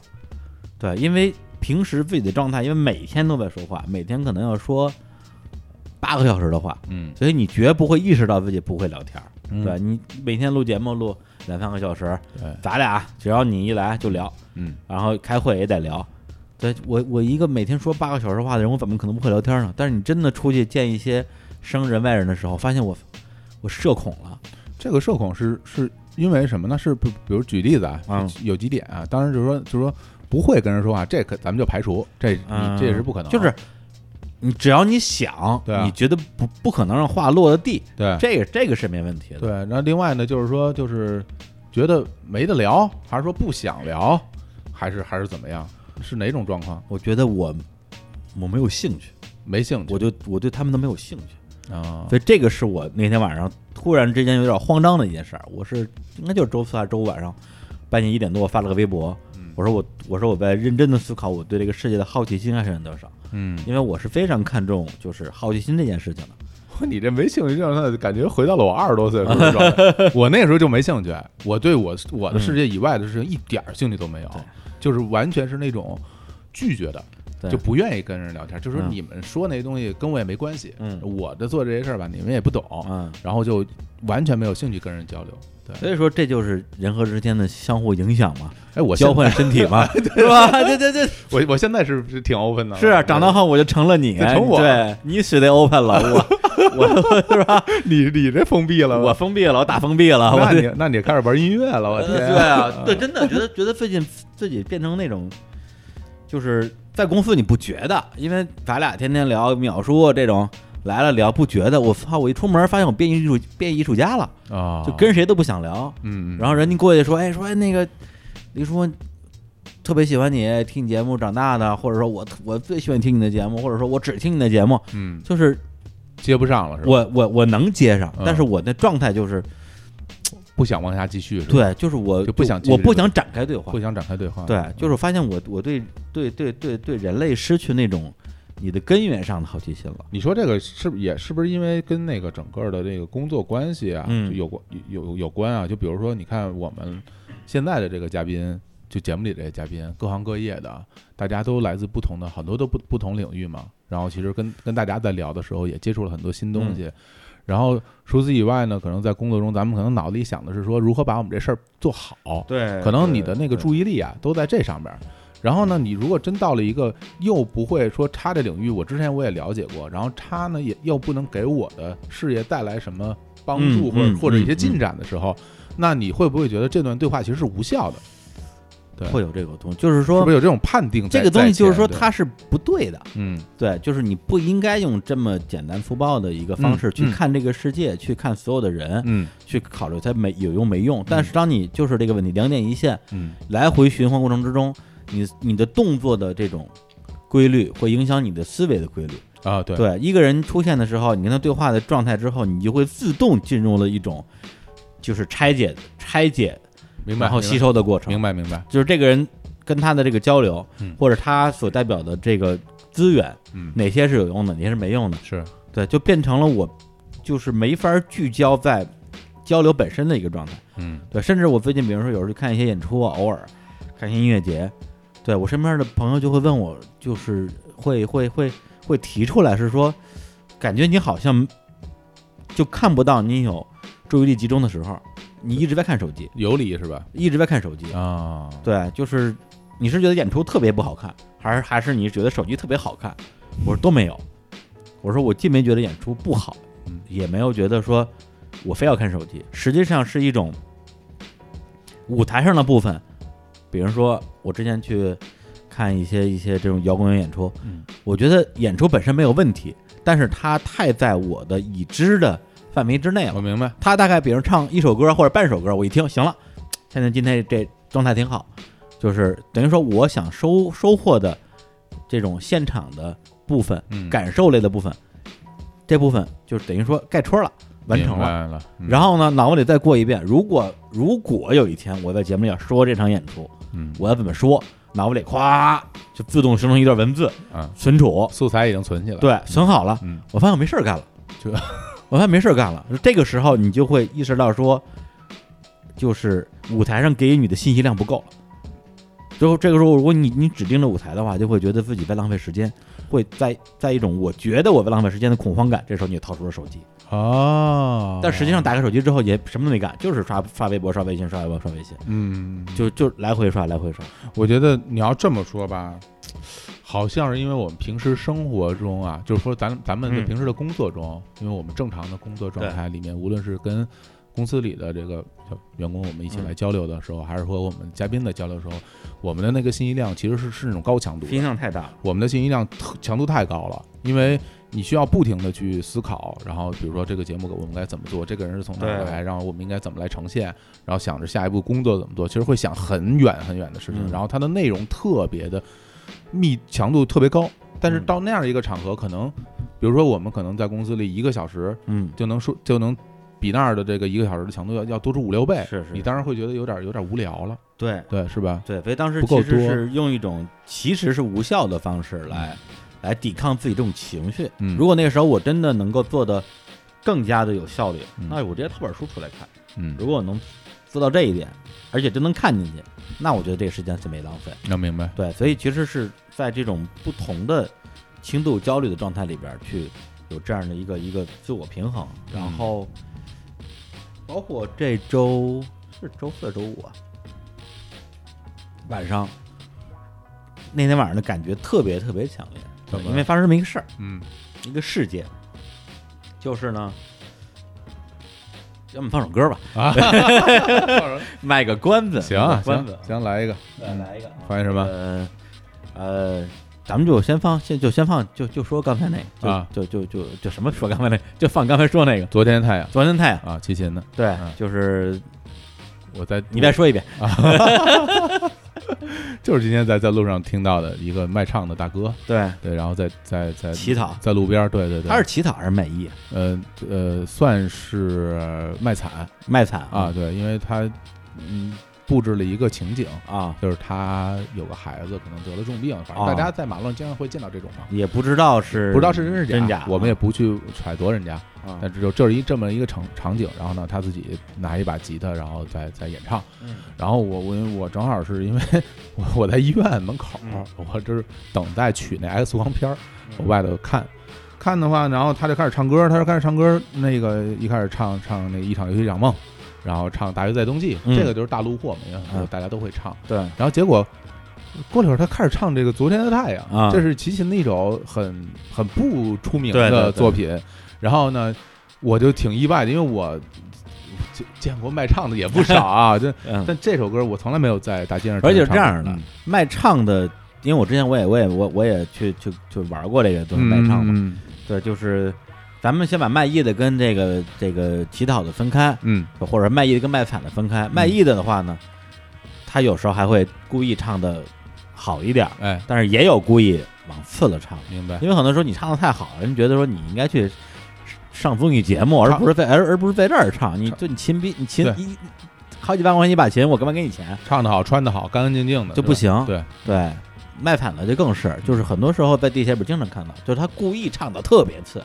Speaker 1: 对，因为平时自己的状态，因为每天都在说话，每天可能要说八个小时的话，
Speaker 2: 嗯
Speaker 1: 所以你绝不会意识到自己不会聊天儿，
Speaker 2: 嗯
Speaker 1: 对你每天录节目录两三个小时，
Speaker 2: 对，
Speaker 1: 咱俩啊只要你一来就聊，
Speaker 2: 嗯，
Speaker 1: 然后开会也得聊。对我我一个每天说八个小时话的人，我怎么可能不会聊天呢？但是你真的出去见一些生人外人的时候，发现我我社恐了，
Speaker 2: 这个社恐是是因为什么呢？是比比如举例子啊，
Speaker 1: 嗯
Speaker 2: 有几点啊，当然就是说就是说不会跟人说话，这可咱们就排除，这
Speaker 1: 嗯
Speaker 2: 你这也是不可能的，
Speaker 1: 就
Speaker 2: 啊
Speaker 1: 是你只要你想，
Speaker 2: 对啊
Speaker 1: 你觉得不不可能让话落在地，
Speaker 2: 对
Speaker 1: 这个这个是没问题的。
Speaker 2: 对。然后另外呢，就是说就是觉得没得聊，还是说不想聊，还是还是怎么样？是哪种状况？
Speaker 1: 我觉得我我没有兴趣，
Speaker 2: 没兴趣
Speaker 1: 我就我对他们都没有兴趣，
Speaker 2: 啊？
Speaker 1: 所以这个是我那天晚上突然之间有点慌张的一件事儿。我是应该就是周四还是周五晚上半夜一点多，我发了个微博
Speaker 2: 嗯，
Speaker 1: 我说我我说我在认真的思考我对这个世界的好奇心还剩下多少，
Speaker 2: 嗯，
Speaker 1: 因为我是非常看重就是好奇心这件事情的。
Speaker 2: 你这没兴趣，让他感觉回到了我二十多岁的时候的状 态。我那时候就没兴趣，我对我我的世界以外的事情一点儿兴趣都没有
Speaker 1: 嗯对，
Speaker 2: 就是完全是那种拒绝的，
Speaker 1: 对
Speaker 2: 就不愿意跟人聊天。就说
Speaker 1: 嗯
Speaker 2: 你们说那些东西跟我也没关系，
Speaker 1: 嗯
Speaker 2: 我的做这些事儿吧，你们也不懂，
Speaker 1: 嗯，
Speaker 2: 然后就完全没有兴趣跟人交流。
Speaker 1: 所
Speaker 2: 对，
Speaker 1: 以说这就是人和人之间的相互影响嘛，
Speaker 2: 哎，我现
Speaker 1: 交换身体嘛，是吧？对对对，
Speaker 2: 我我现在是是挺 open 的，
Speaker 1: 是啊长大后我就成了你，
Speaker 2: 哦就成我
Speaker 1: 对你死得 open 了，我我是吧？
Speaker 2: 你你这封闭 了，
Speaker 1: 我封闭了，我打封闭了，我
Speaker 2: 那你那你开始玩音乐了，我
Speaker 1: 呃
Speaker 2: 天，
Speaker 1: 对啊，对，真的觉得觉得最近自己变成那种，就是在公司你不觉得，因为咱俩天天聊秒叔这种来了聊不觉得，我操，我一出门发现我变艺术变艺术家了，
Speaker 2: 啊，
Speaker 1: 就跟谁都不想聊，
Speaker 2: 嗯，嗯
Speaker 1: 然后人家过去说，哎，说哎那个李叔。特别喜欢你听你节目长大的，或者说我我最喜欢听你的节目，或者说我只听你的节目，
Speaker 2: 嗯
Speaker 1: 就是
Speaker 2: 接不上了是吧？
Speaker 1: 我我我能接上
Speaker 2: 嗯，
Speaker 1: 但是我的状态就是
Speaker 2: 不想往下继续是吧？
Speaker 1: 对，就是我
Speaker 2: 嗯就不想继续
Speaker 1: 我不想展开对话
Speaker 2: 不，想展开对话。嗯
Speaker 1: 对，就是我发现我我对对对对对人类失去那种你的根源上的好奇心了。
Speaker 2: 你说这个是不也是不是因为跟那个整个的这个工作关系啊，
Speaker 1: 嗯
Speaker 2: 就有关有有有关啊？就比如说，你看我们现在的这个嘉宾，就节目里这些嘉宾，各行各业的，大家都来自不同的很多都不不同领域嘛。然后其实跟跟大家在聊的时候，也接触了很多新东西。
Speaker 1: 嗯
Speaker 2: 然后除此以外呢，可能在工作中，咱们可能脑子里想的是说如何把我们这事儿做好。
Speaker 1: 哎对
Speaker 2: 可能你的那个
Speaker 1: 意，
Speaker 2: 注意力啊都在这上边儿。然后呢，你如果真到了一个又不会说插这领域，我之前我也了解过，然后插呢也又不能给我的事业带来什么帮助
Speaker 1: 嗯
Speaker 2: 或者
Speaker 1: 嗯
Speaker 2: 或者一些
Speaker 1: 嗯
Speaker 2: 进展的时候，那你会不会觉得这段对话其实是无效的？对，
Speaker 1: 会有这个东西，就是
Speaker 2: 是
Speaker 1: 说
Speaker 2: 不是有这种判定在？
Speaker 1: 这个东西
Speaker 2: 在前
Speaker 1: 就是说
Speaker 2: 对
Speaker 1: 它是不对的，
Speaker 2: 嗯
Speaker 1: 对，就是你不应该用这么简单粗暴的一个方式
Speaker 2: 嗯
Speaker 1: 去
Speaker 2: 嗯
Speaker 1: 看这个世界，去看所有的人，
Speaker 2: 嗯
Speaker 1: 去考虑它没有用没用。但是当你就是这个问题两点一线
Speaker 2: 嗯
Speaker 1: 来回循环过程之中，你你的动作的这种规律会影响你的思维的规律。
Speaker 2: 啊对
Speaker 1: 对，一个人出现的时候，你跟他对话的状态之后，你就会自动进入了一种就是拆解、拆解，
Speaker 2: 明白，
Speaker 1: 然后
Speaker 2: 明白
Speaker 1: 吸，收的过程。
Speaker 2: 明白明白，
Speaker 1: 就是这个人跟他的这个交流，
Speaker 2: 嗯
Speaker 1: 或者他所代表的这个资源，
Speaker 2: 嗯
Speaker 1: 哪些是有用的，哪些是没用的。
Speaker 2: 是
Speaker 1: 对，就变成了我就是没法聚焦在交流本身的一个状态。
Speaker 2: 嗯
Speaker 1: 对，甚至我最近比如说有时候看一些演出啊，偶尔看一些音乐节，对我身边的朋友就会问我，就是会会会会提出来，是说感觉你好像就看不到你有注意力集中的时候，你一直在看手机，
Speaker 2: 有理是吧？
Speaker 1: 一直在看手机。
Speaker 2: 啊，
Speaker 1: 对，就是你是觉得演出特别不好看，还是还是你觉得手机特别好看？我说都没有，我说我既没觉得演出不好
Speaker 2: 嗯，
Speaker 1: 也没有觉得说我非要看手机，实际上是一种舞台上的部分。比如说我之前去看一些一些这种摇滚乐演出，
Speaker 2: 嗯
Speaker 1: 我觉得演出本身没有问题，但是它太在我的已知的范围之内了
Speaker 2: 我。明白，
Speaker 1: 他大概比如唱一首歌或者半首歌，我一听行了，现在今天这状态挺好，就是等于说我想收收获的这种现场的部分、
Speaker 2: 嗯，
Speaker 1: 感受类的部分，这部分就是等于说盖戳了，完成
Speaker 2: 明
Speaker 1: 了。
Speaker 2: 白了，嗯
Speaker 1: 然后呢，脑子里再过一遍，如果如果有一天我在节目里要说这场演出，
Speaker 2: 嗯
Speaker 1: 我要怎么说，脑子里咵就自动生成一段文字
Speaker 2: 啊，
Speaker 1: 存储，
Speaker 2: 素材已经存起来了，
Speaker 1: 对，存好了。
Speaker 2: 嗯，
Speaker 1: 我发现我没事儿干了，
Speaker 2: 这
Speaker 1: 我发现没事儿干了。这个时候你就会意识到说，就是舞台上给予你的信息量不够了。最后这个时候，如果你你只盯着舞台的话，就会觉得自己在浪费时间，会在在一种我觉得我在浪费时间的恐慌感。这时候你就掏出了手机，
Speaker 2: 哦，
Speaker 1: 但实际上打开手机之后也什么都没干，就是刷刷微博、刷微信、刷微博、刷微信，
Speaker 2: 嗯，
Speaker 1: 就就来回刷，来回刷。
Speaker 2: 我觉得你要这么说吧，好像是因为我们平时生活中啊，就是说咱咱们的
Speaker 1: 嗯
Speaker 2: 平时的工作中，因为我们正常的工作状态里面，无论是跟公司里的这个小员工我们一
Speaker 1: 嗯
Speaker 2: 起来交流的时候，还是和我们嘉宾的交流的时候，我们的那个信息量其实是是那种高强度的，
Speaker 1: 信息量太大了，
Speaker 2: 我们的信息量特强度太高了，因为你需要不停的去思考，然后比如说这个节目我们该怎么做，这个人是从哪儿
Speaker 1: 对
Speaker 2: 来，然后我们应该怎么来呈现，然后想着下一步工作怎么做，其实会想很远很远的事情，
Speaker 1: 嗯
Speaker 2: 然后它的内容特别的密，强度特别高，但是
Speaker 1: 嗯
Speaker 2: 到那样一个场合，可能比如说我们可能在公司里一个小时
Speaker 1: 嗯，
Speaker 2: 就能说就能比那儿的这个一个小时的强度要要多出五六倍，
Speaker 1: 是是
Speaker 2: 你当然会觉得有点有点无聊了，
Speaker 1: 对
Speaker 2: 对，是吧？
Speaker 1: 对，所以当时
Speaker 2: 不够
Speaker 1: 其实
Speaker 2: 多
Speaker 1: 是用一种其实是无效的方式来来抵抗自己这种情绪。
Speaker 2: 嗯
Speaker 1: 如果那个时候我真的能够做的更加的有效率，
Speaker 2: 嗯
Speaker 1: 那我直接掏本书出来看。
Speaker 2: 嗯
Speaker 1: 如果我能做到这一点，而且真能看进去，那我觉得这个时间是没浪费。
Speaker 2: 能明白，
Speaker 1: 对，所以其实是在这种不同的轻度焦虑的状态里边儿去有这样的一个一个自我平衡，然
Speaker 2: 嗯
Speaker 1: 后包括这周是周四还是周五啊，晚上那天晚上的感觉特别特别强烈，对
Speaker 2: 怎么了
Speaker 1: 因为发生这么一个事儿，
Speaker 2: 嗯
Speaker 1: 一个事件，就是呢。要么放首歌吧，
Speaker 2: 啊，
Speaker 1: 卖个关子，
Speaker 2: 行
Speaker 1: 卖
Speaker 2: 啊
Speaker 1: 个关子
Speaker 2: 行，行，来一个。
Speaker 1: 来来一个啊，
Speaker 2: 发现什么？
Speaker 1: 呃呃，咱们就先放，先就先放，就就说刚才那个，就、
Speaker 2: 啊
Speaker 1: 就就就就什么说刚才那个，就放刚才说那个
Speaker 2: 昨天太阳
Speaker 1: 昨天太阳，
Speaker 2: 啊，齐秦的，
Speaker 1: 对，
Speaker 2: 嗯
Speaker 1: 就是
Speaker 2: 我在
Speaker 1: 你再说一遍，
Speaker 2: 就是今天在在路上听到的一个卖唱的大哥，
Speaker 1: 对，
Speaker 2: 对，然后在在在
Speaker 1: 乞讨，
Speaker 2: 在路边儿，对对对，
Speaker 1: 他是乞讨还是卖艺？
Speaker 2: 呃呃，算是卖惨
Speaker 1: 卖惨
Speaker 2: 啊，对，因为他嗯布置了一个情景，
Speaker 1: 啊，
Speaker 2: 就是他有个孩子可能得了重病，反正
Speaker 1: 哦
Speaker 2: 大家在马路上经常会见到这种嘛。
Speaker 1: 也不知道是
Speaker 2: 不知道是真是
Speaker 1: 真假
Speaker 2: 我们也不去揣度人家，
Speaker 1: 啊
Speaker 2: 但这就就是一这么一个场场景。然后呢，他自己拿一把吉他，然后再再演唱。
Speaker 1: 嗯
Speaker 2: 然后我我我正好是因为 我我在医院门口
Speaker 1: 嗯，
Speaker 2: 我这是等待取那 X 光片儿，
Speaker 1: 嗯
Speaker 2: 我外头看，看的话，然后他就开始唱歌，他就开始唱歌，那个一开始唱唱那个一场游戏一场梦，然后唱大约在冬季，
Speaker 1: 嗯
Speaker 2: 这个就是大陆货嘛，因为很多
Speaker 1: 嗯
Speaker 2: 大家都会唱。
Speaker 1: 对
Speaker 2: 然后结果过了一会儿，他开始唱这个《昨天的太阳》
Speaker 1: 啊
Speaker 2: 这是齐秦的一首很很不出名
Speaker 1: 对对对
Speaker 2: 的作品。然后呢，我就挺意外的，因为我见见过卖唱的也不少 啊，这
Speaker 1: 嗯，
Speaker 2: 但这首歌我从来没有在大街上，
Speaker 1: 而且是这样的
Speaker 2: 嗯，
Speaker 1: 卖唱的，因为我之前我也我也我我也去去去玩过这个东西卖唱嘛，
Speaker 2: 嗯
Speaker 1: 对，就是咱们先把卖艺的跟这个这个乞讨的分开，
Speaker 2: 嗯，
Speaker 1: 或者卖艺的跟卖惨的分开。卖艺的的话呢，他有时候还会故意唱的好一点儿，
Speaker 2: 哎，
Speaker 1: 但是也有故意往次了唱，
Speaker 2: 明白，
Speaker 1: 因为很多时候你唱的太好了，人觉得说你应该去上综艺节目，而不是在而而不是在这儿唱。你
Speaker 2: 唱
Speaker 1: 就你琴比你琴
Speaker 2: 对
Speaker 1: 一好几万块钱一把琴，我干嘛给你钱
Speaker 2: 唱的好，穿的好，干干净净的
Speaker 1: 就不
Speaker 2: 是吧
Speaker 1: 行？
Speaker 2: 对，
Speaker 1: 对。卖惨的就更是，就是很多时候在地铁里边经常看到，就是他故意唱的特别次，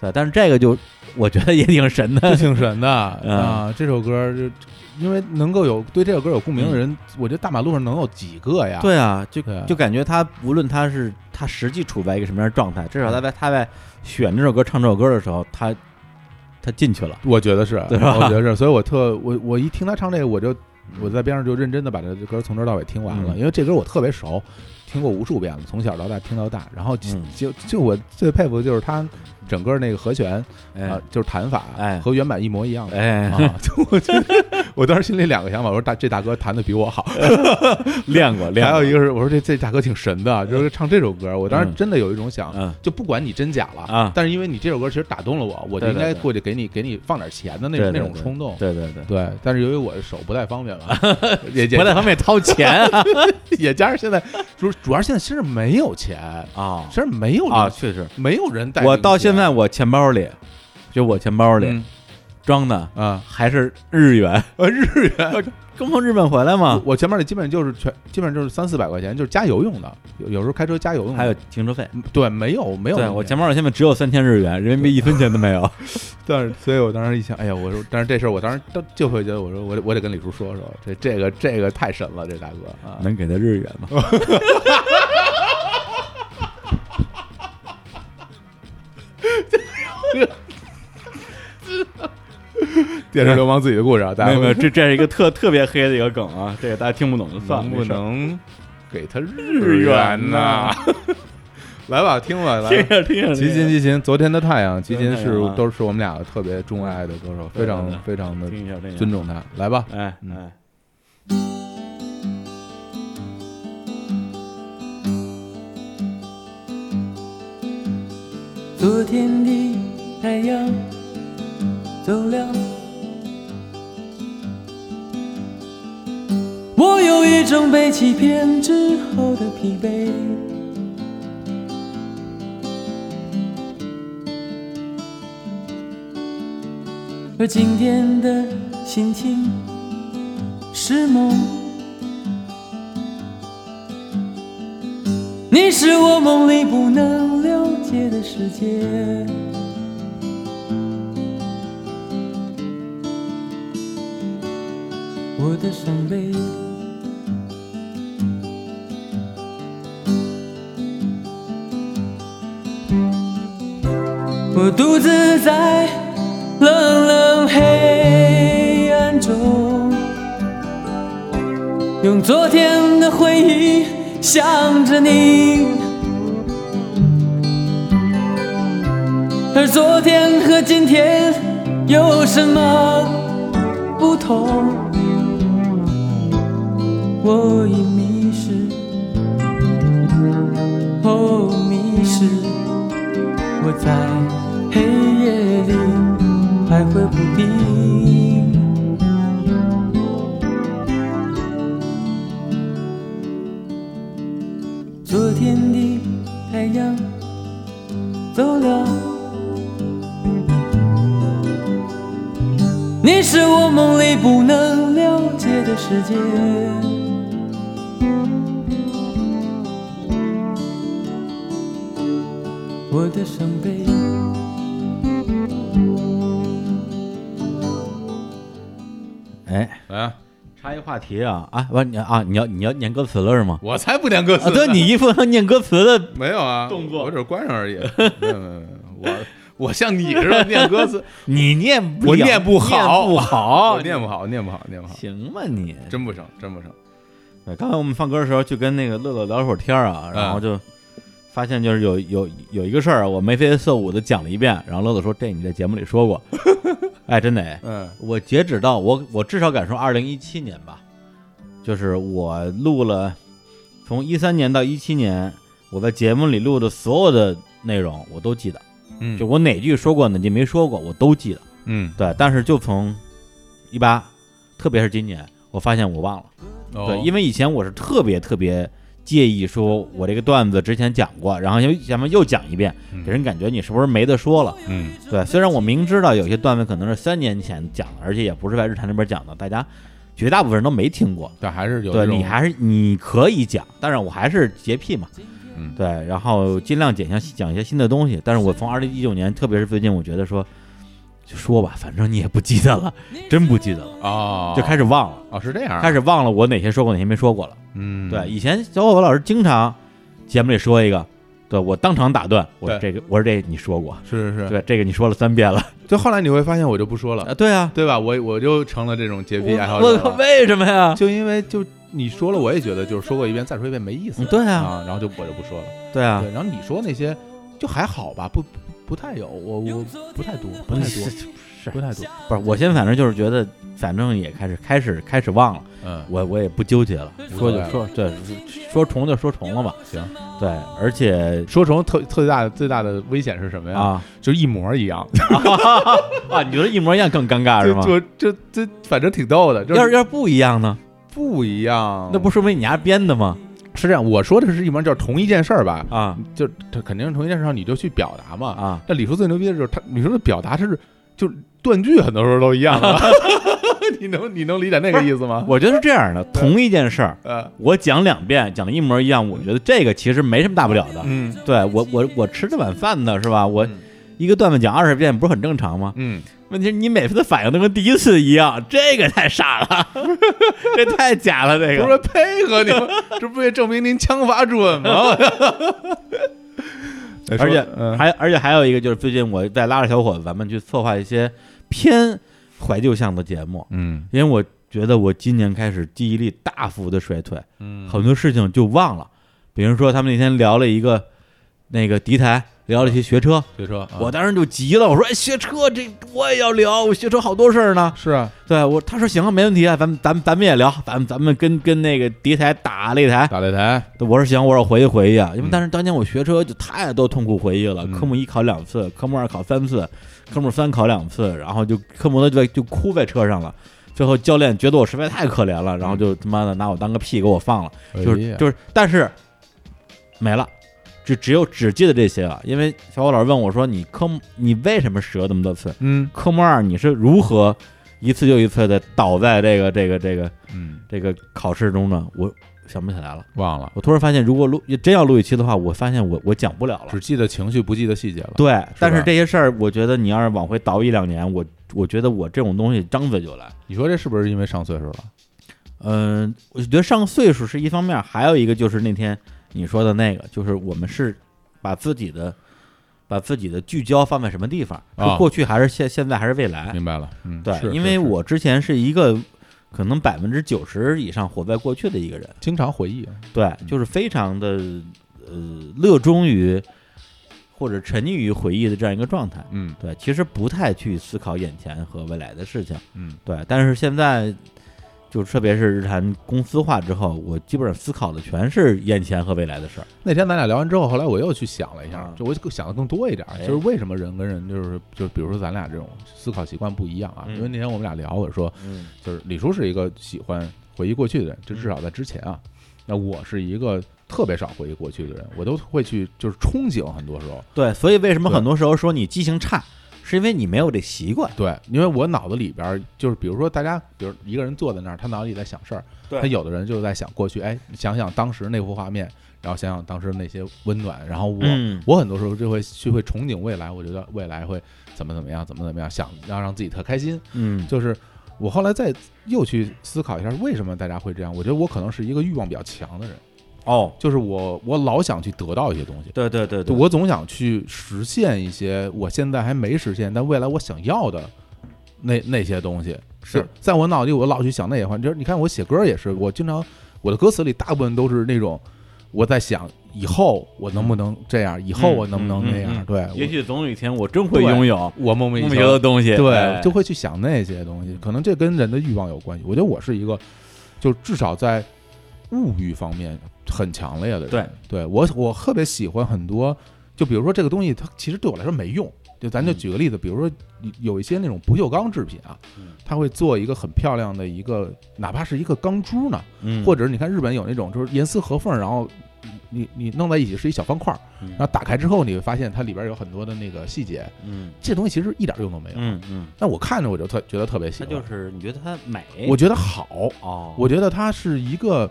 Speaker 1: 对，但是这个就我觉得也挺神
Speaker 2: 这
Speaker 1: 的，
Speaker 2: 挺神 的
Speaker 1: 嗯
Speaker 2: 啊！这首歌就因为能够有对这首歌有共鸣的人，我觉得大马路上能有几个呀？
Speaker 1: 嗯对啊，就
Speaker 2: 对啊，
Speaker 1: 就感觉他无论他是他实际处在一个什么样的状态，至少他在他在选这首歌、唱这首歌的时候，他他进去了。
Speaker 2: 我觉得是，
Speaker 1: 对吧
Speaker 2: 我觉得是，所以我特我我一听他唱这个，我就我在边上就认真的把这歌从头到尾听完了，
Speaker 1: 嗯
Speaker 2: 因为这歌我特别熟，听过无数遍了，从小到大听到大。然后就
Speaker 1: 嗯
Speaker 2: 就就我最佩服的就是他整个那个和弦
Speaker 1: 哎、
Speaker 2: 啊，就是弹法
Speaker 1: 哎
Speaker 2: 和原版一模一样的。
Speaker 1: 哎，
Speaker 2: 啊！ 就我觉得，我当时心里两个想法，我说大这大哥弹的比我好，
Speaker 1: 练过练
Speaker 2: 还
Speaker 1: 过。
Speaker 2: 有一个是我说这这大哥挺神的，就是唱这首歌，我当时
Speaker 1: 嗯
Speaker 2: 真的有一种想，
Speaker 1: 嗯
Speaker 2: 就不管你真假了
Speaker 1: 啊
Speaker 2: 但是因为你这首歌其实打动了我，我就
Speaker 1: 对
Speaker 2: 应
Speaker 1: 对
Speaker 2: 该
Speaker 1: 对
Speaker 2: 过去给你给你放点钱的那
Speaker 1: 对
Speaker 2: 种
Speaker 1: 对
Speaker 2: 那种
Speaker 1: 对
Speaker 2: 冲动。
Speaker 1: 对对 对，
Speaker 2: 对，但是由于我手不太方便嘛， 也也
Speaker 1: 不太方便掏钱啊
Speaker 2: 也加上现在主主要是现在身上没有钱，
Speaker 1: 啊
Speaker 2: 身上没有
Speaker 1: 啊，
Speaker 2: 零
Speaker 1: 确实，啊
Speaker 2: 没有人带零钱。
Speaker 1: 我到现在我钱包里，就我钱包里
Speaker 2: 嗯
Speaker 1: 装的
Speaker 2: 啊，
Speaker 1: 还是日元，
Speaker 2: 呃，日元，
Speaker 1: 刚从日本回来嘛
Speaker 2: 我，我前面那基本就是全，基本就是三四百块钱，就是加油用的，有有时候开车加油用的。
Speaker 1: 还有停车费。
Speaker 2: 嗯对，没有没有
Speaker 1: 对
Speaker 2: 那么便宜，
Speaker 1: 我钱包里现在只有啊三千日元，人民币一分钱都没有。
Speaker 2: 但是，所以我当时一想，哎呀，我说，但是这事儿我当时当就会觉得，我说我得我得跟李叔说说，这这个这个太神了，这大哥啊，
Speaker 1: 能给他日元吗？
Speaker 2: 电视流氓自己的故事啊，大
Speaker 1: 没
Speaker 2: 家
Speaker 1: 有没有，
Speaker 2: 会
Speaker 1: 这这是一个特特别黑的一个梗啊，这个大家听不懂就算了。
Speaker 2: 能
Speaker 1: 没
Speaker 2: 不
Speaker 1: 事儿
Speaker 2: 能给他日元呐？来吧，听吧，来
Speaker 1: 听
Speaker 2: 吧。
Speaker 1: 着听着，
Speaker 2: 齐秦，齐秦，昨天的太阳，齐秦
Speaker 1: 昨天
Speaker 2: 是
Speaker 1: 的太阳啊
Speaker 2: 都是我们俩特别钟爱的歌手，
Speaker 1: 对对
Speaker 2: 非常非常的
Speaker 1: 听一下这个
Speaker 2: 尊重他。来吧，
Speaker 1: 哎
Speaker 2: 嗯
Speaker 1: 哎，
Speaker 4: 昨天的太阳走了，我有一种被欺骗之后的疲惫。而今天的心情是梦，你是我梦里不能了解的世界。我的伤悲，我独自在冷冷黑暗中，用昨天的回忆想着你，而昨天和今天有什么不同？我已迷失，哦，迷失，我在黑夜里徘徊不定。昨天的太阳走了，你是我梦里不能了解的世界。我的伤悲，
Speaker 1: 哎，
Speaker 2: 来啊，
Speaker 1: 插一话题啊啊，不，你啊，你要你要念歌词了是 吗？
Speaker 2: 我才不念歌词
Speaker 1: 啊，
Speaker 2: 呢，
Speaker 1: 对，你一副要念歌词的，
Speaker 2: 没有啊，
Speaker 1: 动作
Speaker 2: 我只是关上 而已，没有没有没有，我我像你似的念歌 词，
Speaker 1: 你念不
Speaker 2: 我
Speaker 1: 了
Speaker 2: 念不好，
Speaker 1: 念不好
Speaker 2: 我，念不好，念不好，念不好，
Speaker 1: 哦行吧你。
Speaker 2: 真不成，真不成。
Speaker 1: 对，刚才我们放歌的时候就跟那个乐乐聊了会儿天儿啊，然后就发现就是有有有一个事儿，啊我眉飞色舞的讲了一遍，然后乐乐说这你在节目里说过， 哎，真得，
Speaker 2: 嗯
Speaker 1: 我截止到我我至少敢说二零一七年吧，就是我录了从一三年到一七年，我在节目里录的所有的内容我都记得，
Speaker 2: 嗯，
Speaker 1: 就我哪句说过哪句没说过我都记得，
Speaker 2: 嗯
Speaker 1: 对，但是就从一八，特别是今年，我发现我忘了。
Speaker 2: 嗯哦
Speaker 1: 对，因为以前我是特别特别介意，说我这个段子之前讲过，然后又咱们又讲一遍，给人感觉你是不是没得说了？
Speaker 2: 嗯
Speaker 1: 对，虽然我明知道有些段子可能是三年前讲的，而且也不是在日坛那边讲的，大家绝大部分人都没听过。
Speaker 2: 但还是有
Speaker 1: 对
Speaker 2: 这种
Speaker 1: 你还是你可以讲，但是我还是洁癖嘛，
Speaker 2: 嗯
Speaker 1: 对，然后尽量讲一些讲一些新的东西。但是我从二零一九年，特别是最近，我觉得说就说吧，反正你也不记得了， 真不记得了，
Speaker 2: 哦，
Speaker 1: 就开
Speaker 2: 始
Speaker 1: 始忘了，
Speaker 2: 哦是这样啊，
Speaker 1: 开始忘了我哪些说过，哪些没说过了。
Speaker 2: 嗯
Speaker 1: 对，以前小伙伴老师经常节目里说一个，对我当场打断，我说这个我说这个你说过，
Speaker 2: 是是是，
Speaker 1: 对这个你说了三遍了，
Speaker 2: 就后来你会发现我就不说了，
Speaker 1: 啊对啊，
Speaker 2: 对吧？我我就成了这种洁癖爱好
Speaker 1: 我
Speaker 2: 者
Speaker 1: 我
Speaker 2: 了，
Speaker 1: 为什么呀？
Speaker 2: 就因为就你说了，我也觉得就是说过一遍再说一遍没意思
Speaker 1: 嗯，对啊，
Speaker 2: 啊，然后就我就不说了。
Speaker 1: 对啊，
Speaker 2: 对，然后你说那些就还好吧，不不不太有，我我不太多，不太多，
Speaker 1: 是
Speaker 2: 不太多，
Speaker 1: 不是？我现在反正就是觉得，反正也开始开始开始忘了，
Speaker 2: 嗯，
Speaker 1: 我我也不纠结了，说
Speaker 2: 无所谓
Speaker 1: 就
Speaker 2: 了
Speaker 1: 说，对，说重就说重了吧，
Speaker 2: 行。
Speaker 1: 对，而且
Speaker 2: 说成特特大最大的危险是什么呀？
Speaker 1: 啊
Speaker 2: 就是一模一样，
Speaker 1: 啊，你觉得一模一样更尴尬是
Speaker 2: 就
Speaker 1: 吗？
Speaker 2: 就就就反正挺逗的，就
Speaker 1: 要是要是不一样呢？
Speaker 2: 不一样。
Speaker 1: 那不说明你丫编的吗？
Speaker 2: 是这样，我说的是一模，就是同一件事儿吧，
Speaker 1: 啊
Speaker 2: 就他肯定是同一件事儿，你就去表达嘛。
Speaker 1: 啊
Speaker 2: 那李叔最牛逼的就是他，李叔的表达是就断句很多时候都一样 的，你能你能理解那个意思吗？
Speaker 1: 我觉得是这样的，同一件事儿，
Speaker 2: 呃，
Speaker 1: 我讲两遍，讲的一模一样，我觉得这个其实没什么大不了的。
Speaker 2: 嗯
Speaker 1: 对我我我吃这碗饭呢，是吧？我
Speaker 2: 嗯
Speaker 1: 一个段子讲二十遍，不是很正常吗？
Speaker 2: 嗯，
Speaker 1: 问题是你每次的反应都跟第一次一样，这个太傻 了，这太假了，这
Speaker 2: 不
Speaker 1: 个。
Speaker 2: 是配合你们，这不也证明您枪法准 吗？
Speaker 1: 而且
Speaker 2: 嗯
Speaker 1: 还而且还有一个就是最近我在拉着小伙子咱们去策划一些偏怀旧向的节目，
Speaker 2: 嗯
Speaker 1: 因为我觉得我今年开始记忆力大幅的衰退，
Speaker 2: 嗯
Speaker 1: 很多事情就忘了。比如说他们那天聊了一个那个敌台，聊了一些学车，
Speaker 2: 学车，
Speaker 1: 我当时就急了，我说：“哎，学车这我也要聊，我学车好多事儿呢。
Speaker 2: 是啊，”
Speaker 1: 对我，他说：“行啊，没问题啊，咱们咱们咱们也聊，咱们咱们跟跟那个敌台打擂台。
Speaker 2: 打擂台，”
Speaker 1: 我说：“行，我说我回忆回忆啊，因为
Speaker 2: 嗯
Speaker 1: 当时当年我学车就太多痛苦回忆了，
Speaker 2: 嗯
Speaker 1: 科目一考两次，科目二考三次，科目三考两次，然后就科目多就在就哭在车上了。”最后教练觉得我实在太可怜了，然
Speaker 2: 嗯
Speaker 1: 后就他妈的拿我当个屁给我放了，
Speaker 2: 哎
Speaker 1: 就是就是，但是没了，就只有只记得这些了。因为小伙老师问我说：“你科目你为什么折那么多次？
Speaker 2: 嗯
Speaker 1: 科目二你是如何一次又一次的倒在这个这个这个
Speaker 2: 嗯，
Speaker 1: 这个考试中呢？”我想不起来了。
Speaker 2: 忘了，
Speaker 1: 我突然发现，如果录真要录一期的话，我发现我我讲不了了
Speaker 2: 只。记得情绪，不记得细节了。
Speaker 1: 对，但是这些事儿，我觉得你要是往回倒一两年，我我觉得我这种东西张嘴就来。
Speaker 2: 你说这是不是因为上岁数了？
Speaker 1: 嗯，我觉得上岁数是一方面，还有一个就是那天你说的那个，就是我们是把自己的把自己的聚焦放在什么地方，
Speaker 2: 啊
Speaker 1: 是过去还是现现在还是未来？
Speaker 2: 明白了，嗯，
Speaker 1: 哎对
Speaker 2: 是，
Speaker 1: 因
Speaker 2: 是
Speaker 1: 为
Speaker 2: 是
Speaker 1: 我之前是一个可能百分之九十以上活在过去的一个人，
Speaker 2: 经常回忆啊，
Speaker 1: 对，就是非常的呃乐衷于或者沉溺于回忆的这样一个状态。
Speaker 2: 嗯
Speaker 1: 对，其实不太去思考眼前和未来的事情。
Speaker 2: 嗯
Speaker 1: 对，但是现在就特别是日坛公司化之后，我基本上思考的全是眼前和未来的事儿。
Speaker 2: 那天咱俩聊完之后，后来我又去想了一下
Speaker 1: 啊，
Speaker 2: 就我更想的更多一点，
Speaker 1: 哎
Speaker 2: 就是为什么人跟人就是就比如说咱俩这种思考习惯不一样啊？
Speaker 1: 嗯
Speaker 2: 因为那天我们俩聊，我说
Speaker 1: 嗯
Speaker 2: 就是李叔是一个喜欢回忆过去的人，这至少在之前啊，那我是一个特别少回忆过去的人，我都会去就是憧憬，很多时候
Speaker 1: 对，所以为什么
Speaker 2: 对
Speaker 1: 很多时候说你记性差，是因为你没有这习惯。
Speaker 2: 对，因为我脑子里边儿就是比如说大家，比如一个人坐在那儿，他脑子里在想事儿，
Speaker 1: 对
Speaker 2: 他有的人就在想过去，哎，想想当时那幅画面，然后想想当时那些温暖，然后我。
Speaker 1: 嗯，
Speaker 2: 我很多时候就会去会憧憬未来，我觉得未来会怎么怎么样，怎么怎么样，想要让自己特开心。
Speaker 1: 嗯，
Speaker 2: 就是我后来再又去思考一下，为什么大家会这样？我觉得我可能是一个欲望比较强的人，
Speaker 1: 哦，
Speaker 2: 就是我我老想去得到一些东西，
Speaker 1: 对对对对，
Speaker 2: 我总想去实现一些我现在还没实现，但未来我想要的那那些东西。
Speaker 1: 是
Speaker 2: 在我脑子里，我老去想那些话。就是你看我写歌也是，我经常我的歌词里大部分都是那种我在想以后我能不能这样，以后我能不能那样？
Speaker 1: 嗯嗯嗯
Speaker 2: 对，哎我
Speaker 1: 也许总有一天我真会
Speaker 2: 对
Speaker 1: 拥有
Speaker 2: 我梦
Speaker 1: 梦
Speaker 2: 寐以
Speaker 1: 寐以求
Speaker 2: 求
Speaker 1: 的东西。
Speaker 2: 对
Speaker 1: 哎，
Speaker 2: 就会去想那些东西。可能这跟人的欲望有关系。我觉得我是一个，就至少在物欲方面很强烈的人。
Speaker 1: 对，
Speaker 2: 对我我特别喜欢很多，就比如说这个东西，它其实对我来说没用。就咱就
Speaker 1: 嗯
Speaker 2: 举个例子，比如说有有一些那种不锈钢制品啊
Speaker 1: 嗯，
Speaker 2: 它会做一个很漂亮的一个，哪怕是一个钢珠呢，
Speaker 1: 嗯，
Speaker 2: 或者你看日本有那种就是严丝合缝，然后你你你弄在一起是一小方块儿，
Speaker 1: 嗯
Speaker 2: 然后打开之后你会发现它里边有很多的那个细节，
Speaker 1: 嗯
Speaker 2: 这东西其实一点用都没有。
Speaker 1: 嗯嗯，
Speaker 2: 但我看着我就特觉得特别喜
Speaker 1: 它
Speaker 2: 欢，
Speaker 1: 就是你觉得它美，
Speaker 2: 我觉得好，
Speaker 1: 哦，
Speaker 2: 我觉得它是一个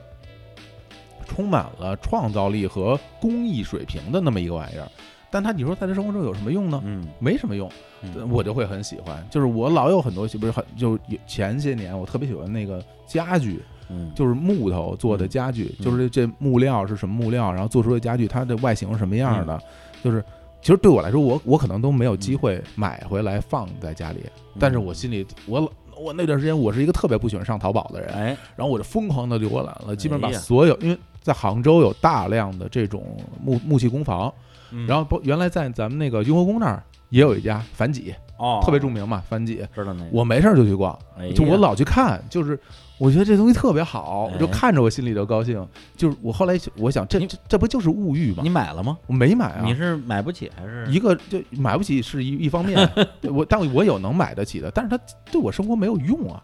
Speaker 2: 充满了创造力和工艺水平的那么一个玩意儿。但它你说在这生活中有什么用呢？
Speaker 1: 嗯，
Speaker 2: 没什么用，
Speaker 1: 嗯
Speaker 2: 我就会很喜欢。就是我老有很多喜，不是很就前些年我特别喜欢那个家具，
Speaker 1: 嗯
Speaker 2: 就是木头做的家具，
Speaker 1: 嗯
Speaker 2: 就是这木料是什么木料，然后做出的家具它的外形是什么
Speaker 1: 嗯
Speaker 2: 样的，就是其实对我来说，我我可能都没有机会买回来放在家里，
Speaker 1: 嗯
Speaker 2: 但是我心里我老。我那段时间我是一个特别不喜欢上淘宝的人，
Speaker 1: 哎
Speaker 2: 然后我就疯狂的浏览了，基本上
Speaker 1: 哎
Speaker 2: 把
Speaker 1: 呀
Speaker 2: 所有，因为在杭州有大量的这种木木器工坊，
Speaker 1: 嗯
Speaker 2: 然后包原来在咱们那个雍和宫那儿也有一家樊几，
Speaker 1: 哦
Speaker 2: 特别著名嘛，樊几，
Speaker 1: 知道那个
Speaker 2: 我没事儿就去逛，
Speaker 1: 哎呀
Speaker 2: 就我老去看，就是我觉得这东西特别好，我就
Speaker 1: 哎
Speaker 2: 看着我心里就高兴。就是我后来想我想，这
Speaker 1: 你
Speaker 2: 这这不就是物欲吗
Speaker 1: 你？买了吗？
Speaker 2: 我没买啊
Speaker 1: 你，是买不起还是
Speaker 2: 一个就买不起是一一 方面，对我但我有能买得起的，但是它对我生活没有用啊，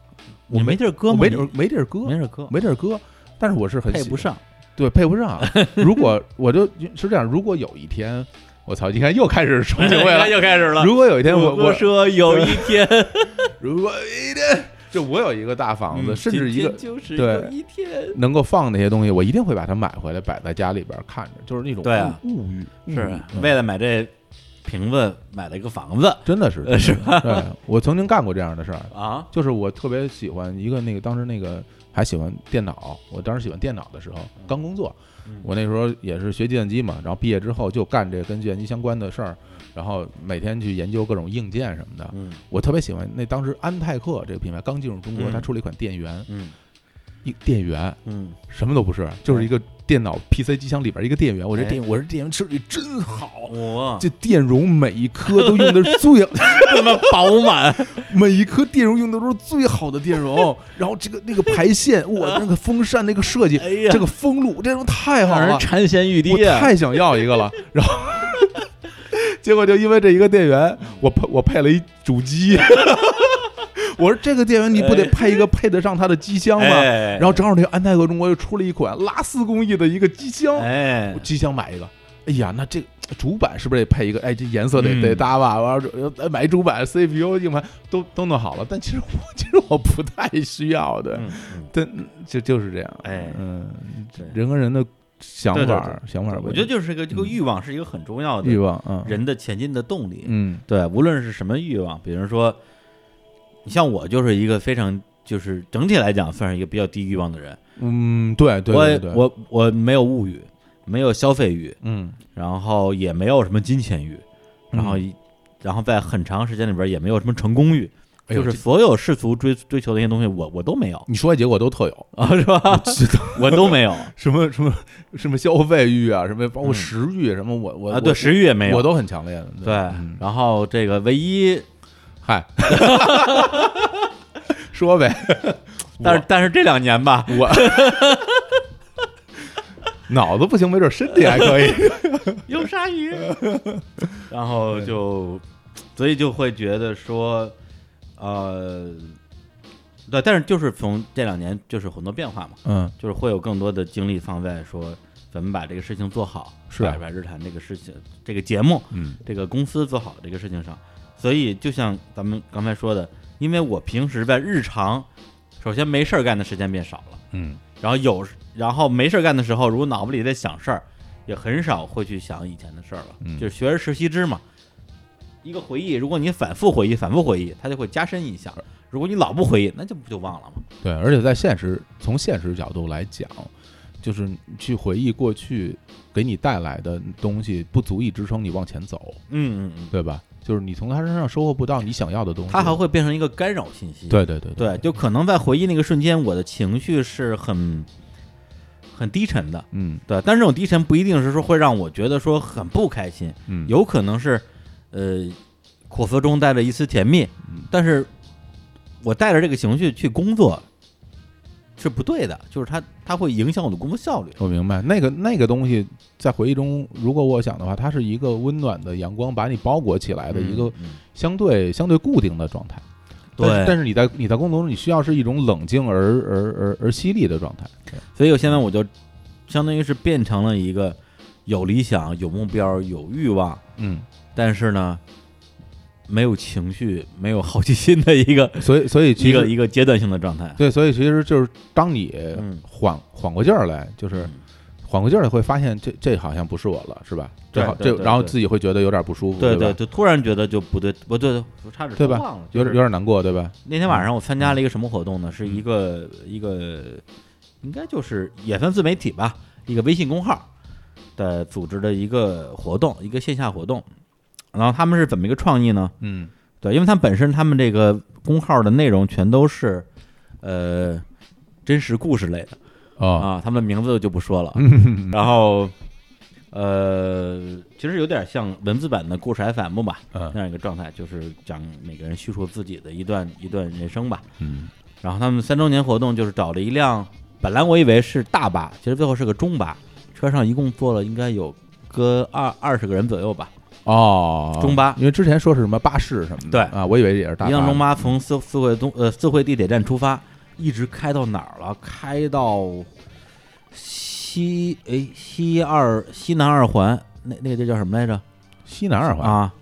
Speaker 1: 你
Speaker 2: 我没
Speaker 1: 地儿搁
Speaker 2: 我
Speaker 1: 吗？
Speaker 2: 没
Speaker 1: 你
Speaker 2: 地儿没地儿搁，
Speaker 1: 没地儿搁，
Speaker 2: 没地儿搁。但是我是很
Speaker 1: 配
Speaker 2: 喜
Speaker 1: 不
Speaker 2: 欢，
Speaker 1: 上。
Speaker 2: 对，配不上。如果我就是这样，如果有一天我操！你看又开始憧 憬未来。
Speaker 1: 哎又开始了。
Speaker 2: 如果有一天我
Speaker 1: 我
Speaker 2: 我
Speaker 1: 说有一天，
Speaker 2: 如果有一天就我有一个大房子，
Speaker 1: 嗯
Speaker 2: 甚至一个
Speaker 1: 今天就是
Speaker 2: 对
Speaker 1: 有一天，
Speaker 2: 能够放那些东西，我一定会把它买回来摆在家里边儿看着，就是那种
Speaker 1: 对啊
Speaker 2: 物物欲，物
Speaker 1: 是
Speaker 2: 欲嗯
Speaker 1: 为了买这瓶子买了一个房子
Speaker 2: 真的是
Speaker 1: 呃是
Speaker 2: 吧？对，我曾经干过这样的事儿，
Speaker 1: 啊，
Speaker 2: 就是我特别喜欢一个那个当时那个还喜欢电脑，我当时喜欢电脑的时候刚工作
Speaker 1: 嗯，
Speaker 2: 我那时候也是学计算机嘛，然后毕业之后就干这个跟计算机相关的事儿，然后每天去研究各种硬件什么的。
Speaker 1: 嗯
Speaker 2: 我特别喜欢那当时安泰克这个品牌刚进入中国，
Speaker 1: 嗯
Speaker 2: 它出了一款电源，
Speaker 1: 嗯
Speaker 2: 一电源
Speaker 1: 嗯，
Speaker 2: 什么都不是，就是一个电脑 PC 机箱里边一个电源。我这
Speaker 1: 哎嗯
Speaker 2: 电我这电源吃的真好，
Speaker 1: 我
Speaker 2: 这电容每一颗都用的 是最
Speaker 1: 这么饱满，
Speaker 2: 每一颗电容用的都是最好的 电容，然后这个那个排线，哇，那个风扇那个设计，
Speaker 1: 嗯哎呀
Speaker 2: 这个风路，这种太好
Speaker 1: 让人
Speaker 2: 了，
Speaker 1: 馋涎欲滴
Speaker 2: 我
Speaker 1: 啊！
Speaker 2: 太想要一个了。然后， 结果就因为这一个电源，我配我配了一主机。 我说这个电源你不得
Speaker 1: 哎
Speaker 2: 配一个配得上它的机箱吗？
Speaker 1: 哎
Speaker 2: 然后正好那个安泰克中国又出了一款拉丝工艺的一个机箱，
Speaker 1: 哎
Speaker 2: 我，机箱买一个。哎呀，那这主板是不是得配一个？哎，这颜色得
Speaker 1: 嗯
Speaker 2: 得搭吧。完了、呃买主板、CPU、硬盘都都弄好了，但其实我 其实我不太需要的，
Speaker 1: 嗯嗯
Speaker 2: 但就就是这样。
Speaker 1: 哎
Speaker 2: 嗯，
Speaker 1: 对
Speaker 2: 人跟人的想法
Speaker 1: 对对
Speaker 2: 儿想法儿不
Speaker 1: 我
Speaker 2: 一样，
Speaker 1: 觉得就是个这个欲望是一个很重要
Speaker 2: 欲
Speaker 1: 的
Speaker 2: 望啊，嗯
Speaker 1: 人的前进的动力。
Speaker 2: 嗯
Speaker 1: 对，无论是什么欲望，比如说，你像我就是一个非常就是整体来讲算是一个比较低欲望的人，
Speaker 2: 嗯，对对对对，
Speaker 1: 我也我我没有物欲，没有消费欲，
Speaker 2: 嗯，
Speaker 1: 然后也没有什么金钱欲，然后、然后在很长时间里边也没有什么成功欲，
Speaker 2: 哎呦
Speaker 1: 就是
Speaker 2: 这
Speaker 1: 所有世俗追追求的一些东西我，我都没有
Speaker 2: 你说的结果都特 有，
Speaker 1: 啊，是吧？我都没有啊，
Speaker 2: 什么什么什么消费欲啊，什么包括
Speaker 1: 嗯
Speaker 2: 食欲什么，我我我
Speaker 1: 啊对，食欲也没有，
Speaker 2: 我都很强烈的，
Speaker 1: 对
Speaker 2: 嗯。
Speaker 1: 然后这个唯一，
Speaker 2: 嗨， 说呗。
Speaker 1: 但是但是这两年吧，
Speaker 2: 我 脑子不行，没准身体还 可以。
Speaker 1: 有鲨鱼， 然后就，所以就会觉得说，呃，对，但是就是从这两年就是很多变化嘛，
Speaker 2: 嗯，
Speaker 1: 就是会有更多的精力放在说怎么把这个事情做好，
Speaker 2: 是啊
Speaker 1: 把把日坛这个事情、这个节目、
Speaker 2: 嗯，
Speaker 1: 这个公司做好这个事情上。所以就像咱们刚才说的，因为我平时在日常，首先没事儿干的时间变少了。
Speaker 2: 嗯，
Speaker 1: 然后有，然后没事儿干的时候，如果脑子里在想事儿，也很少会去想以前的事儿了。
Speaker 2: 嗯
Speaker 1: 就是学而时习之嘛。一个回忆，如果你反复回忆、反复回忆，它就会加深印象；如果你老不回忆，那就不就忘了嘛。
Speaker 2: 对，而且在现实，从现实角度来讲，就是你去回忆过去给你带来的东西，不足以支撑你往前走，
Speaker 1: 嗯嗯嗯，
Speaker 2: 对吧？就是你从他身上收获不到你想要的东西，
Speaker 1: 它还会变成一个干扰信息。
Speaker 2: 对对对
Speaker 1: 对，就可能在回忆那个瞬间，我的情绪是很很低沉的。
Speaker 2: 嗯
Speaker 1: 对，但是这种低沉不一定是说会让我觉得说很不开心，
Speaker 2: 嗯，
Speaker 1: 有可能是，呃，苦涩中带着一丝甜蜜，
Speaker 2: 嗯
Speaker 1: 但是我带着这个情绪去工作是不对的，就是它它会影响我的工作效率。
Speaker 2: 我明白，那个那个东西在回忆中，如果我想的话，它是一个温暖的阳光把你包裹起来的一个
Speaker 1: 嗯，嗯
Speaker 2: 相对相对固定的状态。但是
Speaker 1: 对
Speaker 2: 但是你在你在工作中，你需要是一种冷静而而而而犀利的状态。
Speaker 1: 所以我现在我就相当于是变成了一个有理想、有目标、有欲望，
Speaker 2: 嗯，
Speaker 1: 但是呢，没有情绪、没有好奇心的一个
Speaker 2: 所以所以
Speaker 1: 一
Speaker 2: 其
Speaker 1: 个
Speaker 2: 实
Speaker 1: 一个阶段性的状态。
Speaker 2: 对，所以其实就是当你
Speaker 1: 嗯
Speaker 2: 缓缓过劲儿来，就是
Speaker 1: 嗯
Speaker 2: 缓过劲儿来，会发现这这好像不是我了，是吧？
Speaker 1: 对
Speaker 2: 这好
Speaker 1: 对
Speaker 2: 这
Speaker 1: 对
Speaker 2: 然后
Speaker 1: 对
Speaker 2: 自己会觉得有点不舒服，
Speaker 1: 对
Speaker 2: 吧？
Speaker 1: 就突然觉得就不对，不对，我差点
Speaker 2: 对吧
Speaker 1: 忘了，
Speaker 2: 有
Speaker 1: 就
Speaker 2: 点
Speaker 1: 是
Speaker 2: 有嗯点难过，对吧？
Speaker 1: 那天晚上我参加了一个什么活动呢？是一个一个，应该就是也算自媒体吧，一个微信公号的组织的一个活动，一个线下活动。然后他们是怎么一个创意呢？
Speaker 2: 嗯
Speaker 1: 对，因为他们本身他们这个公号的内容全都是呃真实故事类的
Speaker 2: 哦，
Speaker 1: 啊，他们的名字就不说了。 然后呃，其实有点像文字版的故事 FM 吧，
Speaker 2: 嗯
Speaker 1: 那样一个状态，就是讲每个人叙述自己的一段一段人生吧。
Speaker 2: 嗯
Speaker 1: 然后他们三周年活动就是找了一辆，本来我以为是大巴，其实最后是个中巴，车上一共坐了应该有个二二十个人左右吧。
Speaker 2: 哦，
Speaker 1: 中巴
Speaker 2: 因为之前说是什么巴士什么的，
Speaker 1: 对
Speaker 2: 啊，我以为也是大
Speaker 1: 一辆
Speaker 2: 巴
Speaker 1: 中巴从四四惠东呃四惠地铁站出发，一直开到哪儿了？开到西哎西二西南二环那那个地儿叫什么来着？
Speaker 2: 西南二环，
Speaker 1: 啊，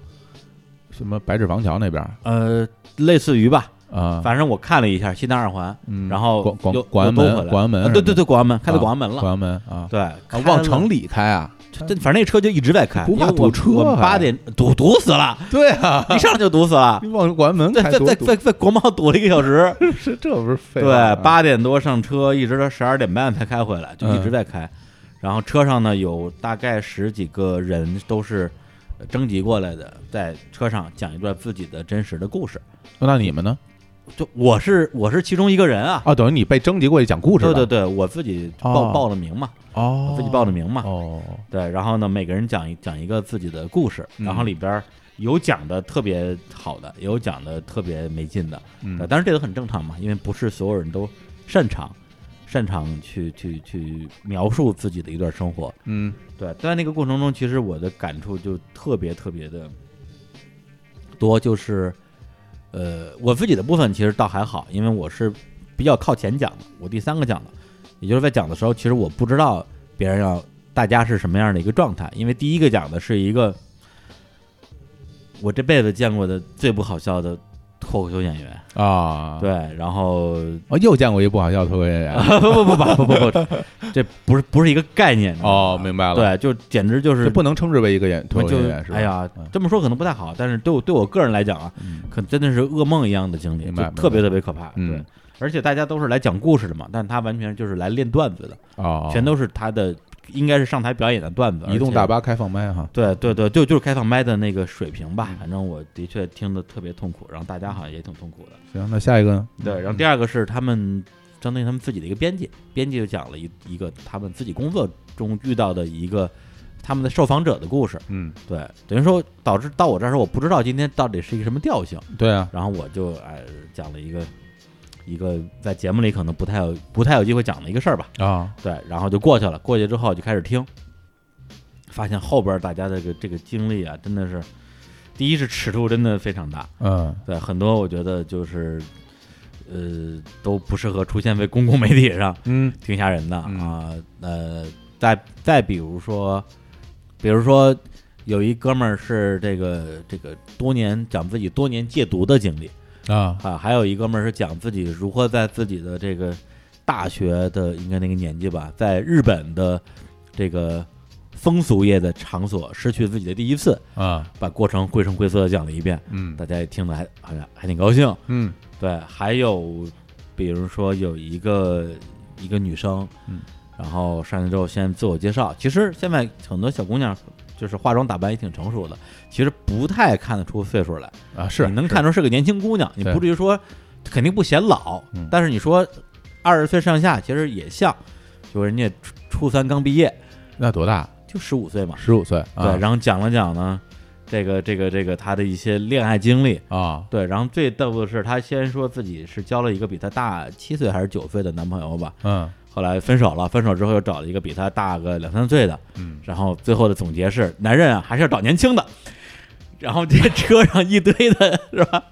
Speaker 2: 什么白纸坊桥那边儿
Speaker 1: 呃，类似于吧，
Speaker 2: 啊，
Speaker 1: 反正我看了一下西南二环，
Speaker 2: 嗯
Speaker 1: 然后
Speaker 2: 广
Speaker 1: 又
Speaker 2: 广广安
Speaker 1: 又兜回来
Speaker 2: 门，广安门
Speaker 1: 啊
Speaker 2: 是吧，
Speaker 1: 对对对，广安门开到
Speaker 2: 啊
Speaker 1: 广安门了，
Speaker 2: 广安门啊，
Speaker 1: 对，
Speaker 2: 啊
Speaker 1: 开
Speaker 2: 往
Speaker 1: 了
Speaker 2: 城里开 啊，
Speaker 1: 这反正那车就一直在开，
Speaker 2: 不怕
Speaker 1: 因为我
Speaker 2: 堵车
Speaker 1: 我们
Speaker 2: 还
Speaker 1: 八点堵堵死 了，
Speaker 2: 对啊，
Speaker 1: 一上来就堵死了
Speaker 2: 你，往广安门
Speaker 1: 在
Speaker 2: 开
Speaker 1: 在
Speaker 2: 多
Speaker 1: 在
Speaker 2: 堵，
Speaker 1: 在在国贸堵了一个小时，
Speaker 2: 这这 不是废话啊
Speaker 1: 对
Speaker 2: 吗，
Speaker 1: 八点多上车，一直到十二点半才开回来，就一直
Speaker 2: 嗯
Speaker 1: 在开。然后车上呢有大概十几个人都是呃征集过来的，在车上讲一段自己的真实的故事。
Speaker 2: 那你们呢？
Speaker 1: 就我是我是其中一个人啊，
Speaker 2: 啊，等于你被征集过去讲故事
Speaker 1: 对
Speaker 2: 了，
Speaker 1: 对对，我自己报
Speaker 2: 哦
Speaker 1: 报了名嘛，
Speaker 2: 哦
Speaker 1: 我，自己报的名嘛，
Speaker 2: 哦，
Speaker 1: 对。然后呢，每个人讲一讲一个自己的故事，然后
Speaker 2: 嗯
Speaker 1: 里边儿有讲的特别好的，也有讲的特别没劲的，
Speaker 2: 嗯
Speaker 1: 呃，当然这个很正常嘛，因为不是所有人都擅长擅长去去去描述自己的一段生活。
Speaker 2: 嗯
Speaker 1: 对，在那个过程中，其实我的感触就特别特别的多，就是呃，我自己的部分其实倒还好，因为我是比较靠前讲的，我第三个讲的，也就是在讲的时候，其实我不知道别人要大家是什么样的一个状态，因为第一个讲的是一个我这辈子见过的最不好笑的脱口秀演员。
Speaker 2: 啊，
Speaker 1: 对，然后
Speaker 2: 哦，又见过一不好笑的脱口秀演员，
Speaker 1: 不不不不不不 不，这不是不是一个概念你知道
Speaker 2: 哦，
Speaker 1: 吗
Speaker 2: 明白了，，
Speaker 1: 对，就简直就是
Speaker 2: 这不能称之为一个演脱口秀
Speaker 1: 就
Speaker 2: 演员是吧？
Speaker 1: 哎呀
Speaker 2: 嗯，
Speaker 1: 这么说可能不太好，但是对我对我个人来讲啊，
Speaker 2: 嗯，
Speaker 1: 可真的是噩梦一样的经历，
Speaker 2: 明
Speaker 1: 就
Speaker 2: 白
Speaker 1: 特别特别可怕。
Speaker 2: 嗯
Speaker 1: 对，而且大家都是来讲故事的嘛，但他完全就是来练段子的，
Speaker 2: 哦，
Speaker 1: 全都是他的应该是上台表演的段子。
Speaker 2: 移动大
Speaker 1: 啊而且，
Speaker 2: 巴开放麦哈，
Speaker 1: 对对对，就就是开放麦的那个水平吧。
Speaker 2: 嗯
Speaker 1: 反正我的确听得特别痛苦，然后大家好像也挺痛苦的。
Speaker 2: 行，那下一个呢？
Speaker 1: 对，然后第二个是他们相当于他们自己的一个编辑，编辑就讲了一一个他们自己工作中遇到的一个他们的受访者的故事。
Speaker 2: 嗯，
Speaker 1: 对，等于说导致到我这儿时候，我不知道今天到底是一个什么调性，
Speaker 2: 对啊，
Speaker 1: 然后我就哎讲了一个一个在节目里可能不太有不太有机会讲的一个事儿吧。
Speaker 2: 啊，
Speaker 1: 对，然后就过去了，过去之后就开始听，发现后边儿大家的这个这个经历啊，真的是，第一是尺度真的非常大，
Speaker 2: 嗯，
Speaker 1: 对，很多我觉得就是，呃，都不适合出现在公共媒体上，
Speaker 2: 嗯，
Speaker 1: 挺吓人的
Speaker 2: 嗯
Speaker 1: 啊、呃，再再比如说，比如说有一哥们儿是这个这个多年讲自己多年戒毒的经历
Speaker 2: 啊，
Speaker 1: 啊，还有一哥们儿是讲自己如何在自己的这个大学的应该那个年纪吧，在日本的这个风俗业的场所失去自己的第一次，
Speaker 2: 啊，
Speaker 1: 把过程绘声绘色的讲了一遍。
Speaker 2: 嗯，
Speaker 1: 大家也听得还好像还挺高兴。
Speaker 2: 嗯，
Speaker 1: 对，还有比如说有一个一个女生，
Speaker 2: 嗯，
Speaker 1: 然后上去之后先自我介绍。其实现在很多小姑娘就是化妆打扮也挺成熟的，其实不太看得出岁数来，
Speaker 2: 啊，是
Speaker 1: 你能
Speaker 2: 是
Speaker 1: 看出是个年轻姑娘，你
Speaker 2: 对
Speaker 1: 不至于说肯定不显老，
Speaker 2: 嗯
Speaker 1: 但是你说二十岁上下其实也像，就人家初初三刚毕业
Speaker 2: 那多大？
Speaker 1: 就十五岁嘛，
Speaker 2: 十五岁啊，
Speaker 1: 对，然后讲了讲呢。这个这个这个，她的一些恋爱经历，
Speaker 2: 啊，
Speaker 1: 对，然后最逗的是，她先说自己是交了一个比她大七岁还是九岁的男朋友吧，
Speaker 2: 嗯
Speaker 1: 后来分手了，分手之后又找了一个比她大个两三岁的，
Speaker 2: 嗯，
Speaker 1: 然后最后的总结是，男人啊还是要找年轻的。 然后这车上一堆的是吧？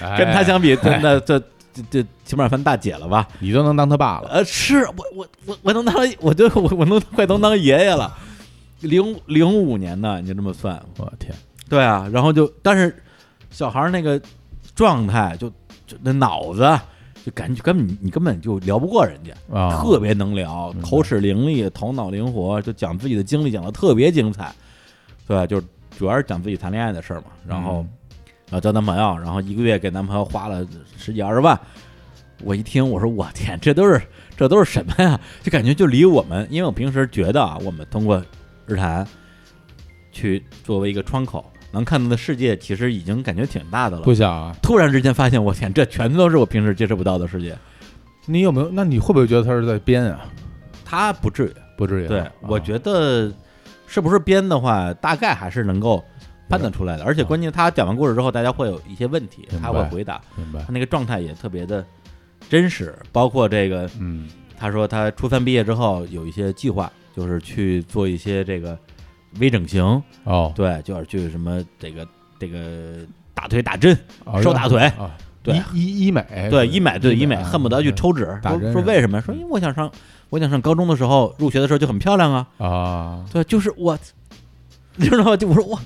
Speaker 1: 跟
Speaker 2: 跟
Speaker 1: 她相比，真的这这这起码算大姐了吧？
Speaker 2: 你都能当他爸了，
Speaker 1: 呃，是我我我我能当，我就我我能快能当爷爷了。零零五年的，你就这么算，
Speaker 2: 我天，
Speaker 1: 对啊，然后就但是小孩儿那个状态就就那脑子就感觉根本你你根本就聊不过人家，
Speaker 2: 啊，
Speaker 1: 特别能聊，
Speaker 2: 明白
Speaker 1: 口齿伶俐，头脑灵活，就讲自己的经历讲的特别精彩，对、就主要是讲自己谈恋爱的事儿嘛，然后
Speaker 2: 嗯
Speaker 1: 啊交男朋友，然后一个月给男朋友花了十几二十万。我一听，我说我天，这都是这都是什么呀？就感觉就离我们，因为我平时觉得啊，我们通过日坛去作为一个窗口，能看到的世界其实已经感觉挺大的了
Speaker 2: 不。小啊。
Speaker 1: 突然之间发现，我天，这全都是我平时接触不到的世界。
Speaker 2: 你有没有？那你会不会觉得他是在编啊？
Speaker 1: 他不至于，
Speaker 2: 不至于啊。
Speaker 1: 对、
Speaker 2: 啊
Speaker 1: 我觉得是不是编的话，大概还是能够判断出来的。而且关键，他讲完故事之后，大家会有一些问题
Speaker 2: 啊明，白
Speaker 1: 他会回答，
Speaker 2: 明白
Speaker 1: 他。那个状态也特别的真实，包括这个。
Speaker 2: 嗯
Speaker 1: 他说他初三毕业之后有一些计划，就是去做一些这个微整形，
Speaker 2: 哦，
Speaker 1: 对，就是去什么这个这个打腿打针，
Speaker 2: 哦
Speaker 1: 瘦大腿
Speaker 2: 啊，
Speaker 1: 对
Speaker 2: 医医医美，
Speaker 1: 对医美，对医美，
Speaker 2: 啊
Speaker 1: 恨不得要去抽脂。
Speaker 2: 打
Speaker 1: 说
Speaker 2: 针
Speaker 1: 说
Speaker 2: 是吧嗯
Speaker 1: 为什么？说因为我想上，我想上高中的时候，入学的时候就很漂亮啊。
Speaker 2: 啊，
Speaker 1: 对，就是我，你知道吗？就我说哇，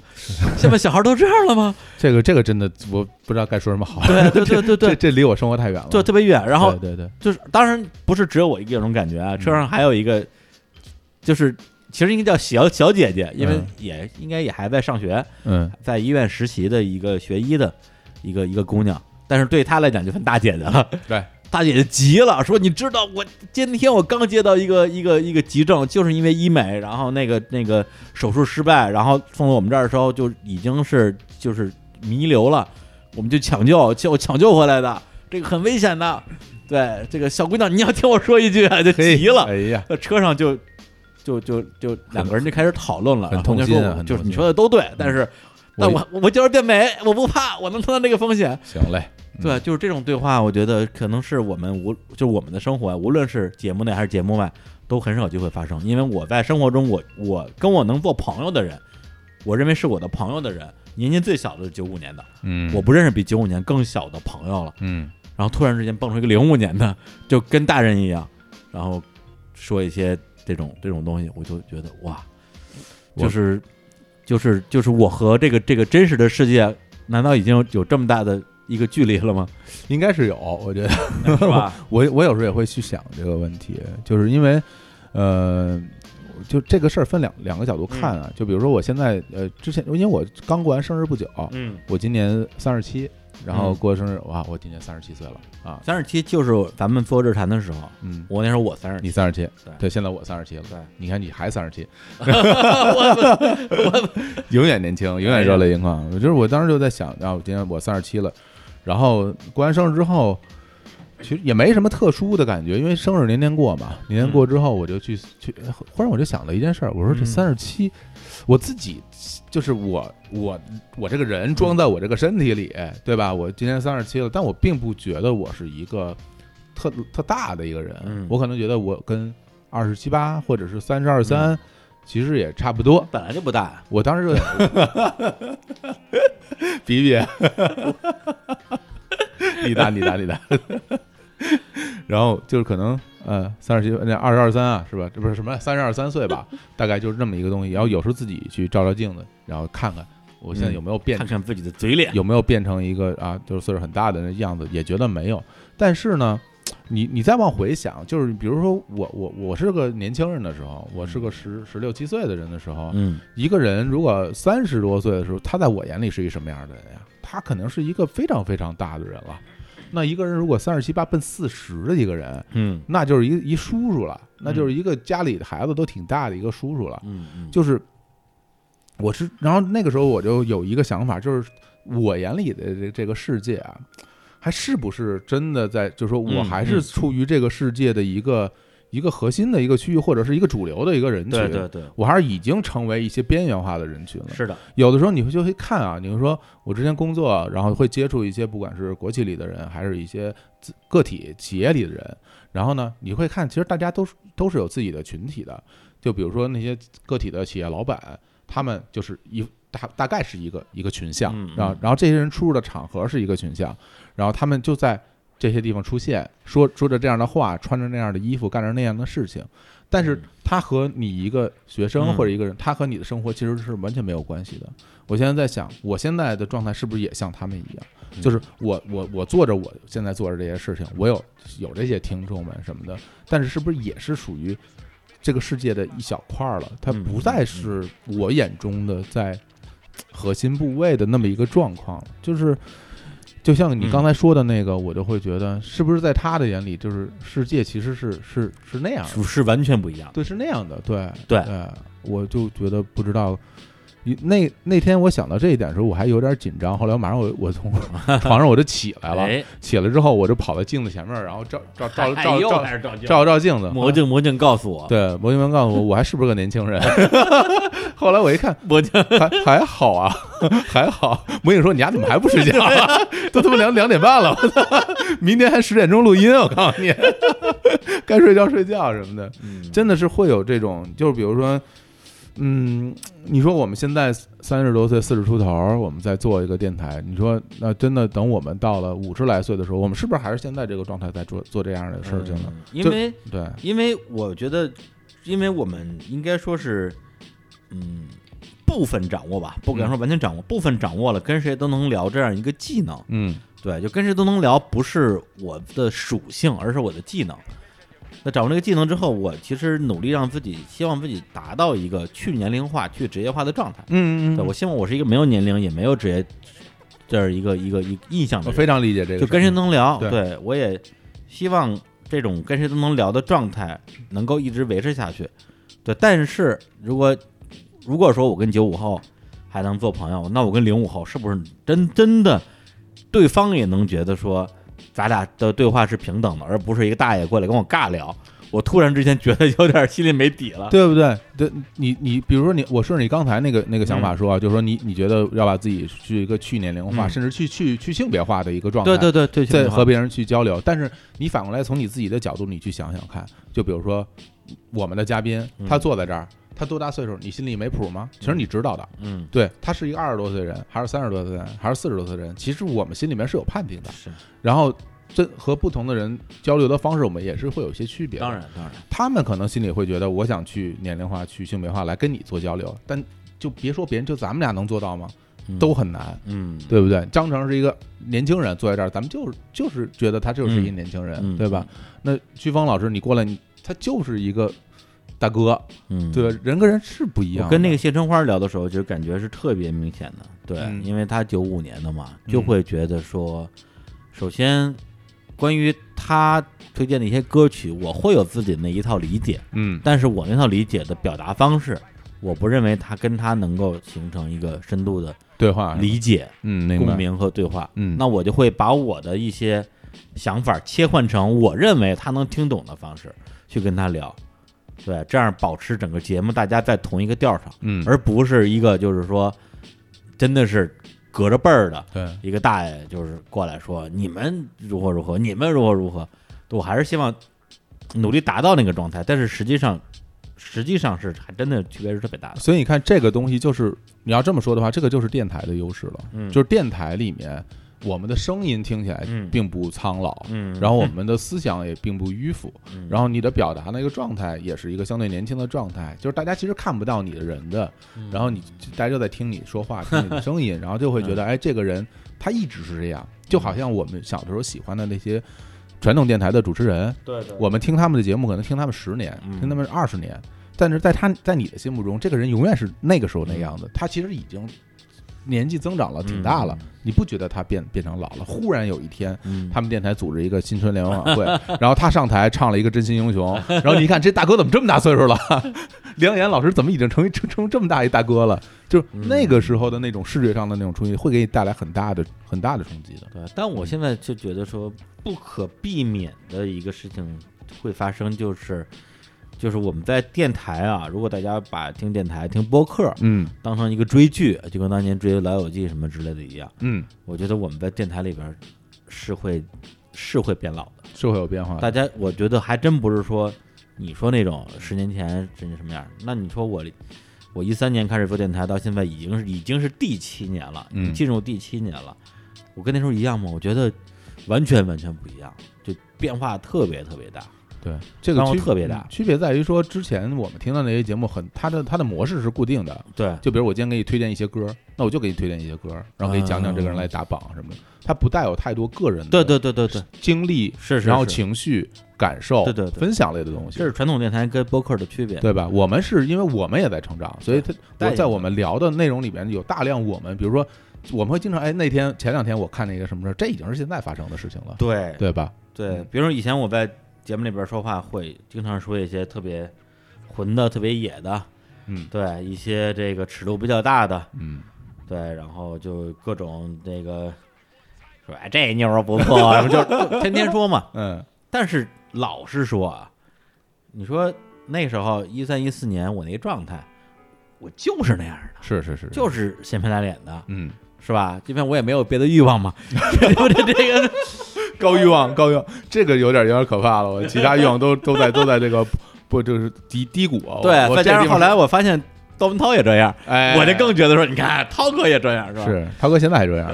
Speaker 1: 现在小孩都这样了吗？
Speaker 2: 这个这个真的我不知道该说什么好。
Speaker 1: 对对对对
Speaker 2: 这
Speaker 1: 对，
Speaker 2: 这离我生活太远了。
Speaker 1: 就特别远。然后
Speaker 2: 对对对，
Speaker 1: 就是，当然不是只有我一个这种感觉啊，车上还有一个，就是其实应该叫小小姐姐，因为
Speaker 2: 嗯
Speaker 1: 也应该也还在上学，
Speaker 2: 嗯，
Speaker 1: 在医院实习的一个学医的一个一个姑娘，但是对她来讲就算大姐姐了。
Speaker 2: 对，
Speaker 1: 大姐姐急了，说：“你知道我今天我刚接到一个一个一个急症，就是因为医美，然后那个那个手术失败，然后送到我们这儿的时候就已经是就是弥留了，我们就抢救，救抢救回来的，这个很危险的。对，这个小姑娘，你要听我说一句啊，就
Speaker 2: 嘿
Speaker 1: 急了，
Speaker 2: 哎 呀，
Speaker 1: 那车上就就就就两个人就开始讨论了，
Speaker 2: 很
Speaker 1: 然后
Speaker 2: 痛
Speaker 1: 就
Speaker 2: 心啊
Speaker 1: 说我
Speaker 2: 很
Speaker 1: 就是
Speaker 2: 痛
Speaker 1: 你
Speaker 2: 心
Speaker 1: 说的都对，但是但我我就是变美，我不怕，我能承担这个风险。
Speaker 2: 行 嘞，嗯
Speaker 1: 对，就是这种对话，我觉得可能是我们无就是我们的生活，啊无论是节目内还是节目外，都很少有机会发生。因为我在生活中，我我跟我能做朋友的人，我认为是我的朋友的人，年纪最小的是九五年的，
Speaker 2: 嗯，
Speaker 1: 我不认识比九五年更小的朋友了。
Speaker 2: 嗯
Speaker 1: 然后突然之间蹦出一个零五年的，就跟大人一样，然后说一些这种这种东西，我就觉得哇，
Speaker 2: 我
Speaker 1: 就是就是就是我和这个这个真实的世界，难道已经有有这么大的一个距离了吗？
Speaker 2: 应该是有，我觉得。
Speaker 1: 是 吧？
Speaker 2: 我我有时候也会去想这个问题，就是因为，呃，就这个事儿分两两个角度看啊。就比如说我现在呃，之前因为我刚过完生日不久，
Speaker 1: 嗯，
Speaker 2: 我今年三十七，然后
Speaker 1: 嗯
Speaker 2: 过生日，哇，我今年三十七岁了啊，
Speaker 1: 三十七就是咱们做日谈的时候，
Speaker 2: 嗯，
Speaker 1: 我那时候我三十
Speaker 2: 你
Speaker 1: 七，
Speaker 2: 三十七，
Speaker 1: 对
Speaker 2: 对，现在我三十七了，
Speaker 1: 对，
Speaker 2: 你看你还 三十七，
Speaker 1: 我哎
Speaker 2: 永远年轻，永远热泪盈眶。我就是我当时就在想，啊，我今天我三十七了，然后过完生日之后，其实也没什么特殊的感觉，因为生日年年过嘛，年年过之后我就去去，忽然我就想了一件事儿，我说这
Speaker 1: 嗯
Speaker 2: 三十七，我自己就是我我我这个人装在我这个身体里，对吧？我今年三十七了，但我并不觉得我是一个特特大的一个人，
Speaker 1: 嗯
Speaker 2: 我可能觉得我跟二十七八或者是三十二三。其实也差不多，
Speaker 1: 本来就不大，
Speaker 2: 我当时就比 比，你大你大你大， 然后就是可能呃三十七那二十二三啊是吧？这不是什么三十二三岁吧？大概就是这么一个东西。然后有时候自己去照照镜子，然后看看我现在有没有变
Speaker 1: 看看自己的嘴脸，
Speaker 2: 有没有变成一个啊，就是岁数很大的那样子，也觉得没有。但是呢，你你再往回想，就是比如说我我我是个年轻人的时候，我是个十十六七岁的人的时候，
Speaker 1: 嗯，
Speaker 2: 一个人如果三十多岁的时候，他在我眼里是一什么样的人呀？他可能是一个非常非常大的人了。那一个人如果三十七八奔四十的一个人，
Speaker 1: 嗯
Speaker 2: 那就是一一叔叔了，那就是一个家里的孩子都挺大的一个叔叔了。
Speaker 1: 嗯嗯，
Speaker 2: 就是我是，然后那个时候我就有一个想法，就是我眼里的这这个世界啊，还是不是真的在，就是说我
Speaker 1: 嗯
Speaker 2: 还是
Speaker 1: 嗯
Speaker 2: 处于这个世界的一个、一个核心的一个区域，或者是一个主流的一个人群。
Speaker 1: 对对对，
Speaker 2: 我还是已经成为一些边缘化的人群了。
Speaker 1: 是的，
Speaker 2: 有的时候你会就会看啊，你会说，我之前工作，然后会接触一些不管是国企里的人，还是一些自个体企业里的人，然后呢，你会看，其实大家都是都是有自己的群体的，就比如说那些个体的企业老板，他们就是一大大概是一个一个群像
Speaker 1: 嗯，
Speaker 2: 然后
Speaker 1: 嗯
Speaker 2: 然后这些人出入的场合是一个群像，然后他们就在这些地方出现，说说着这样的话，穿着那样的衣服，干着那样的事情。但是
Speaker 1: 嗯
Speaker 2: 他和你一个学生
Speaker 1: 嗯
Speaker 2: 或者一个人，他和你的生活其实是完全没有关系的。我现在在想，我现在的状态是不是也像他们一样？
Speaker 1: 嗯
Speaker 2: 就是我我我做着我现在做着这些事情，我有有这些听众们什么的，但是是不是也是属于这个世界的一小块儿了？它
Speaker 1: 嗯
Speaker 2: 不再是我眼中的在核心部位的那么一个状况了，就是。就像你
Speaker 1: 嗯
Speaker 2: 刚才说的那个，我就会觉得，是不是在他的眼里，就是世界其实是是是那样的，
Speaker 1: 是是完全不一样的，
Speaker 2: 对，是那样的，对
Speaker 1: 对
Speaker 2: 我就觉得不知道。一那那天我想到这一点的时候，我还有点紧张。后来我马上我我从 床上我就起来了，
Speaker 1: 哎，
Speaker 2: 起来之后我就跑到镜子前面，然后照照照照
Speaker 1: 哎又
Speaker 2: 照
Speaker 1: 开始照镜
Speaker 2: 照照镜子。
Speaker 1: 魔镜魔镜告诉我，
Speaker 2: 对，魔镜文告诉我，我还是不是个年轻人？ 后来我一看，
Speaker 1: 魔镜
Speaker 2: 还还好啊，还好。魔镜说：“你丫怎么还不睡觉、啊？ 都他妈两两点半了，我 操！明天还十点钟录音，我告诉你， 该睡觉睡觉什么的。”
Speaker 1: 嗯
Speaker 2: 真的是会有嗯这种，就是比如说，嗯，你说我们现在三十多岁、四十出头，我们在做一个电台，你说那真的等我们到了五十来岁的时候，我们是不是还是现在这个状态在做做这样的事情呢？
Speaker 1: 嗯因
Speaker 2: 就
Speaker 1: 为
Speaker 2: 对，
Speaker 1: 因为我觉得，因为我们应该说是，嗯，部分掌握吧，
Speaker 2: 嗯
Speaker 1: 不敢说完全掌握，部分掌握了，跟谁都能聊这样一个技能。
Speaker 2: 嗯，
Speaker 1: 对，就跟谁都能聊，不是我的属性，而是我的技能。那掌握这个技能之后，我其实努力让自己，希望自己达到一个去年龄化、去职业化的状态。
Speaker 2: 嗯
Speaker 1: 对我希望我是一个没有年龄也没有职业这样一个一个一个印象的
Speaker 2: 我
Speaker 1: 人，
Speaker 2: 非常理解这个事
Speaker 1: 就
Speaker 2: 儿，
Speaker 1: 跟谁都能聊。
Speaker 2: 对
Speaker 1: 对我也希望这种跟谁都能聊的状态能够一直维持下去。对，但是如果如果说我跟九五后还能做朋友，那我跟零五后是不是真真的对方也能觉得说咱俩的对话是平等的，而不是一个大爷过来跟我尬聊？我突然之间觉得有点心里没底了。
Speaker 2: 对不对？对，你你比如说你，我顺着你刚才那个那个想法说啊，就是说你你觉得要把自己去一个去年龄化，
Speaker 1: 嗯
Speaker 2: 甚至去去去性别化的一个状态，
Speaker 1: 对对对对，
Speaker 2: 在和
Speaker 1: 平
Speaker 2: 别人去交流。但是你反过来从你自己的角度，你去想想看，就比如说我们的嘉宾，
Speaker 1: 嗯
Speaker 2: 他坐在这儿，他多大岁数，你心里没谱吗？其实你知道的，
Speaker 1: 嗯
Speaker 2: 对他是一个二十多岁的人，还是三十多岁的人，还是四十多岁的人，其实我们心里面是有判定的。
Speaker 1: 是
Speaker 2: 然后这和不同的人交流的方式，我们也是会有一些区别的。
Speaker 1: 当然当然
Speaker 2: 他们可能心里会觉得，我想去年龄化、去性别化来跟你做交流，但就别说别人，就咱们俩能做到吗？
Speaker 1: 嗯
Speaker 2: 都很难，
Speaker 1: 嗯
Speaker 2: 对不对？张成是一个年轻人，坐在这儿，咱们就是就是觉得他就是一个年轻人，
Speaker 1: 嗯
Speaker 2: 对吧？那曲峰老师，你过来，你他就是一个大哥，
Speaker 1: 嗯
Speaker 2: 对吧？人跟人是不一样
Speaker 1: 我
Speaker 2: 的，
Speaker 1: 跟那个谢春花聊的时候，就感觉是特别明显的，对，
Speaker 2: 嗯
Speaker 1: 因为她九五年的嘛，
Speaker 2: 嗯
Speaker 1: 就会觉得说，首先关于她推荐的一些歌曲，我会有自己的那一套理解，
Speaker 2: 嗯
Speaker 1: 但是我那套理解的表达方式，我不认为她跟她能够形成一个深度的
Speaker 2: 对话
Speaker 1: 理解、
Speaker 2: 嗯明白
Speaker 1: 共鸣和对话，
Speaker 2: 嗯
Speaker 1: 那我就会把我的一些想法切换成我认为他能听懂的方式去跟他聊，对，这样保持整个节目大家在同一个调上。
Speaker 2: 嗯
Speaker 1: 而不是一个就是说真的是隔着辈儿的
Speaker 2: 对
Speaker 1: 一个大爷，就是过来说你们如何如何，你们如何如何。我还是希望努力达到那个状态，但是实际上实际上是还真的区别是特别大的。
Speaker 2: 所以你看，这个东西就是你要这么说的话，这个就是电台的优势了。
Speaker 1: 嗯
Speaker 2: 就是电台里面，我们的声音听起来
Speaker 1: 嗯
Speaker 2: 并不苍老，
Speaker 1: 嗯
Speaker 2: 然后我们的思想也并不迂腐，
Speaker 1: 嗯
Speaker 2: 然后你的表达那个状态也是一个相对年轻的状态，就是大家其实看不到你的人的，然后你大家就在听你说话，听你的声音，然后就会觉得，哎，这个人他一直是这样，就好像我们小的时候喜欢的那些传统电台的主持人，
Speaker 1: 嗯对对
Speaker 2: 我们听他们的节目，可能听他们十年，
Speaker 1: 嗯
Speaker 2: 听他们二十年，但是在他在你的心目中，这个人永远是那个时候那样子。他其实已经年纪增长了，挺大了，你不觉得他变变成老了？忽然有一天，
Speaker 1: 嗯
Speaker 2: 他们电台组织一个新春联欢晚会， 然后他上台唱了一个《真心英雄》，然后你一看这大哥怎么这么大岁数了？ 梁岩老师怎么已经成一成成这么大一大哥了？就是那个时候的那种视觉上的那种冲击，会给你带来很大的很大的冲击的。
Speaker 1: 对，但我现在就觉得说不可避免的一个事情会发生，就是就是我们在电台啊，如果大家把听电台、听播客，
Speaker 2: 嗯
Speaker 1: 当成一个追剧，就跟当年追《老友记》什么之类的一样。
Speaker 2: 嗯，
Speaker 1: 我觉得我们在电台里边是会是会变老的。
Speaker 2: 是会有变化的。
Speaker 1: 大家，我觉得还真不是说你说那种十年前真是什么样儿。那你说我我一三年开始做电台，到现在已经是已经是第七年了，
Speaker 2: 嗯
Speaker 1: 进入第七年了。我跟那时候一样吗？我觉得完全完全不一样，就变化特别特别大。
Speaker 2: 对，这个
Speaker 1: 让我
Speaker 2: 区嗯
Speaker 1: 特别大
Speaker 2: 区别在于说，之前我们听到那些节目很，它的它的模式是固定的。
Speaker 1: 对，
Speaker 2: 就比如我今天给你推荐一些歌，那我就给你推荐一些歌，然后给你讲讲这个人来打榜什么的，它不带有太多个人
Speaker 1: 对
Speaker 2: 的
Speaker 1: 对对对对，
Speaker 2: 经历，
Speaker 1: 是是
Speaker 2: 然后
Speaker 1: 是
Speaker 2: 情绪、感受、
Speaker 1: 对对对
Speaker 2: 分享类的东西
Speaker 1: 这，是传统电台跟播客的区别。
Speaker 2: 对吧？我们是因为我们也在成长，所以它
Speaker 1: 带
Speaker 2: 我
Speaker 1: 着
Speaker 2: 在
Speaker 1: 你
Speaker 2: 我们聊的内容里面有大量我们，比如说我们会经常哎，那天前两天我看那个什么事儿，这已经是现在发生的事情了，
Speaker 1: 对
Speaker 2: 对吧？
Speaker 1: 对
Speaker 2: 嗯，
Speaker 1: 比如说以前我在节目里边说话，会经常说一些特别混的、特别野的，
Speaker 2: 嗯
Speaker 1: 对，一些这个尺度比较大的，
Speaker 2: 嗯，
Speaker 1: 对，然后就各种这个说哎这妞儿不 错，然后就就天天说嘛。
Speaker 2: 嗯
Speaker 1: 但是老实说啊，你说那时候一三一四年我那个状态，我就是那样的，
Speaker 2: 是是是，
Speaker 1: 就是掀皮打脸的，
Speaker 2: 嗯。
Speaker 1: 是吧？因为我也没有别的欲望嘛， 这这这个
Speaker 2: 高欲望，高欲望，这个有点有点可怕了。我其他欲望 都都在都在这个不就是低低谷啊。我
Speaker 1: 对，
Speaker 2: 我
Speaker 1: 再
Speaker 2: 这
Speaker 1: 加上
Speaker 2: 地方
Speaker 1: 后来我发现窦文涛也这样。
Speaker 2: 哎，
Speaker 1: 我就更觉得说，你看涛哥也这样是吧？
Speaker 2: 是涛哥现在还这样。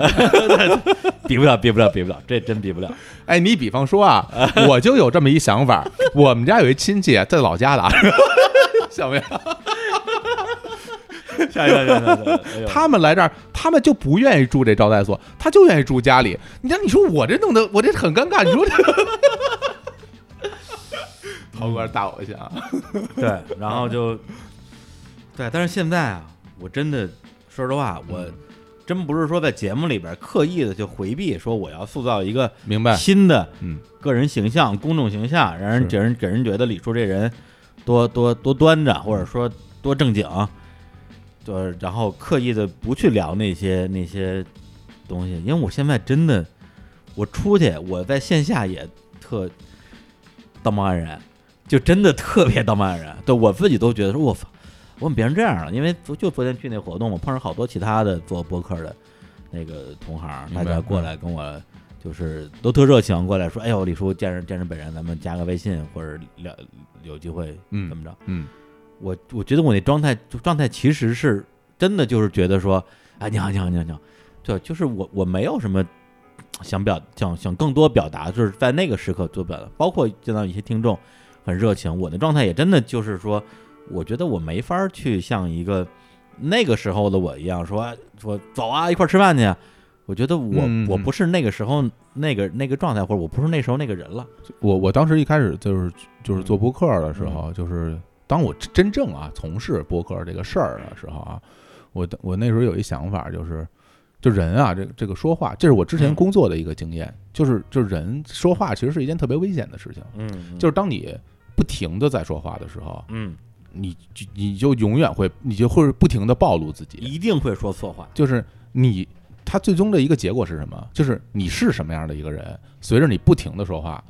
Speaker 1: 比不了，比不了，比不了，这真比不了。
Speaker 2: 哎，你比方说 啊，我就有这么一想法， 我们家有一亲戚在老家的啊，像不像？
Speaker 1: 下一个下一个，下一个
Speaker 2: 他们来这儿，他们就不愿意住这招待所，他就愿意住家里。你看，你说我这弄得我这很尴尬，你说这。 豪哥打我一下啊！
Speaker 1: 对，然后就对，但是现在啊，我真的说实话，我真不是说在节目里边刻意的就回避说我要塑造一个
Speaker 2: 明白，
Speaker 1: 新的
Speaker 2: 嗯，
Speaker 1: 个人形象、公众形象，让人
Speaker 2: 是
Speaker 1: 给人给人觉得李叔这人多多多端着，或者说多正经，就是然后刻意的不去聊那些那些东西，因为我现在真的，我出去我在线下也特道貌岸然，就真的特别道貌岸然，对我自己都觉得说我操，我怎么变成这样了？因为昨就昨天去那活动，我碰上好多其他的做播客的那个同行，
Speaker 2: 明
Speaker 1: 大
Speaker 2: 白
Speaker 1: 家过来跟我。就是都特热情过来说，哎呦，李叔见着见着本人，咱们加个微信或者聊有机会
Speaker 2: 嗯
Speaker 1: 怎么着？
Speaker 2: 嗯，
Speaker 1: 我我觉得我那状态就状态其实是真的就是觉得说，哎，你好，你好，你好，你好，对，就是我我没有什么想表想想更多表达，就是在那个时刻做表达，包括见到一些听众很热情，我的状态也真的就是说，我觉得我没法儿去像一个那个时候的我一样说说走啊，一块儿吃饭去啊。我觉得我、
Speaker 2: 嗯嗯
Speaker 1: 我不是那个时候那个那个状态，或者我不是那时候那个人了。
Speaker 2: 我我当时一开始就是就是
Speaker 1: 嗯
Speaker 2: 做播客的时候，就是当我真正啊从事播客这个事儿的时候啊，我我那时候有一想法，就是就人啊，这这个说话，这是我之前
Speaker 1: 嗯
Speaker 2: 工作的一个经验，就是就是人说话其实是一件特别危险的事情，
Speaker 1: 嗯
Speaker 2: 就是当你不停的在说话的时候，
Speaker 1: 嗯，
Speaker 2: 你就你就永远会你就会不停的暴露自己，
Speaker 1: 一定会说错话。
Speaker 2: 就是你，他最终的一个结果是什么？就是你是什么样的一个人，随着你不停的说话，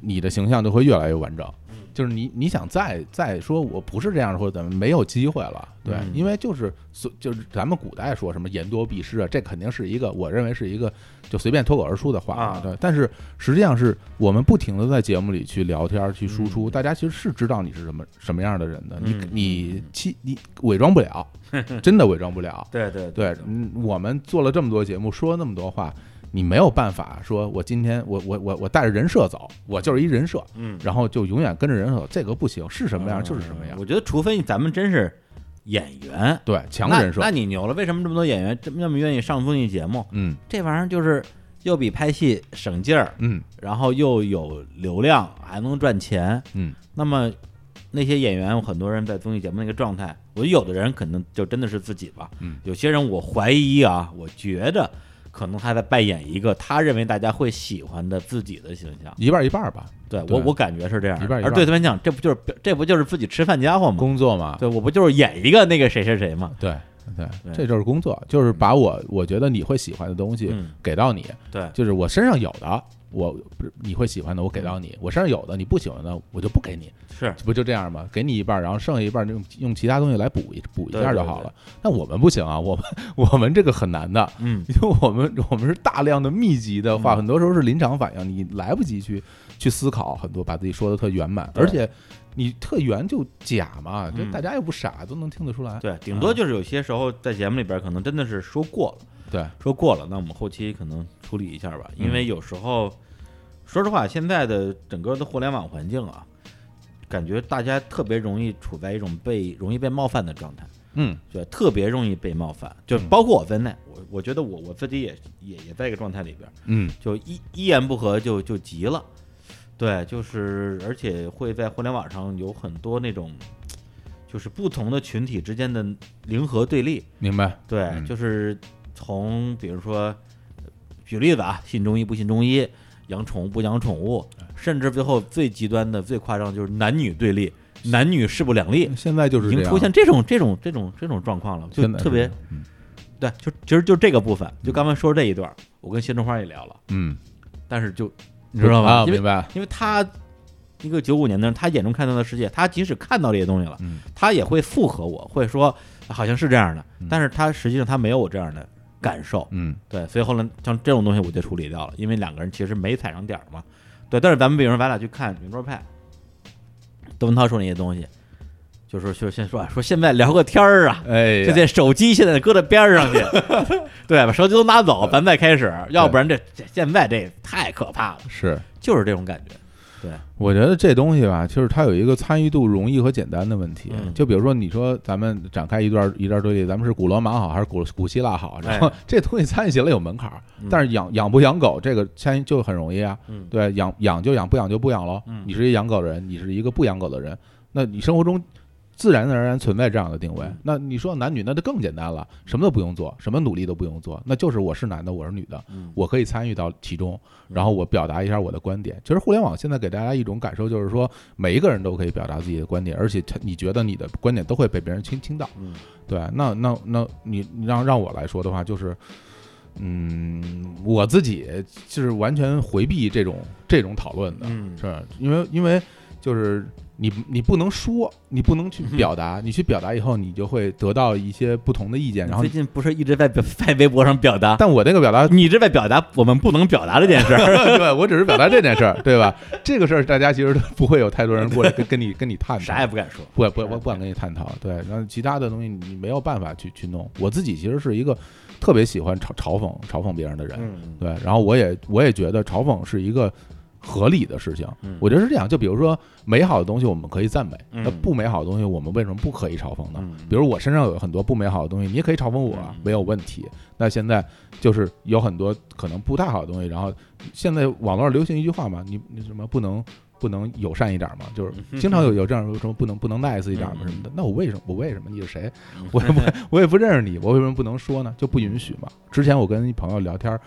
Speaker 2: 你的形象就会越来越完整。就是你，你想再再说我不是这样的，或者怎么没有机会了，对，
Speaker 1: 嗯
Speaker 2: 因为就是所就是咱们古代说什么言多必失啊，这肯定是一个我认为是一个就随便脱口而出的话，
Speaker 1: 啊
Speaker 2: 对。但是实际上是我们不停的在节目里去聊天去输
Speaker 1: 嗯
Speaker 2: 出，大家其实是知道你是什么什么样的人的，
Speaker 1: 嗯
Speaker 2: 你你其你伪装不 了，真的伪装不了，
Speaker 1: 对对
Speaker 2: 对，嗯，我们做了这么多节目，说了那么多话，你没有办法说，我今天我我我我带着人设走，我就是一人设，
Speaker 1: 嗯，
Speaker 2: 然后就永远跟着人设走，这个不行，是什么样就是什么样
Speaker 1: 啊我。觉得，除非咱们真是演员，
Speaker 2: 对，强
Speaker 1: 那
Speaker 2: 人设
Speaker 1: 那，你牛了。为什么这么多演员这么那么愿意上综艺节目？
Speaker 2: 嗯
Speaker 1: 这玩意儿就是又比拍戏省劲儿，
Speaker 2: 嗯
Speaker 1: 然后又有流量，还能赚钱。
Speaker 2: 嗯，
Speaker 1: 那么那些演员，很多人在综艺节目那个状态，我有的人可能就真的是自己吧。
Speaker 2: 嗯，
Speaker 1: 有些人我怀疑啊，我觉着可能他在扮演一个他认为大家会喜欢的自己的形象。
Speaker 2: 一半儿一半儿吧，
Speaker 1: 对
Speaker 2: 对
Speaker 1: 我，我感觉是这样的。
Speaker 2: 一半儿一
Speaker 1: 而
Speaker 2: 半儿
Speaker 1: 对他们讲，这不就是这不就是自己吃饭家伙吗？
Speaker 2: 工作嘛，
Speaker 1: 啊对，我不就是演一个那个谁谁谁吗？
Speaker 2: 对对
Speaker 1: 对
Speaker 2: 这就是工作，就是把我我觉得你会喜欢的东西
Speaker 1: 嗯，
Speaker 2: 给到你，
Speaker 1: 对，
Speaker 2: 就是我身上有的，我不是你会喜欢的，我给到你；我身上有的你不喜欢的，我就不给你。
Speaker 1: 嗯是，
Speaker 2: 不就这样吗？给你一半儿，然后剩下一半儿用用其他东西来补一补一
Speaker 1: 对
Speaker 2: 下就
Speaker 1: 对
Speaker 2: 好
Speaker 1: 对
Speaker 2: 了。那我们不行啊，我们 我们这个很难的，
Speaker 1: 嗯，
Speaker 2: 因为我们我们是大量的密集的话，
Speaker 1: 嗯
Speaker 2: 很多时候是临场反应，你来不及去去思考很多，把自己说的特圆满，
Speaker 1: 对
Speaker 2: 而且你特圆就假嘛，就
Speaker 1: 嗯
Speaker 2: 大家又不傻，都能听得出来。
Speaker 1: 对，顶多就是有些时候在节目里边可能真的是说过了，
Speaker 2: 对，
Speaker 1: 说过了，那我们后期可能处理一下吧，因为有时候，说实话，现在的整个的互联网环境啊，感觉大家特别容易处在一种被容易被冒犯的状态。
Speaker 2: 嗯
Speaker 1: 对，特别容易被冒犯，就
Speaker 2: 嗯
Speaker 1: 包括我在内，我我觉得我我自己也也也在一个状态里边，
Speaker 2: 嗯，
Speaker 1: 就一一言不合就就急了，对，就是而且会在互联网上有很多那种，就是不同的群体之间的零和对立，
Speaker 2: 明白。
Speaker 1: 对，
Speaker 2: 嗯
Speaker 1: 就是从比如说举例子啊，信中医不信中医，养宠物不养宠物，
Speaker 2: 哎
Speaker 1: 甚至最后最极端的、最夸张的就是男女对立，男女势不两立，
Speaker 2: 现在 就是
Speaker 1: 已
Speaker 2: 这
Speaker 1: 经
Speaker 2: 样
Speaker 1: 出现这种这种这种这种状况了，就
Speaker 2: 现在
Speaker 1: 特别
Speaker 2: 是这样嗯
Speaker 1: 对，就其实就这个部分，就刚才说这一段，我跟谢中花也聊了。
Speaker 2: 嗯，
Speaker 1: 但是就你知道吧？
Speaker 2: 啊
Speaker 1: 因为
Speaker 2: 明白。
Speaker 1: 因为他一个九五年的人，他眼中看到的世界，他即使看到这些东西了，
Speaker 2: 嗯
Speaker 1: 他也会附和我，会说啊好像是这样的
Speaker 2: 嗯，
Speaker 1: 但是他实际上他没有我这样的感受。
Speaker 2: 嗯
Speaker 1: 对，所以后来像这种东西我就处理掉了，因为两个人其实没踩上点儿嘛。对，但是咱们比如说咱俩去看圆桌派，窦文涛说那些东西，就是就先说啊说现在聊个天儿啊，
Speaker 2: 哎
Speaker 1: 这
Speaker 2: 呀，
Speaker 1: 这手机现在搁在边儿 上去，对，把手机都拿走，咱再开始，要不然这这现在这太可怕了，
Speaker 2: 是
Speaker 1: 就是这种感觉。对，
Speaker 2: 我觉得这东西吧，就是它有一个参与度容易和简单的问题。
Speaker 1: 嗯
Speaker 2: 就比如说，你说咱们展开一段一段对立，咱们是古罗马好还是古古希腊好？然后
Speaker 1: 哎嗯
Speaker 2: 这东西参与起来有门槛儿，但
Speaker 1: 是
Speaker 2: 是养养不养狗这个参与就很容易啊。
Speaker 1: 嗯
Speaker 2: 对，养养就养，不养就不养喽。
Speaker 1: 嗯
Speaker 2: 你是一养狗人，你是一个不养狗的人，那你生活中自然而然存在这样的定位
Speaker 1: 嗯。
Speaker 2: 那你说男女，那就更简单了，什么都不用做，什么努力都不用做，那就是我是男的，我是女的，
Speaker 1: 嗯
Speaker 2: 我可以参与到其中，然后我表达一下我的观点。其实互联网现在给大家一种感受就是说，每一个人都可以表达自己的观点，而且他你觉得你的观点都会被别人听听到。
Speaker 1: 嗯
Speaker 2: 对，那那那你你让让我来说的话，就是，嗯，我自己就是完全回避这种这种讨论的，
Speaker 1: 嗯
Speaker 2: 是因为因为就是你你不能说，你不能去
Speaker 1: 嗯
Speaker 2: 表达，你去表达以后，你就会得到一些不同的意见，然后
Speaker 1: 最，近不是一直在表在微博上表达，
Speaker 2: 但我那个表达，
Speaker 1: 你这在表达我们不能表达这件事儿。
Speaker 2: 对我只是表达这件事儿，对吧？这个事儿大家其实都不会有太多人过来跟跟你跟你探讨，
Speaker 1: 啥也不敢说，
Speaker 2: 不不不不敢跟你探讨，对，然后其他的东西你没有办法去去弄。我自己其实是一个特别喜欢嘲嘲讽嘲讽别人的人，
Speaker 1: 嗯
Speaker 2: 对，然后我也我也觉得嘲讽是一个合理的事情，
Speaker 1: 嗯
Speaker 2: 我觉得是这样。就比如说美好的东西我们可以赞美，
Speaker 1: 嗯
Speaker 2: 那不美好的东西我们为什么不可以嘲讽呢？
Speaker 1: 嗯
Speaker 2: 比如我身上有很多不美好的东西，你也可以嘲讽我
Speaker 1: 嗯，
Speaker 2: 没有问题。那现在就是有很多可能不太好的东西，然后现在网络上流行一句话嘛，你你什么不能不能友善一点嘛？就是
Speaker 1: 嗯
Speaker 2: 经常有有这样说什么不能不能 nice 一点嘛
Speaker 1: 嗯
Speaker 2: 什么的。那我为什么我为什么你 是谁
Speaker 1: 嗯？
Speaker 2: 我也不我也不认识你，我为什么不能说呢？就不允许嘛。之前我跟一朋友聊天儿，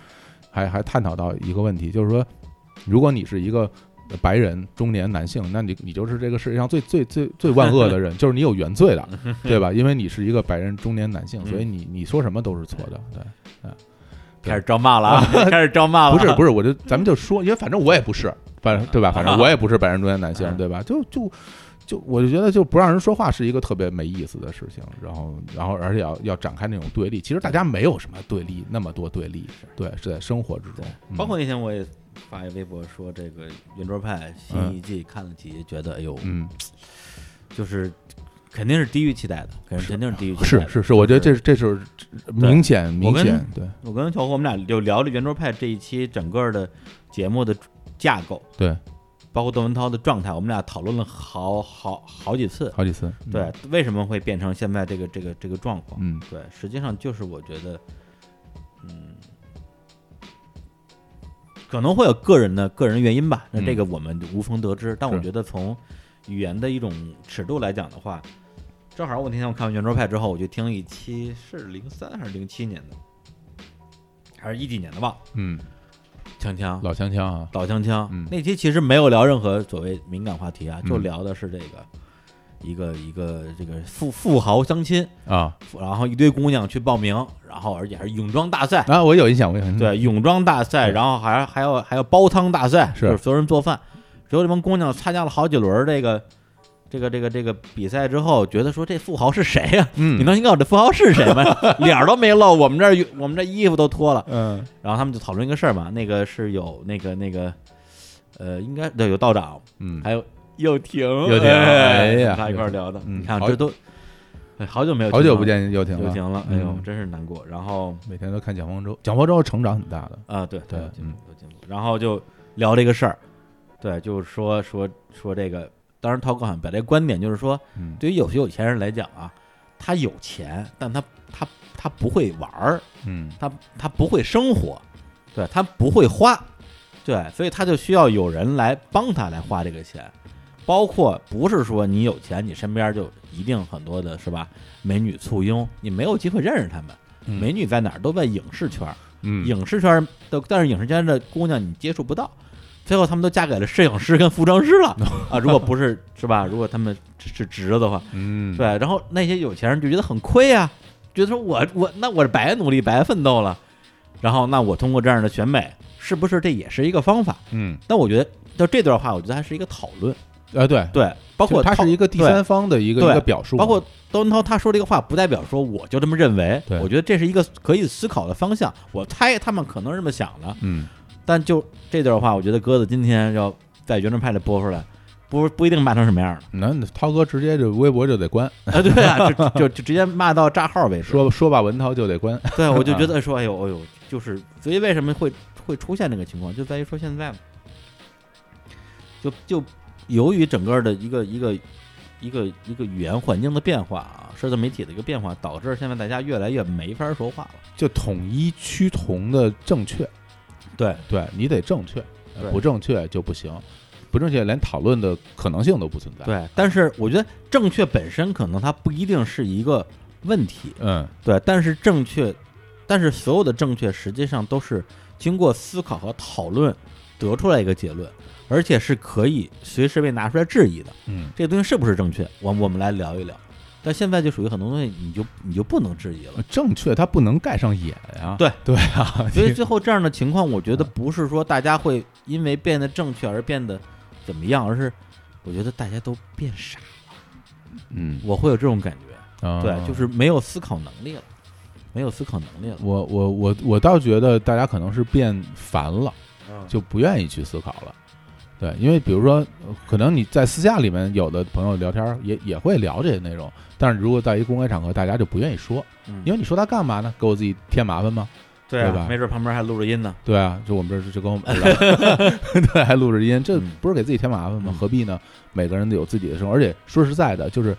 Speaker 2: 还还探讨到一个问题，就是说，如果你是一个白人中年男性，那你你就是这个世界上最最最最万恶的人， 就是你有原罪的，对吧？因为你是一个白人中年男性，所以你你说什么都是错的，对。
Speaker 1: 开始招骂 了啊，开始招骂了啊，
Speaker 2: 不是不是，我就咱们就说，因为反正我也不是，反正对吧？反正我也不是白人中年男
Speaker 1: 啊
Speaker 2: 性，对吧？就就就，我就觉得就不让人说话是一个特别没意思的事情。然后然后，而且要要展开那种对立，其实大家没有什么对立，那么多对立，对，是在生活之中，嗯
Speaker 1: 包括那天我也发一微博说，这个圆桌派新一季看了几集，觉得哎呦，
Speaker 2: 嗯，
Speaker 1: 就是肯定是低于期待的，肯定肯定是低于期待
Speaker 2: 是
Speaker 1: 的。
Speaker 2: 是是，我觉得这
Speaker 1: 就是
Speaker 2: 这是明显明显，对
Speaker 1: 我跟小伙我们俩就聊了圆桌派这一期整个的节目的架构，
Speaker 2: 对，
Speaker 1: 包括窦文涛的状态，我们俩讨论了好好好几次。
Speaker 2: 好几次，嗯
Speaker 1: 对，，为什么会变成现在这个这个这个状况？
Speaker 2: 嗯
Speaker 1: 对，实际上就是我觉得，嗯，可能会有个人的个人原因吧。那这个我们无从得知，但我
Speaker 2: 嗯是
Speaker 1: 觉得从语言的一种尺度来讲的话，正好我那天我看完《圆桌派》之后，我就听了一期是零三还是零七年的，还是一几年的吧，
Speaker 2: 嗯，
Speaker 1: 锵锵。
Speaker 2: 老枪枪啊，
Speaker 1: 老锵锵，
Speaker 2: 嗯
Speaker 1: 那期其实没有聊任何所谓敏感话题啊，就
Speaker 2: 嗯
Speaker 1: 聊的是这个、一个一个这个富富豪相亲，
Speaker 2: 啊
Speaker 1: 然后一堆姑娘去报名，然后而且还是泳装大赛，
Speaker 2: 啊，我有印象，我有印象，
Speaker 1: 对，泳装大赛，
Speaker 2: 对
Speaker 1: 然后还还有还有煲汤大赛，
Speaker 2: 是
Speaker 1: 就是所有人做饭，结果这帮姑娘参加了好几轮这个这个这个这个比赛之后，觉得说这富豪是谁呀、
Speaker 2: 嗯，
Speaker 1: 你能告诉我这富豪是谁 吗？脸儿都没露，我们这儿我们这衣服都脱了，
Speaker 2: 嗯
Speaker 1: 然后他们就讨论一个事儿嘛，那个是有那个那个呃，应该对有道长，
Speaker 2: 嗯，
Speaker 1: 还有又婷，
Speaker 2: 又廷哎呀
Speaker 1: 他一块儿聊的，
Speaker 2: 嗯
Speaker 1: 你看
Speaker 2: 好
Speaker 1: 这都。哎好久没有
Speaker 2: 好久
Speaker 1: 听
Speaker 2: 不
Speaker 1: 了
Speaker 2: 见又婷
Speaker 1: 就
Speaker 2: 了，
Speaker 1: 行了。哎呦
Speaker 2: 嗯，
Speaker 1: 真是难过。然后
Speaker 2: 每天都看蒋方舟，蒋方舟成长很大的。
Speaker 1: 啊，对
Speaker 2: 对
Speaker 1: 有进
Speaker 2: 嗯
Speaker 1: 步，有进步。然后就聊这个事儿，对，就是说说说这个。当然，涛哥好像表达观点就是说，
Speaker 2: 嗯，
Speaker 1: 对于有些有钱人来讲啊，他有钱，但他他他不会玩儿，
Speaker 2: 嗯
Speaker 1: 他他不会生活，对他不会花，对，所以他就需要有人来帮他来花这个钱。包括不是说你有钱，你身边就一定很多的是吧？美女簇拥，你没有机会认识他们。
Speaker 2: 嗯
Speaker 1: 美女在哪儿都在影视圈，
Speaker 2: 嗯
Speaker 1: 影视圈的，但是影视圈的姑娘你接触不到，最后她们都嫁给了摄影师跟服装师 了啊！如果不是是吧？如果她们是是直了的话，
Speaker 2: 嗯，
Speaker 1: 对，然后那些有钱人就觉得很亏啊，觉得说我我那我白努力白奋斗了，然后那我通过这样的选美，是不是这也是一个方法？
Speaker 2: 嗯，
Speaker 1: 但我觉得到这段话，我觉得还是一个讨论，
Speaker 2: 哎，对，
Speaker 1: 对，包括
Speaker 2: 就它
Speaker 1: 涛
Speaker 2: 是一个第
Speaker 1: 对
Speaker 2: 三方的一个
Speaker 1: 对
Speaker 2: 一个表述嘛，
Speaker 1: 包括窦文涛他说这个话，不代表说我就这么认为
Speaker 2: 对，
Speaker 1: 我觉得这是一个可以思考的方向。我猜他们可能是这么想的，
Speaker 2: 嗯
Speaker 1: 但就这段话，我觉得鸽子今天要在原生派里播出来，不不一定骂成什么样
Speaker 2: 那那涛哥直接就微博就得关，
Speaker 1: 的啊！对啊，就就就直接骂到炸号为止。
Speaker 2: 说说吧文涛就得关，
Speaker 1: 对，我就觉得说，哎呦，哎呦，就是所以为什么会会出现这个情况，就在于说现在就就由于整个的一个一个一个一个语言环境的变化啊，社交媒体的一个变化，导致现在大家越来越没法说话了。
Speaker 2: 就统一趋同的正确，
Speaker 1: 对
Speaker 2: 对你得正确，
Speaker 1: 对
Speaker 2: 不正确就不行，不正确连讨论的可能性都不存在。，
Speaker 1: 对，但是我觉得正确本身可能它不一定是一个问题，
Speaker 2: 嗯，
Speaker 1: 对，但是正确，但是所有的正确实际上都是经过思考和讨论得出来一个结论，而且是可以随时被拿出来质疑的。
Speaker 2: 嗯，
Speaker 1: 这个东西是不是正确？我我们来聊一聊。但现在就属于很多东西，你就你就不能质疑了。
Speaker 2: 正确它不能盖上眼啊。
Speaker 1: 对
Speaker 2: 对啊，
Speaker 1: 所以
Speaker 2: 这
Speaker 1: 最后这样的情况，我觉得不是说大家会因为变得正确而变得怎么样，而是我觉得大家都变傻，
Speaker 2: 嗯，
Speaker 1: 我会有这种感觉。
Speaker 2: 啊
Speaker 1: 对，就是没有思考能力了，没有思考能力了。
Speaker 2: 我我我我倒觉得大家可能是变烦了，
Speaker 1: 嗯
Speaker 2: 就不愿意去思考了。对，因为比如说，呃可能你在私下里面有的朋友聊天儿也也会聊这些内容，但是如果在一公开场合，大家就不愿意说，
Speaker 1: 嗯
Speaker 2: 因为你说他干嘛呢？给我自己添麻烦吗？
Speaker 1: 对
Speaker 2: 对吧
Speaker 1: 啊，没准旁边还录着音呢。
Speaker 2: 对啊，就我们这儿就跟 我们 对，还录着音，这
Speaker 1: 嗯
Speaker 2: 不是给自己添麻烦吗？
Speaker 1: 嗯
Speaker 2: 何必呢？每个人都有自己的生活，而且说实在的，就是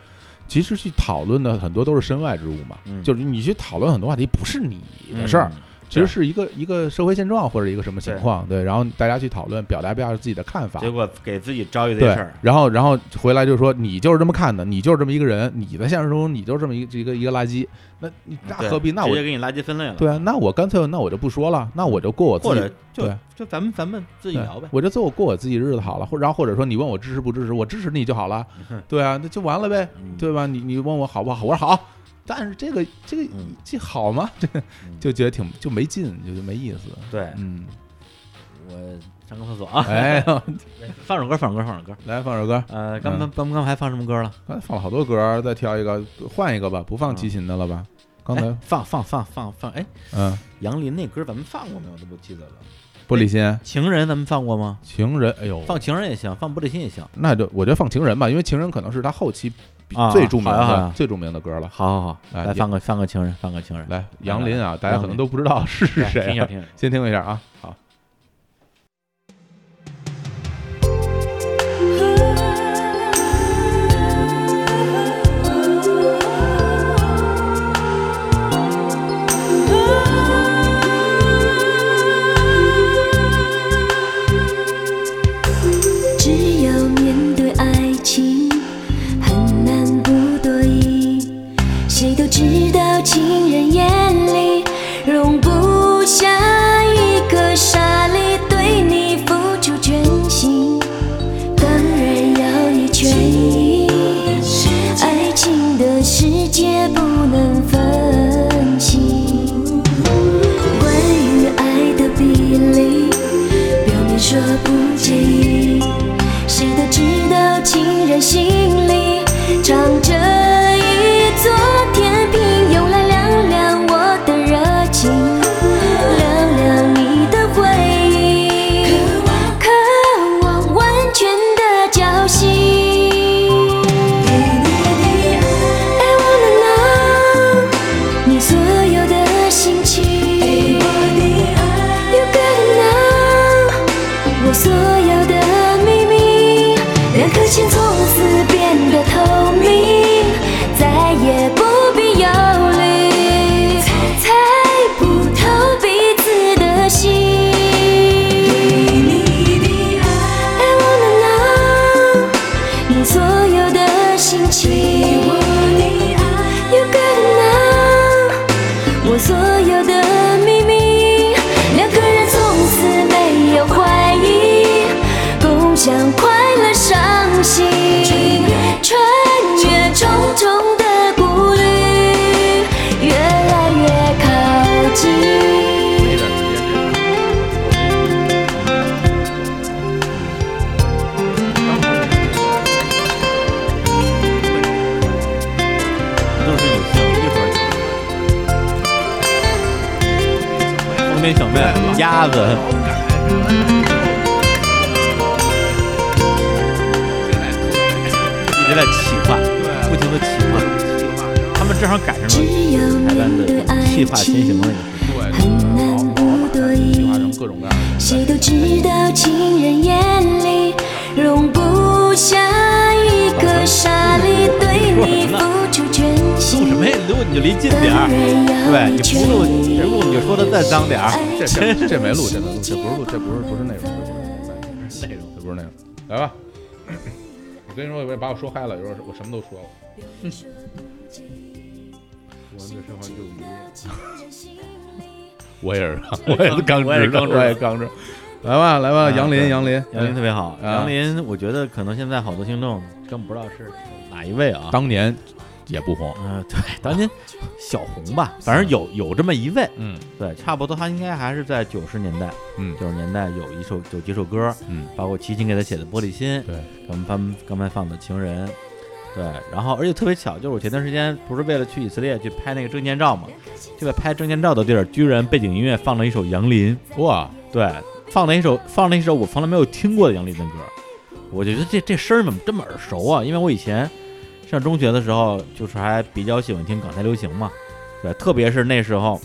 Speaker 2: 其实去讨论的很多都是身外之物嘛，
Speaker 1: 嗯
Speaker 2: 就是你去讨论很多话题不是你的事儿，
Speaker 1: 嗯
Speaker 2: 其实是一个一个社会现状或者一个什么情况，对，然后大家去讨论，表达表达自己的看法
Speaker 1: 结，果给自己招一堆
Speaker 2: 对
Speaker 1: 事儿，，啊
Speaker 2: 然后然后回来就说你就是这么看的，你就是这么一个人，你在现实中你就是这么一个一个一个垃圾，那你那
Speaker 1: 对
Speaker 2: 何必？那我
Speaker 1: 直接给你垃圾分类了。
Speaker 2: 对啊，那我干脆那我就不说了，那我就过我自
Speaker 1: 或
Speaker 2: 己
Speaker 1: 者就
Speaker 2: 对
Speaker 1: 就咱们咱们自己
Speaker 2: 对
Speaker 1: 聊呗。
Speaker 2: 我就自我过我自己日子好了，或然后或者说你问我支持不支持，我支持你就好了， 对啊，那就完了呗，
Speaker 1: 嗯，
Speaker 2: 对吧？你你问我好不好，我说好，但是这个这个
Speaker 1: 嗯
Speaker 2: 这好吗？这个
Speaker 1: 嗯
Speaker 2: 就觉得挺就没劲，就就没意思，
Speaker 1: 对，
Speaker 2: 嗯，
Speaker 1: 我上个厕所啊，
Speaker 2: 哎呀，
Speaker 1: 放首歌，放首歌，放首歌。
Speaker 2: 来放首歌，
Speaker 1: 呃，刚刚刚刚还放什么歌了？
Speaker 2: 刚才放了好多歌，再挑一个，换一个吧，不放齐秦的了吧？刚才
Speaker 1: 嗯哎放放放放放，哎，
Speaker 2: 嗯，
Speaker 1: 杨林那歌咱们放过没有？我都不记得了。
Speaker 2: 玻璃心。
Speaker 1: 情人咱们放过吗？
Speaker 2: 情人，哎呦，
Speaker 1: 哎放情人也行，放玻璃心也行。
Speaker 2: 那就我觉得放情人吧，因为情人可能是他后期比
Speaker 1: 啊
Speaker 2: 最著名
Speaker 1: 好呀好呀
Speaker 2: 的最著名的歌了。
Speaker 1: 好好好，
Speaker 2: 哎
Speaker 1: 来放个放个情人，放个情人。
Speaker 2: 来，杨林啊，大家
Speaker 1: 杨
Speaker 2: 可能
Speaker 1: 林
Speaker 2: 都不知道是
Speaker 1: 来
Speaker 2: 谁啊，
Speaker 1: 听一下，听一下。
Speaker 2: 先听一下啊。好，
Speaker 5: 只要面对爱情，很难不多疑。谁都知道，情人眼里容不下一个傻里对你付出全心，当然要你全意。爱情的世界不能分析。关于爱的比例，表面说不介意，谁都知道情人心里藏着一座天平，用来量量我的热情，量量你的回应，渴望完全的交心。I wanna know。你所有的心情。You gotta know 我所有的秘密，两颗心从此变得透明，再也不必忧虑，猜不透彼此的心。I wanna know 你所有的心情。You gotta know 我所有的秘密，两个人从此没有怀疑，共享快乐伤心，穿越重重的顾虑，越来越靠近。
Speaker 1: 就是有幸一会儿。风边小妹，鸭子，一直在企划，不停的企划，他们正好赶
Speaker 5: 只
Speaker 1: 上了
Speaker 5: 要
Speaker 1: 台湾
Speaker 5: 面
Speaker 1: 的
Speaker 5: 对爱
Speaker 1: 计划先行
Speaker 5: 情
Speaker 1: 的那。个时
Speaker 2: 对，
Speaker 5: 很难不多疑
Speaker 2: 计划成各种各样的。
Speaker 5: 谁都知道，情人眼里容不下一个傻里对你付出全
Speaker 1: 录
Speaker 5: 心
Speaker 1: 什么呀？录你就离近
Speaker 5: 的
Speaker 1: 点儿，
Speaker 5: 人
Speaker 1: 对
Speaker 5: 要
Speaker 1: 你
Speaker 5: 你
Speaker 1: 不录，你
Speaker 5: 全
Speaker 1: 录你就说的再脏点儿。
Speaker 2: 这这这没录，这没录，这不是录，这不是不是内容，这不是内容，这不是内容，来吧。我跟你说，有人把我说嗨了，有人我什么都说了。我也是，我也是刚知道，
Speaker 1: 我也是刚知道
Speaker 2: 我也刚知道。来吧，来吧，
Speaker 1: 啊
Speaker 2: 杨林，
Speaker 1: 对
Speaker 2: 杨林，
Speaker 1: 杨林特别好，
Speaker 2: 啊
Speaker 1: 杨林，我觉得可能现在好多听众根本不知道是哪一位啊。
Speaker 2: 当年也不红，
Speaker 1: 嗯、对，当年小红吧，反正有有这么一位，
Speaker 2: 嗯
Speaker 1: 对，差不多，他应该还是在九十年代，
Speaker 2: 嗯
Speaker 1: 九十年代有一首有几首歌，
Speaker 2: 嗯，
Speaker 1: 包括齐秦给他写的《玻璃心》，
Speaker 2: 对，
Speaker 1: 我们刚刚才放的《情人》，对，然后而且特别巧，就是我前段时间不是为了去以色列去拍那个证件照嘛，就在拍证件照的地儿，居然背景音乐放了一首杨林，
Speaker 2: 哇，
Speaker 1: 对，放了一首放了一首我从来没有听过的杨林的歌，我就觉得这这声儿怎么这么耳熟啊？因为我以前上中学的时候，就是还比较喜欢听港台流行嘛，对，特别是那时候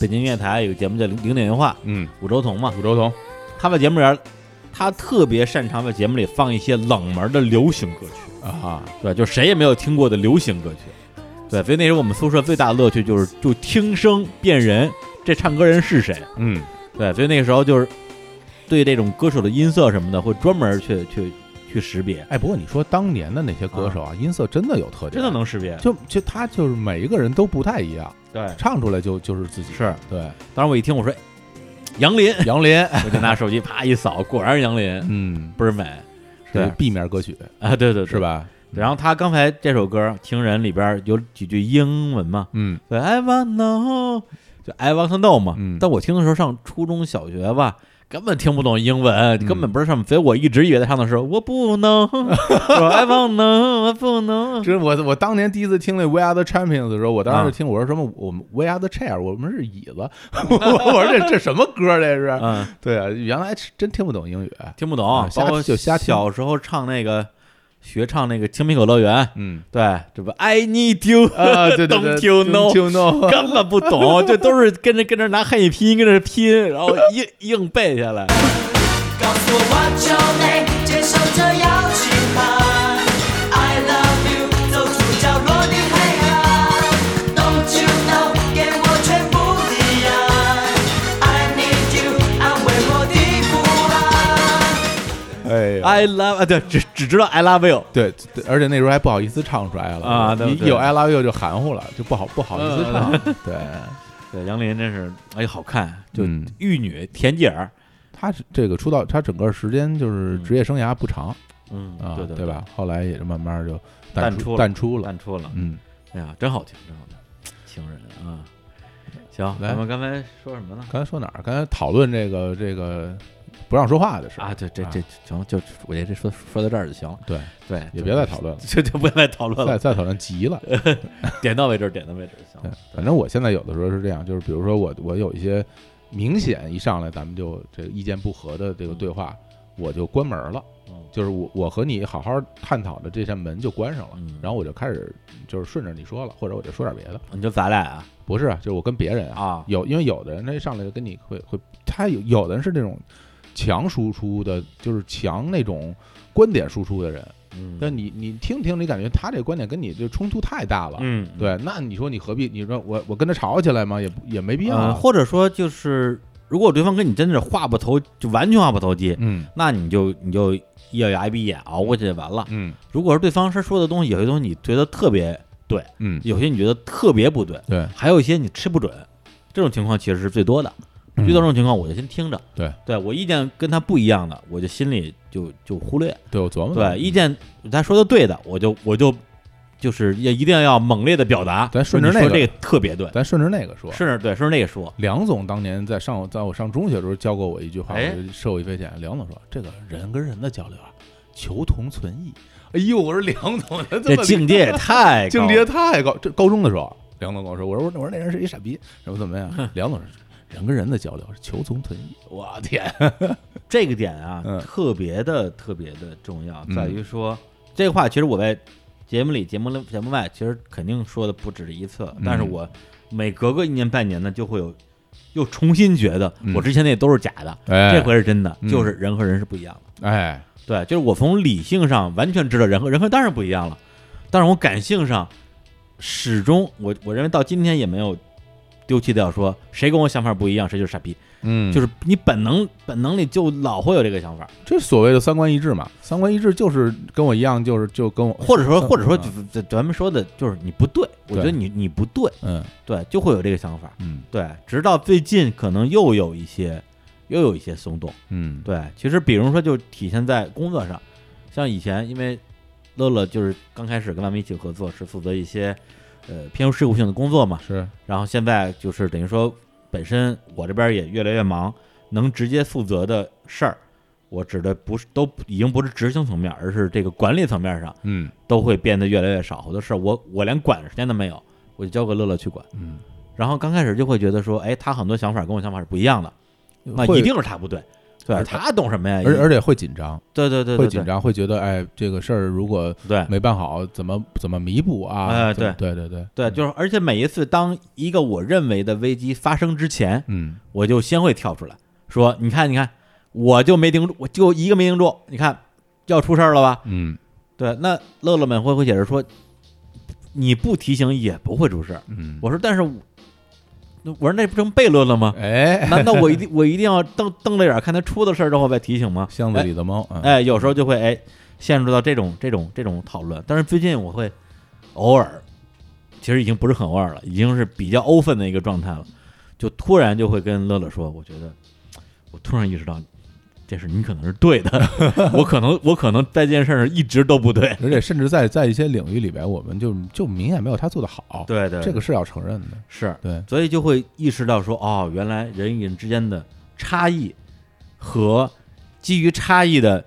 Speaker 1: 北京音乐台有个节目叫《零零点文化
Speaker 2: 嗯，》，
Speaker 1: 武周彤嘛，
Speaker 2: 五周彤，
Speaker 1: 他在节目里边，他特别擅长在节目里放一些冷门的流行歌曲，
Speaker 2: 啊，
Speaker 1: 对吧，就谁也没有听过的流行歌曲，对，所以那时候我们宿舍最大的乐趣就是就听声辨人，这唱歌人是谁，
Speaker 2: 嗯，
Speaker 1: 对，所以那个时候就是对这种歌手的音色什么的会专门去去去识别，
Speaker 2: 哎，不过你说当年的那些歌手啊，音色真的有特点，
Speaker 1: 真的，能识别，
Speaker 2: 就就他就是每一个人都不太一样，
Speaker 1: 对，
Speaker 2: 唱出来就就是自己，
Speaker 1: 是。
Speaker 2: 对，
Speaker 1: 当时我一听我说，哎杨林，
Speaker 2: 杨 林，
Speaker 1: 我就拿手机啪一扫，果然是杨林，
Speaker 2: 嗯，
Speaker 1: 倍儿美对
Speaker 2: 是 B 面歌曲
Speaker 1: 啊，对对对
Speaker 2: 是？吧？
Speaker 1: 对然后他刚才这首歌《情人》里边有几句英文嘛，
Speaker 2: 嗯，
Speaker 1: 对，I want know，就 I want to know 嘛。
Speaker 2: 嗯
Speaker 1: 但我听的时候上初中小学吧，根本听不懂英文，根本不是上，所以我一直以为他唱的是我不 能，我 I want know，我不能。
Speaker 2: 这我我当年第一次听那 We Are the Champions 的时候，我当时听我说什么我们 We Are the Chair，我们是椅子， 我我说这这什么歌这是？
Speaker 1: 嗯，
Speaker 2: 对啊，原来真听不懂英语，
Speaker 1: 听不懂，
Speaker 2: 啊瞎
Speaker 1: 包括
Speaker 2: 就瞎听
Speaker 1: 小时候唱那个学唱那个《青苹果乐园》，
Speaker 2: 嗯
Speaker 1: 对，这不 I need you，
Speaker 2: 啊，对 对
Speaker 1: Don't
Speaker 2: 对
Speaker 1: you know？
Speaker 2: you know？
Speaker 1: 根本不懂， 这都是跟着跟着拿汉语拼音跟着拼，然后硬硬背下来。
Speaker 6: 告诉我我就累，接受这邀请函。I love you，走出角落的黑暗。Don't you know，给我全部的爱。I need you，安慰我的孤单。
Speaker 2: 哎呀
Speaker 1: I love 啊，对，只只知道 I love you，
Speaker 2: 对，对而且那时候还不好意思唱出来了
Speaker 1: 啊对
Speaker 2: 一
Speaker 1: 对
Speaker 2: 有 I love you 就含糊了，就不好不好意思唱。对，
Speaker 1: 对，杨林真是，哎，好看，就
Speaker 2: 嗯
Speaker 1: 玉女甜姐儿，
Speaker 2: 他是这个出道，他整个时间就是职业生涯不长
Speaker 1: 嗯
Speaker 2: 啊，
Speaker 1: 对
Speaker 2: 对？吧？后来也是慢慢就
Speaker 1: 淡出
Speaker 2: 出
Speaker 1: 了
Speaker 2: 淡出了，
Speaker 1: 淡出了，
Speaker 2: 嗯，
Speaker 1: 哎呀，真好听，真好听，情人啊，行，
Speaker 2: 来
Speaker 1: 咱们刚才说什么呢？
Speaker 2: 刚才说哪儿？刚才讨论这个这个不让说话的事儿
Speaker 1: 啊，对，这
Speaker 2: 啊
Speaker 1: 这行，就我觉得这说说到这儿就行了，
Speaker 2: 对，
Speaker 1: 对，
Speaker 2: 也
Speaker 1: 就
Speaker 2: 别再讨论了，
Speaker 1: 就就不要再讨论
Speaker 2: 再
Speaker 1: 了，
Speaker 2: 再讨论急了。
Speaker 1: 点到为止，点到为止就行
Speaker 2: 对
Speaker 1: 了。，
Speaker 2: 反正我现在有的时候是这样，就是比如说我我有一些明显一上来咱们就这个意见不合的这个对话，我就关门了。
Speaker 1: 嗯
Speaker 2: 就是我我和你好好探讨的这扇门就关上了，
Speaker 1: 嗯
Speaker 2: 然后我就开始就是顺着你说了，或者我就说点别的，
Speaker 1: 你就咱俩啊
Speaker 2: 不是，就是我跟别人啊，
Speaker 1: 啊，
Speaker 2: 有因为有的人他一上来就跟你会会，他有有的人是那种强输出的，就是强那种观点输出的人，
Speaker 1: 嗯
Speaker 2: 但你你听听，你感觉他这观点跟你就冲突太大了，
Speaker 1: 嗯，
Speaker 2: 对，那你说你何必？你说我我跟他吵起来吗？也不也没必
Speaker 1: 嗯，
Speaker 2: 要啊，
Speaker 1: 或者说就是，如果对方跟你真的是话不投，就完全话不投机，
Speaker 2: 嗯
Speaker 1: 那你就你就一咬牙一闭眼熬过去就完了。
Speaker 2: 嗯
Speaker 1: 如果是对方是说的东西，有些东西你觉得特别对，
Speaker 2: 嗯，
Speaker 1: 有些你觉得特别不对，
Speaker 2: 对，
Speaker 1: 还有一些你吃不准，这种情况其实是最多的。
Speaker 2: 嗯
Speaker 1: 遇到这种情况，我就先听着。
Speaker 2: 对，
Speaker 1: 对我意见跟他不一样的，我就心里就就忽略。
Speaker 2: 对我琢磨
Speaker 1: 对，意见他说的对的，我就我就就是要一定要猛烈的表达。
Speaker 2: 咱顺着
Speaker 1: 你说
Speaker 2: 那个
Speaker 1: 这个特别对，
Speaker 2: 咱顺着那个说，
Speaker 1: 是对，顺着那个说。
Speaker 2: 梁总当年在上在我上中学的时候教过我一句话，
Speaker 1: 哎
Speaker 2: 我就受益匪浅。梁总说：“这个人跟人的交流啊，求同存异。”哎呦，我说梁总，他 这
Speaker 1: 这
Speaker 2: 么啊
Speaker 1: 境界也太高
Speaker 2: 境界太高。这高中的时候，啊梁总跟我说：“我说我说那人是一傻逼，什么怎么样？”梁总说：“人跟人的交流是求同存异。”我天，
Speaker 1: 这个点啊，
Speaker 2: 嗯
Speaker 1: 特别的特别的重要，
Speaker 2: 嗯
Speaker 1: 在于说、这个话，其实我在节目里、节目里节目外，其实肯定说的不止这一次，
Speaker 2: 嗯
Speaker 1: 但是我每隔个一年半年呢，就会有又重新觉得
Speaker 2: 嗯
Speaker 1: 我之前那都是假的，
Speaker 2: 哎
Speaker 1: 这回是真的，
Speaker 2: 嗯
Speaker 1: 就是人和人是不一样的。
Speaker 2: 哎，
Speaker 1: 对，就是我从理性上完全知道人和人和当然不一样了，但是我感性上始终我我认为到今天也没有丢弃掉说谁跟我想法不一样谁就是傻逼，
Speaker 2: 嗯
Speaker 1: 就是是你本能本能里就老会有这个想法，
Speaker 2: 这所谓的三观一致嘛。三观一致就是跟我一样，就是就跟我，
Speaker 1: 或者说
Speaker 2: 三
Speaker 1: 或者说
Speaker 2: 嗯
Speaker 1: 咱咱咱们说的就是你不对，我觉得你你不对，
Speaker 2: 嗯
Speaker 1: 对，就会有这个想法，
Speaker 2: 嗯
Speaker 1: 对，直到最近可能又有一些又有一些松动。
Speaker 2: 嗯，
Speaker 1: 对，其实比如说就体现在工作上，像以前因为乐乐就是刚开始跟咱们一起合作是负责一些呃偏事务性的工作嘛，
Speaker 2: 是
Speaker 1: 然后现在就是等于说本身我这边也越来越忙，能直接负责的事儿，我指的不是都不已经不是执行层面，而是这个管理层面上
Speaker 2: 嗯
Speaker 1: 都会变得越来越少，好多事儿我我连管的时间都没有，我就交给乐乐去管。
Speaker 2: 嗯，
Speaker 1: 然后刚开始就会觉得说，哎，他很多想法跟我想法是不一样的，那
Speaker 2: 会
Speaker 1: 一定是他不对，对
Speaker 2: 而
Speaker 1: 他懂什么呀？
Speaker 2: 而而且会紧张，
Speaker 1: 对对对，
Speaker 2: 会
Speaker 1: 对
Speaker 2: 紧，张，会觉得哎，这个事儿如果
Speaker 1: 对对
Speaker 2: 没办好，怎么怎么弥补啊？
Speaker 1: 哎
Speaker 2: 怎么
Speaker 1: 对
Speaker 2: 对对对
Speaker 1: 对，就是而且每一次当一个我认为的危机发生之前，
Speaker 2: 嗯
Speaker 1: 我就先会跳出来说，你看你看，我就没盯住，我就一个没盯住，你看要出事儿了吧？
Speaker 2: 嗯
Speaker 1: 对，那乐乐们会会解释说，你不提醒也不会出事儿。
Speaker 2: 嗯，
Speaker 1: 我说，但是我那我说那不成悖论了 吗？
Speaker 2: 哎，
Speaker 1: 难道我一定我一定要瞪瞪着眼看他出的事儿之后再提醒吗？
Speaker 2: 箱子里的猫，嗯
Speaker 1: 哎，有时候就会哎陷入到这种这种这种讨论。但是最近我会偶尔，其实已经不是很偶尔了，已经是比较 open 的一个状态了，就突然就会跟乐乐说，我觉得我突然意识到。这事你可能是对的， 我可能我可能在这件事上一直都不对。
Speaker 2: 而且甚至在在一些领域里边，我们就就明显没有他做的好，
Speaker 1: 对对
Speaker 2: 这个是要承认的，
Speaker 1: 是，
Speaker 2: 对，
Speaker 1: 所以就会意识到说，哦，原来人与人之间的差异和基于差异的，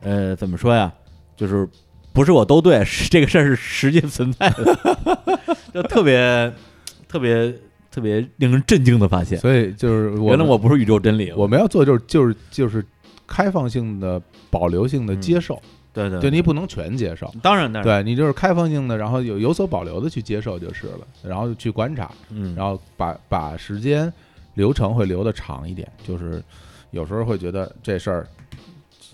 Speaker 1: 呃，怎么说呀？就是不是我都对，是这个事儿是实际存在的， 就特别特别特别令人震惊的发现，
Speaker 2: 所以就是我
Speaker 1: 原来我不是宇宙真理，
Speaker 2: 我们要做就是就是就是开放性的、保留性的
Speaker 1: 嗯
Speaker 2: 接受，
Speaker 1: 对对嗯
Speaker 2: 对你不能全接受。
Speaker 1: 当然当然，
Speaker 2: 对你就是开放性的，然后有有所保留的去接受就是了，然后去观察，
Speaker 1: 嗯，
Speaker 2: 然后把把时间流程会留的长一点，就是有时候会觉得这事儿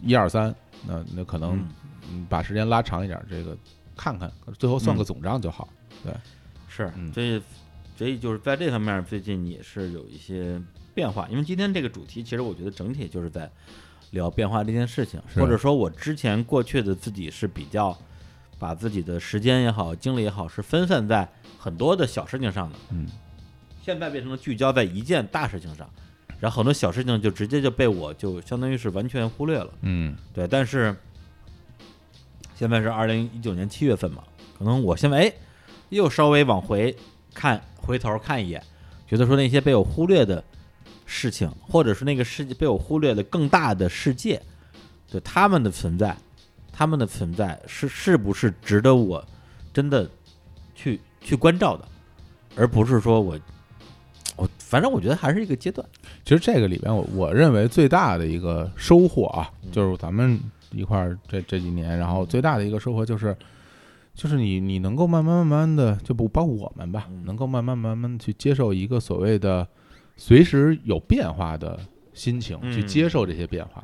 Speaker 2: 一二三，那那可能
Speaker 1: 嗯嗯
Speaker 2: 嗯把时间拉长一点，这个看看，最后算个总账就好。
Speaker 1: 是，
Speaker 2: 嗯
Speaker 1: 所以所以就是在这方面，最近也是有一些变化。因为今天这个主题，其实我觉得整体就是在聊变化这件事情，
Speaker 2: 是
Speaker 1: 或者说我之前过去的自己是比较把自己的时间也好、精力也好，是分散在很多的小事情上的，
Speaker 2: 嗯，
Speaker 1: 现在变成了聚焦在一件大事情上。然后很多小事情就直接就被我就相当于是完全忽略了，
Speaker 2: 嗯
Speaker 1: 对。但是现在是二零一九年七月份嘛，可能我现在哎又稍微往回看，回头看一眼，觉得说那些被我忽略的事情，或者是那个世界被我忽略的更大的世界，对他们的存在，他们的存在是是不是值得我真的去去关照的，而不是说我我反正我觉得还是一个阶段，
Speaker 2: 其实这个里边我我认为最大的一个收获啊
Speaker 1: 嗯，
Speaker 2: 就是咱们一块儿这这几年，然后最大的一个收获就是。就是你，你能够慢慢慢慢的，就不包括我们吧
Speaker 1: 嗯，
Speaker 2: 能够慢慢慢慢地去接受一个所谓的随时有变化的心情，
Speaker 1: 嗯
Speaker 2: 去接受这些变化。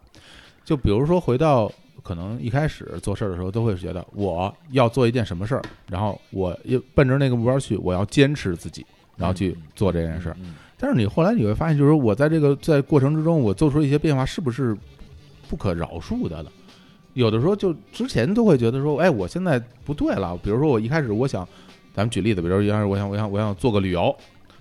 Speaker 2: 就比如说，回到可能一开始做事儿的时候，都会觉得我要做一件什么事儿，然后我又奔着那个目标去，我要坚持自己，然后去
Speaker 1: 嗯
Speaker 2: 做这件事儿。
Speaker 1: 嗯
Speaker 2: 哎但是你后来你会发现，就是我在这个在过程之中，我做出一些变化，是不是不可饶恕的了？有的时候就之前都会觉得说，哎，我现在不对了。比如说我一开始我想，咱们举例子，比如说一开始我想我想我想做个旅游，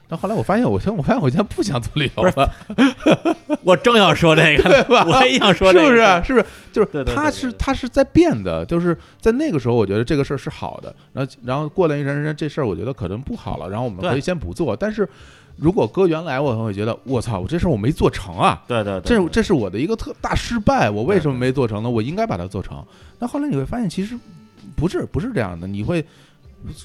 Speaker 2: 但后来我发现我现我发现我现在不想做旅游了，
Speaker 1: 嗯 我正要说这个呢，我也想说
Speaker 2: 是
Speaker 1: 这个，
Speaker 2: 不是？是不是？就是
Speaker 1: 对对对
Speaker 2: 它
Speaker 1: 对
Speaker 2: 是
Speaker 1: 对
Speaker 2: 它是在变的，就是在那个时候我觉得这个事儿是好的，然后然后过了一段时间这事儿我觉得可能不好了，然后我们
Speaker 1: 对
Speaker 2: 可以先不做。但是如果搁原来，我会觉得我操，我这事儿我没做成啊，
Speaker 1: 对对对，
Speaker 2: 这是
Speaker 1: 对
Speaker 2: 这是我的一个特大失败，我为什么
Speaker 1: 对
Speaker 2: 没做成呢？我应该把它做成。那后来你会发现，其实不是不是这样的，你会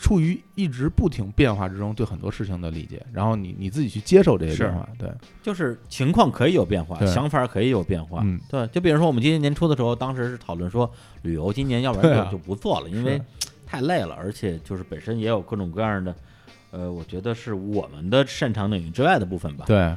Speaker 2: 处于一直不停变化之中，对很多事情的理解，然后你你自己去接受这些
Speaker 1: 是
Speaker 2: 变化，对，
Speaker 1: 就是情况可以有变化，
Speaker 2: 对
Speaker 1: 想法可以有变化。
Speaker 2: 嗯
Speaker 1: 对，就比如说我们今年年初的时候，当时是讨论说旅游今年要不然
Speaker 2: 对
Speaker 1: 就、
Speaker 2: 啊
Speaker 1: 就不做了，因为太累了，而且就是本身也有各种各样的，呃，我觉得是我们的擅长领域之外的部分吧。
Speaker 2: 对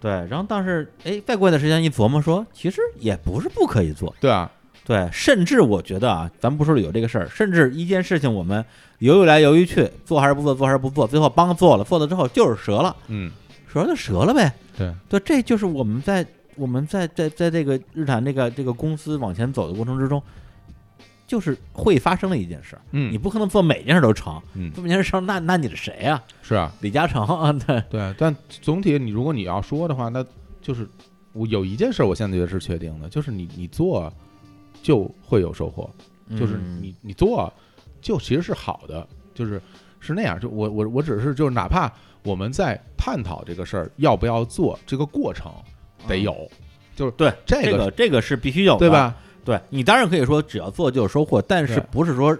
Speaker 1: 对然后但是哎，再过一段时间一琢磨说，其实也不是不可以做，
Speaker 2: 对啊，
Speaker 1: 对，甚至我觉得啊，咱不说有这个事儿，甚至一件事情我们犹豫来犹豫去，做还是不做，做还是不做，最后帮做了，做了之后就是折了，
Speaker 2: 嗯，
Speaker 1: 折了就折了呗。
Speaker 2: 对，
Speaker 1: 对，这就是我们在我们在在在这个日产这个这个公司往前走的过程之中，就是会发生的一件事儿。你
Speaker 2: 嗯
Speaker 1: 不可能做每件事都成，
Speaker 2: 嗯，
Speaker 1: 做每件事成，那那你是谁啊？
Speaker 2: 是啊，
Speaker 1: 李嘉诚啊？ 对，
Speaker 2: 对，但总体你如果你要说的话，那就是我有一件事，我现在觉得是确定的，就是你你做就会有收获，就是
Speaker 1: 嗯
Speaker 2: 你你做就其实是好的，就是是那样。就我我我只是就是哪怕我们在探讨这个事儿要不要做，这个过程得有，就是
Speaker 1: 啊对
Speaker 2: 这
Speaker 1: 这
Speaker 2: 个
Speaker 1: 个这个是必须有的，
Speaker 2: 对？吧？
Speaker 1: 对你当然可以说只要做就有收获，但是
Speaker 2: 对
Speaker 1: 不是说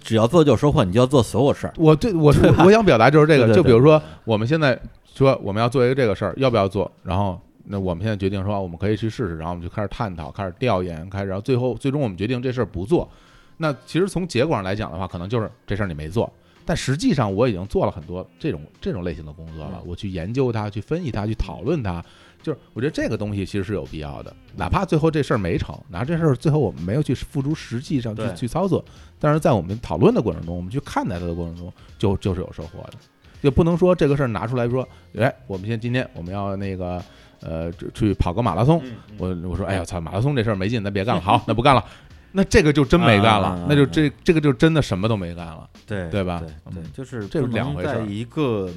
Speaker 1: 只要做就有收获，你就要做所有事儿？
Speaker 2: 我对我我我想表达就是这个，
Speaker 1: 对对
Speaker 2: 就比如
Speaker 1: 对
Speaker 2: 说我们现在说我们要做一个这个事儿，要不要做？然后那我们现在决定说啊我们可以去试试，然后我们就开始探讨，开始调研，开始，然后最后最终我们决定这事儿不做。那其实从结果上来讲的话，可能就是这事儿你没做，但实际上我已经做了很多这种这种类型的工作了，我去研究它，去分析它，去讨论它。就是我觉得这个东西其实是有必要的，哪怕最后这事儿没成，哪怕这事儿最后我们没有去付诸实际上去
Speaker 1: 对
Speaker 2: 去操作，但是在我们讨论的过程中，我们去看待它的过程中，就就是有收获的，就不能说这个事儿拿出来说，哎，我们现在今天我们要那个呃去去跑个马拉松，
Speaker 1: 嗯
Speaker 2: 我我说哎呀操，马拉松这事儿没劲，咱别干了， 好，那不干了，那这个就真没干了，
Speaker 1: 啊啊啊啊
Speaker 2: 那就这这个就真的什么都没干了，
Speaker 1: 对
Speaker 2: 对吧
Speaker 1: 对，
Speaker 2: 嗯
Speaker 1: 就是
Speaker 2: 这
Speaker 1: 不
Speaker 2: 是两
Speaker 1: 能
Speaker 2: 回事
Speaker 1: 在
Speaker 2: 儿
Speaker 1: 一个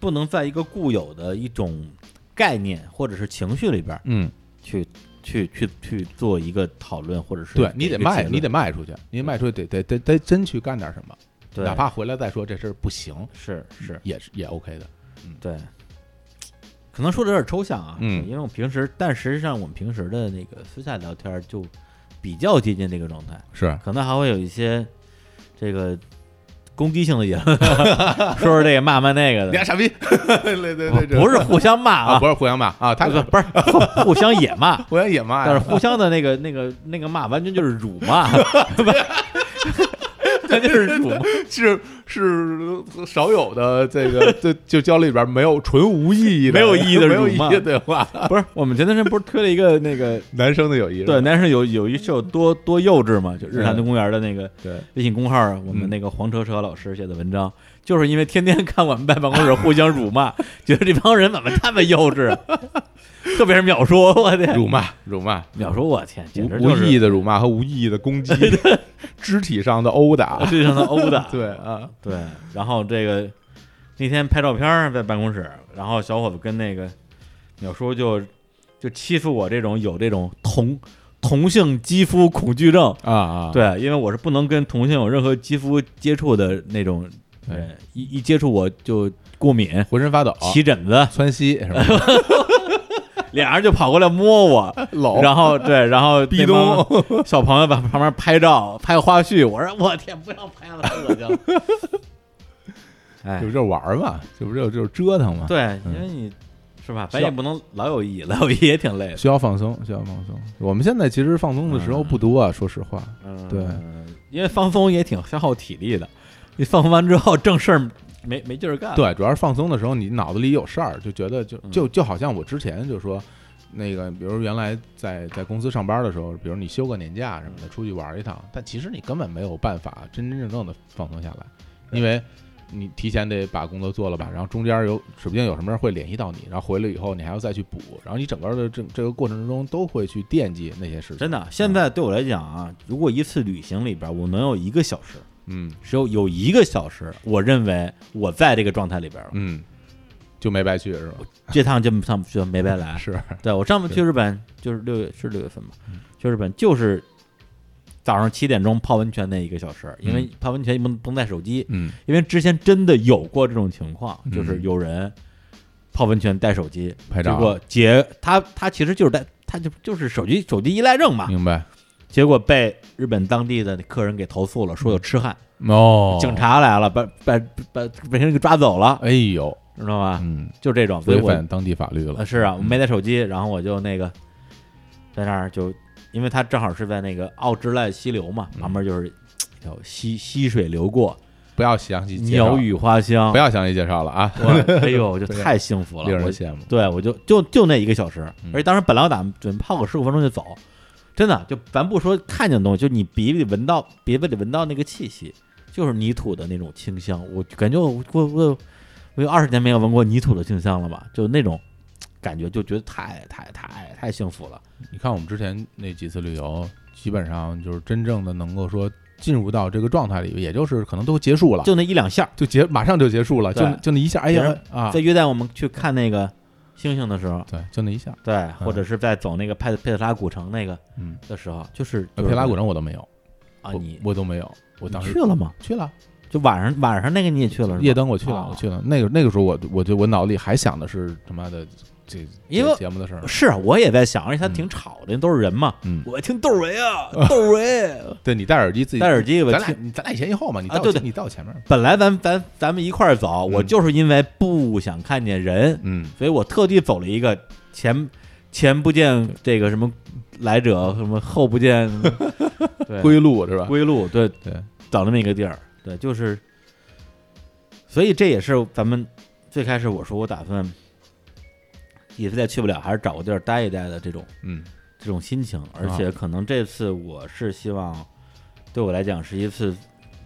Speaker 1: 不能在一个固有的一种概念或者是情绪里边儿
Speaker 2: 嗯，
Speaker 1: 去去去去做一个讨论，或者是
Speaker 2: 对你
Speaker 1: 给
Speaker 2: 得
Speaker 1: 一个结
Speaker 2: 卖，
Speaker 1: 论
Speaker 2: 你得卖出去，你卖出去得得得得真去干点什么，
Speaker 1: 对
Speaker 2: 哪怕嗯回来再说这事儿不行，
Speaker 1: 是是
Speaker 2: 也是也 OK 的，
Speaker 1: 对。可能说的有点抽象啊，
Speaker 2: 嗯
Speaker 1: 因为我平时，但实际上我们平时的那个私下聊天儿就比较接近这个状态，
Speaker 2: 是
Speaker 1: 可能还会有一些这个攻击性的言论， 说说这个骂骂那个
Speaker 2: 你俩
Speaker 1: 的，
Speaker 2: 傻逼， 对对对，
Speaker 1: 哦不是互相骂
Speaker 2: 啊，
Speaker 1: 啊
Speaker 2: 不，是互相骂啊，他
Speaker 1: 不是不是互互相也骂，
Speaker 2: 互相也骂
Speaker 1: 但是
Speaker 2: 呀，
Speaker 1: 互相的那个那个那个骂，完全就是辱骂，完全就是辱骂，
Speaker 2: 是是少有的这个这就交流里边没有纯无意义的
Speaker 1: 没有意义的
Speaker 2: 没有
Speaker 1: 辱
Speaker 2: 意
Speaker 1: 骂
Speaker 2: 义的对话，
Speaker 1: 不是我们前段时间不是推了一个那个。
Speaker 2: 男生的友谊
Speaker 1: 对，男生有有一秀多多幼稚嘛，就日坛公园的那个
Speaker 2: 对
Speaker 1: 微信公号啊，我们那个黄车车老师写的文章，就是因为天天看我们在办公室互相辱骂，觉得这帮人怎么这么幼稚啊， 特别是秒说，我天，
Speaker 2: 辱骂辱骂。
Speaker 1: 秒说，我天，
Speaker 2: 无
Speaker 1: 简直
Speaker 2: 无
Speaker 1: 就是
Speaker 2: 意义的辱骂和无意义的攻击，肢体上的殴打，
Speaker 1: 对上的殴打，
Speaker 2: 对啊，
Speaker 1: 对，然后这个那天拍照片儿在办公室，然后小伙子跟那个鸟叔就就欺负我这种有这种同同性肌肤恐惧症，
Speaker 2: 啊啊，
Speaker 1: 对，因为我是不能跟同性有任何肌肤接触的那种
Speaker 2: 对
Speaker 1: 人，一一接触我就过敏。
Speaker 2: 浑身发抖，
Speaker 1: 起疹 子，
Speaker 2: 窜稀是吧？
Speaker 1: 脸上就跑过来摸我，
Speaker 2: 搂，
Speaker 1: 然后对，然后
Speaker 2: 壁
Speaker 1: 那帮小朋友在旁边拍照拍花絮，我说我天，不要拍了，太恶心了。哎
Speaker 2: 这，不就是玩儿嘛，这不就就是折腾嘛，，
Speaker 1: 对，
Speaker 2: 嗯
Speaker 1: 因为你是吧，
Speaker 2: 需
Speaker 1: 咱
Speaker 2: 要
Speaker 1: 也不能老有意，老有意也挺累的。
Speaker 2: 需要放松，需要放松。我们现在其实放松的时候不多啊，说实话，
Speaker 1: 嗯，
Speaker 2: 对，
Speaker 1: 因为放松也挺消耗体力的，你放松完之后正事儿没没劲儿干。，
Speaker 2: 对，主要是放松的时候，你脑子里有事儿，就觉得就
Speaker 1: 嗯
Speaker 2: 就就好像我之前就说，那个比如原来在在公司上班的时候，比如你休个年假什么的，出去玩一趟，但其实你根本没有办法真真正正的放松下来，因为你提前得把工作做了吧，然后中间有指不定有什么人会联系到你，然后回来以后你还要再去补，然后你整个的这这个过程中都会去惦记那些事情，
Speaker 1: 真的，现在对我来讲啊，如果一次旅行里边我能有一个小时，
Speaker 2: 嗯
Speaker 1: 只有有一个小时，我认为我在这个状态里边了，
Speaker 2: 嗯，就没白去是吧？
Speaker 1: 这趟就上不去没白来。
Speaker 2: 是，嗯
Speaker 1: 对我上次去日本就是六月是六月份吧，去日本就是早上七点钟泡温泉那一个小时，因为
Speaker 2: 嗯
Speaker 1: 泡温泉不能不能带手机，
Speaker 2: 嗯
Speaker 1: 因为之前真的有过这种情况，就是
Speaker 2: 嗯
Speaker 1: 有人泡温泉带手机，
Speaker 2: 拍
Speaker 1: 结
Speaker 2: 照
Speaker 1: 果结他他其实就是带他就就是手机手机依赖症嘛，
Speaker 2: 明白
Speaker 1: 结果被日本当地的客人给投诉了，说有痴汉，
Speaker 2: 嗯哦，
Speaker 1: 警，察来了，把把把把人给抓走了，
Speaker 2: 哎呦，
Speaker 1: 知道吗？
Speaker 2: 嗯。
Speaker 1: 就这啊种，所以
Speaker 2: 违
Speaker 1: 我
Speaker 2: 反嗯当地法律
Speaker 1: 呃
Speaker 2: 了。
Speaker 1: 是啊，我没带手机，然后我就那个在那儿就，因为他正好是在那个奥之濑溪流嘛，
Speaker 2: 嗯
Speaker 1: 旁边就是一条溪溪水流过，
Speaker 2: 不要详细介绍
Speaker 1: 鸟，语花香
Speaker 2: 不，要详细介绍了啊，
Speaker 1: 我哎呦，我就
Speaker 2: 对
Speaker 1: 太幸福了，
Speaker 2: 令人
Speaker 1: 我
Speaker 2: 羡慕。
Speaker 1: 对我就就就那一个小时
Speaker 2: 嗯，
Speaker 1: 而且当时本来我打算准备泡个十五分钟就走，真的，就咱不说看见的东西，就你鼻里闻到，鼻子里闻到那个气息，就是泥土的那种清香。我感觉我我我我有二十年没有闻过泥土的清香了吧？就那种感觉，就觉得太太太太幸福了。
Speaker 2: 你看我们之前那几次旅游，基本上就是真正的能够说进入到这个状态里，也就是可能都结束了，
Speaker 1: 就那一两下，
Speaker 2: 就结马上就结束了，就
Speaker 1: 对
Speaker 2: 就那一下，哎
Speaker 1: 别
Speaker 2: 呀
Speaker 1: 人
Speaker 2: 啊
Speaker 1: 在，约旦我们去看那个星星的时候，
Speaker 2: 对，就那一下。
Speaker 1: 对，或者是在走那个佩佩特拉古城那个
Speaker 2: 嗯，
Speaker 1: 的时候，就是
Speaker 2: 呃佩拉古
Speaker 1: 城
Speaker 2: 城我都没有
Speaker 1: 啊，
Speaker 2: 我
Speaker 1: 你
Speaker 2: 我都没有，我当
Speaker 1: 你
Speaker 2: 时
Speaker 1: 去了吗？
Speaker 2: 去了，
Speaker 1: 就晚上晚上那个你也去了是吧？
Speaker 2: 夜灯我去了，
Speaker 1: 啊
Speaker 2: 我去了。那个那个时候我我就我脑子里还想的是他妈的这
Speaker 1: 因
Speaker 2: 这
Speaker 1: 为
Speaker 2: 节目的事儿呢，
Speaker 1: 是，啊我也在想，而且他
Speaker 2: 嗯
Speaker 1: 挺吵的，都是人嘛。
Speaker 2: 嗯，
Speaker 1: 我听窦唯啊， 窦唯
Speaker 2: 对你戴耳机自己
Speaker 1: 戴耳机，我
Speaker 2: 咱
Speaker 1: 听。
Speaker 2: 俩咱俩一前一后嘛，你
Speaker 1: 啊
Speaker 2: 到
Speaker 1: 对对
Speaker 2: 你到前面，
Speaker 1: 本来咱咱咱们一块儿走，我
Speaker 2: 嗯
Speaker 1: 就是因为不想看见人，
Speaker 2: 嗯，
Speaker 1: 所以我特地走了一个前前不见这个什么来者，什么后不 见对
Speaker 2: 归路是吧？
Speaker 1: 归路，对
Speaker 2: 对，
Speaker 1: 找那么一个地儿，对，就是，所以这也是咱们最开始我说我打算，也是在去不了，还是找个地儿待一待的这种
Speaker 2: 嗯
Speaker 1: 这种心情，而
Speaker 2: 啊
Speaker 1: 且可能这次我是希望，对我来讲是一次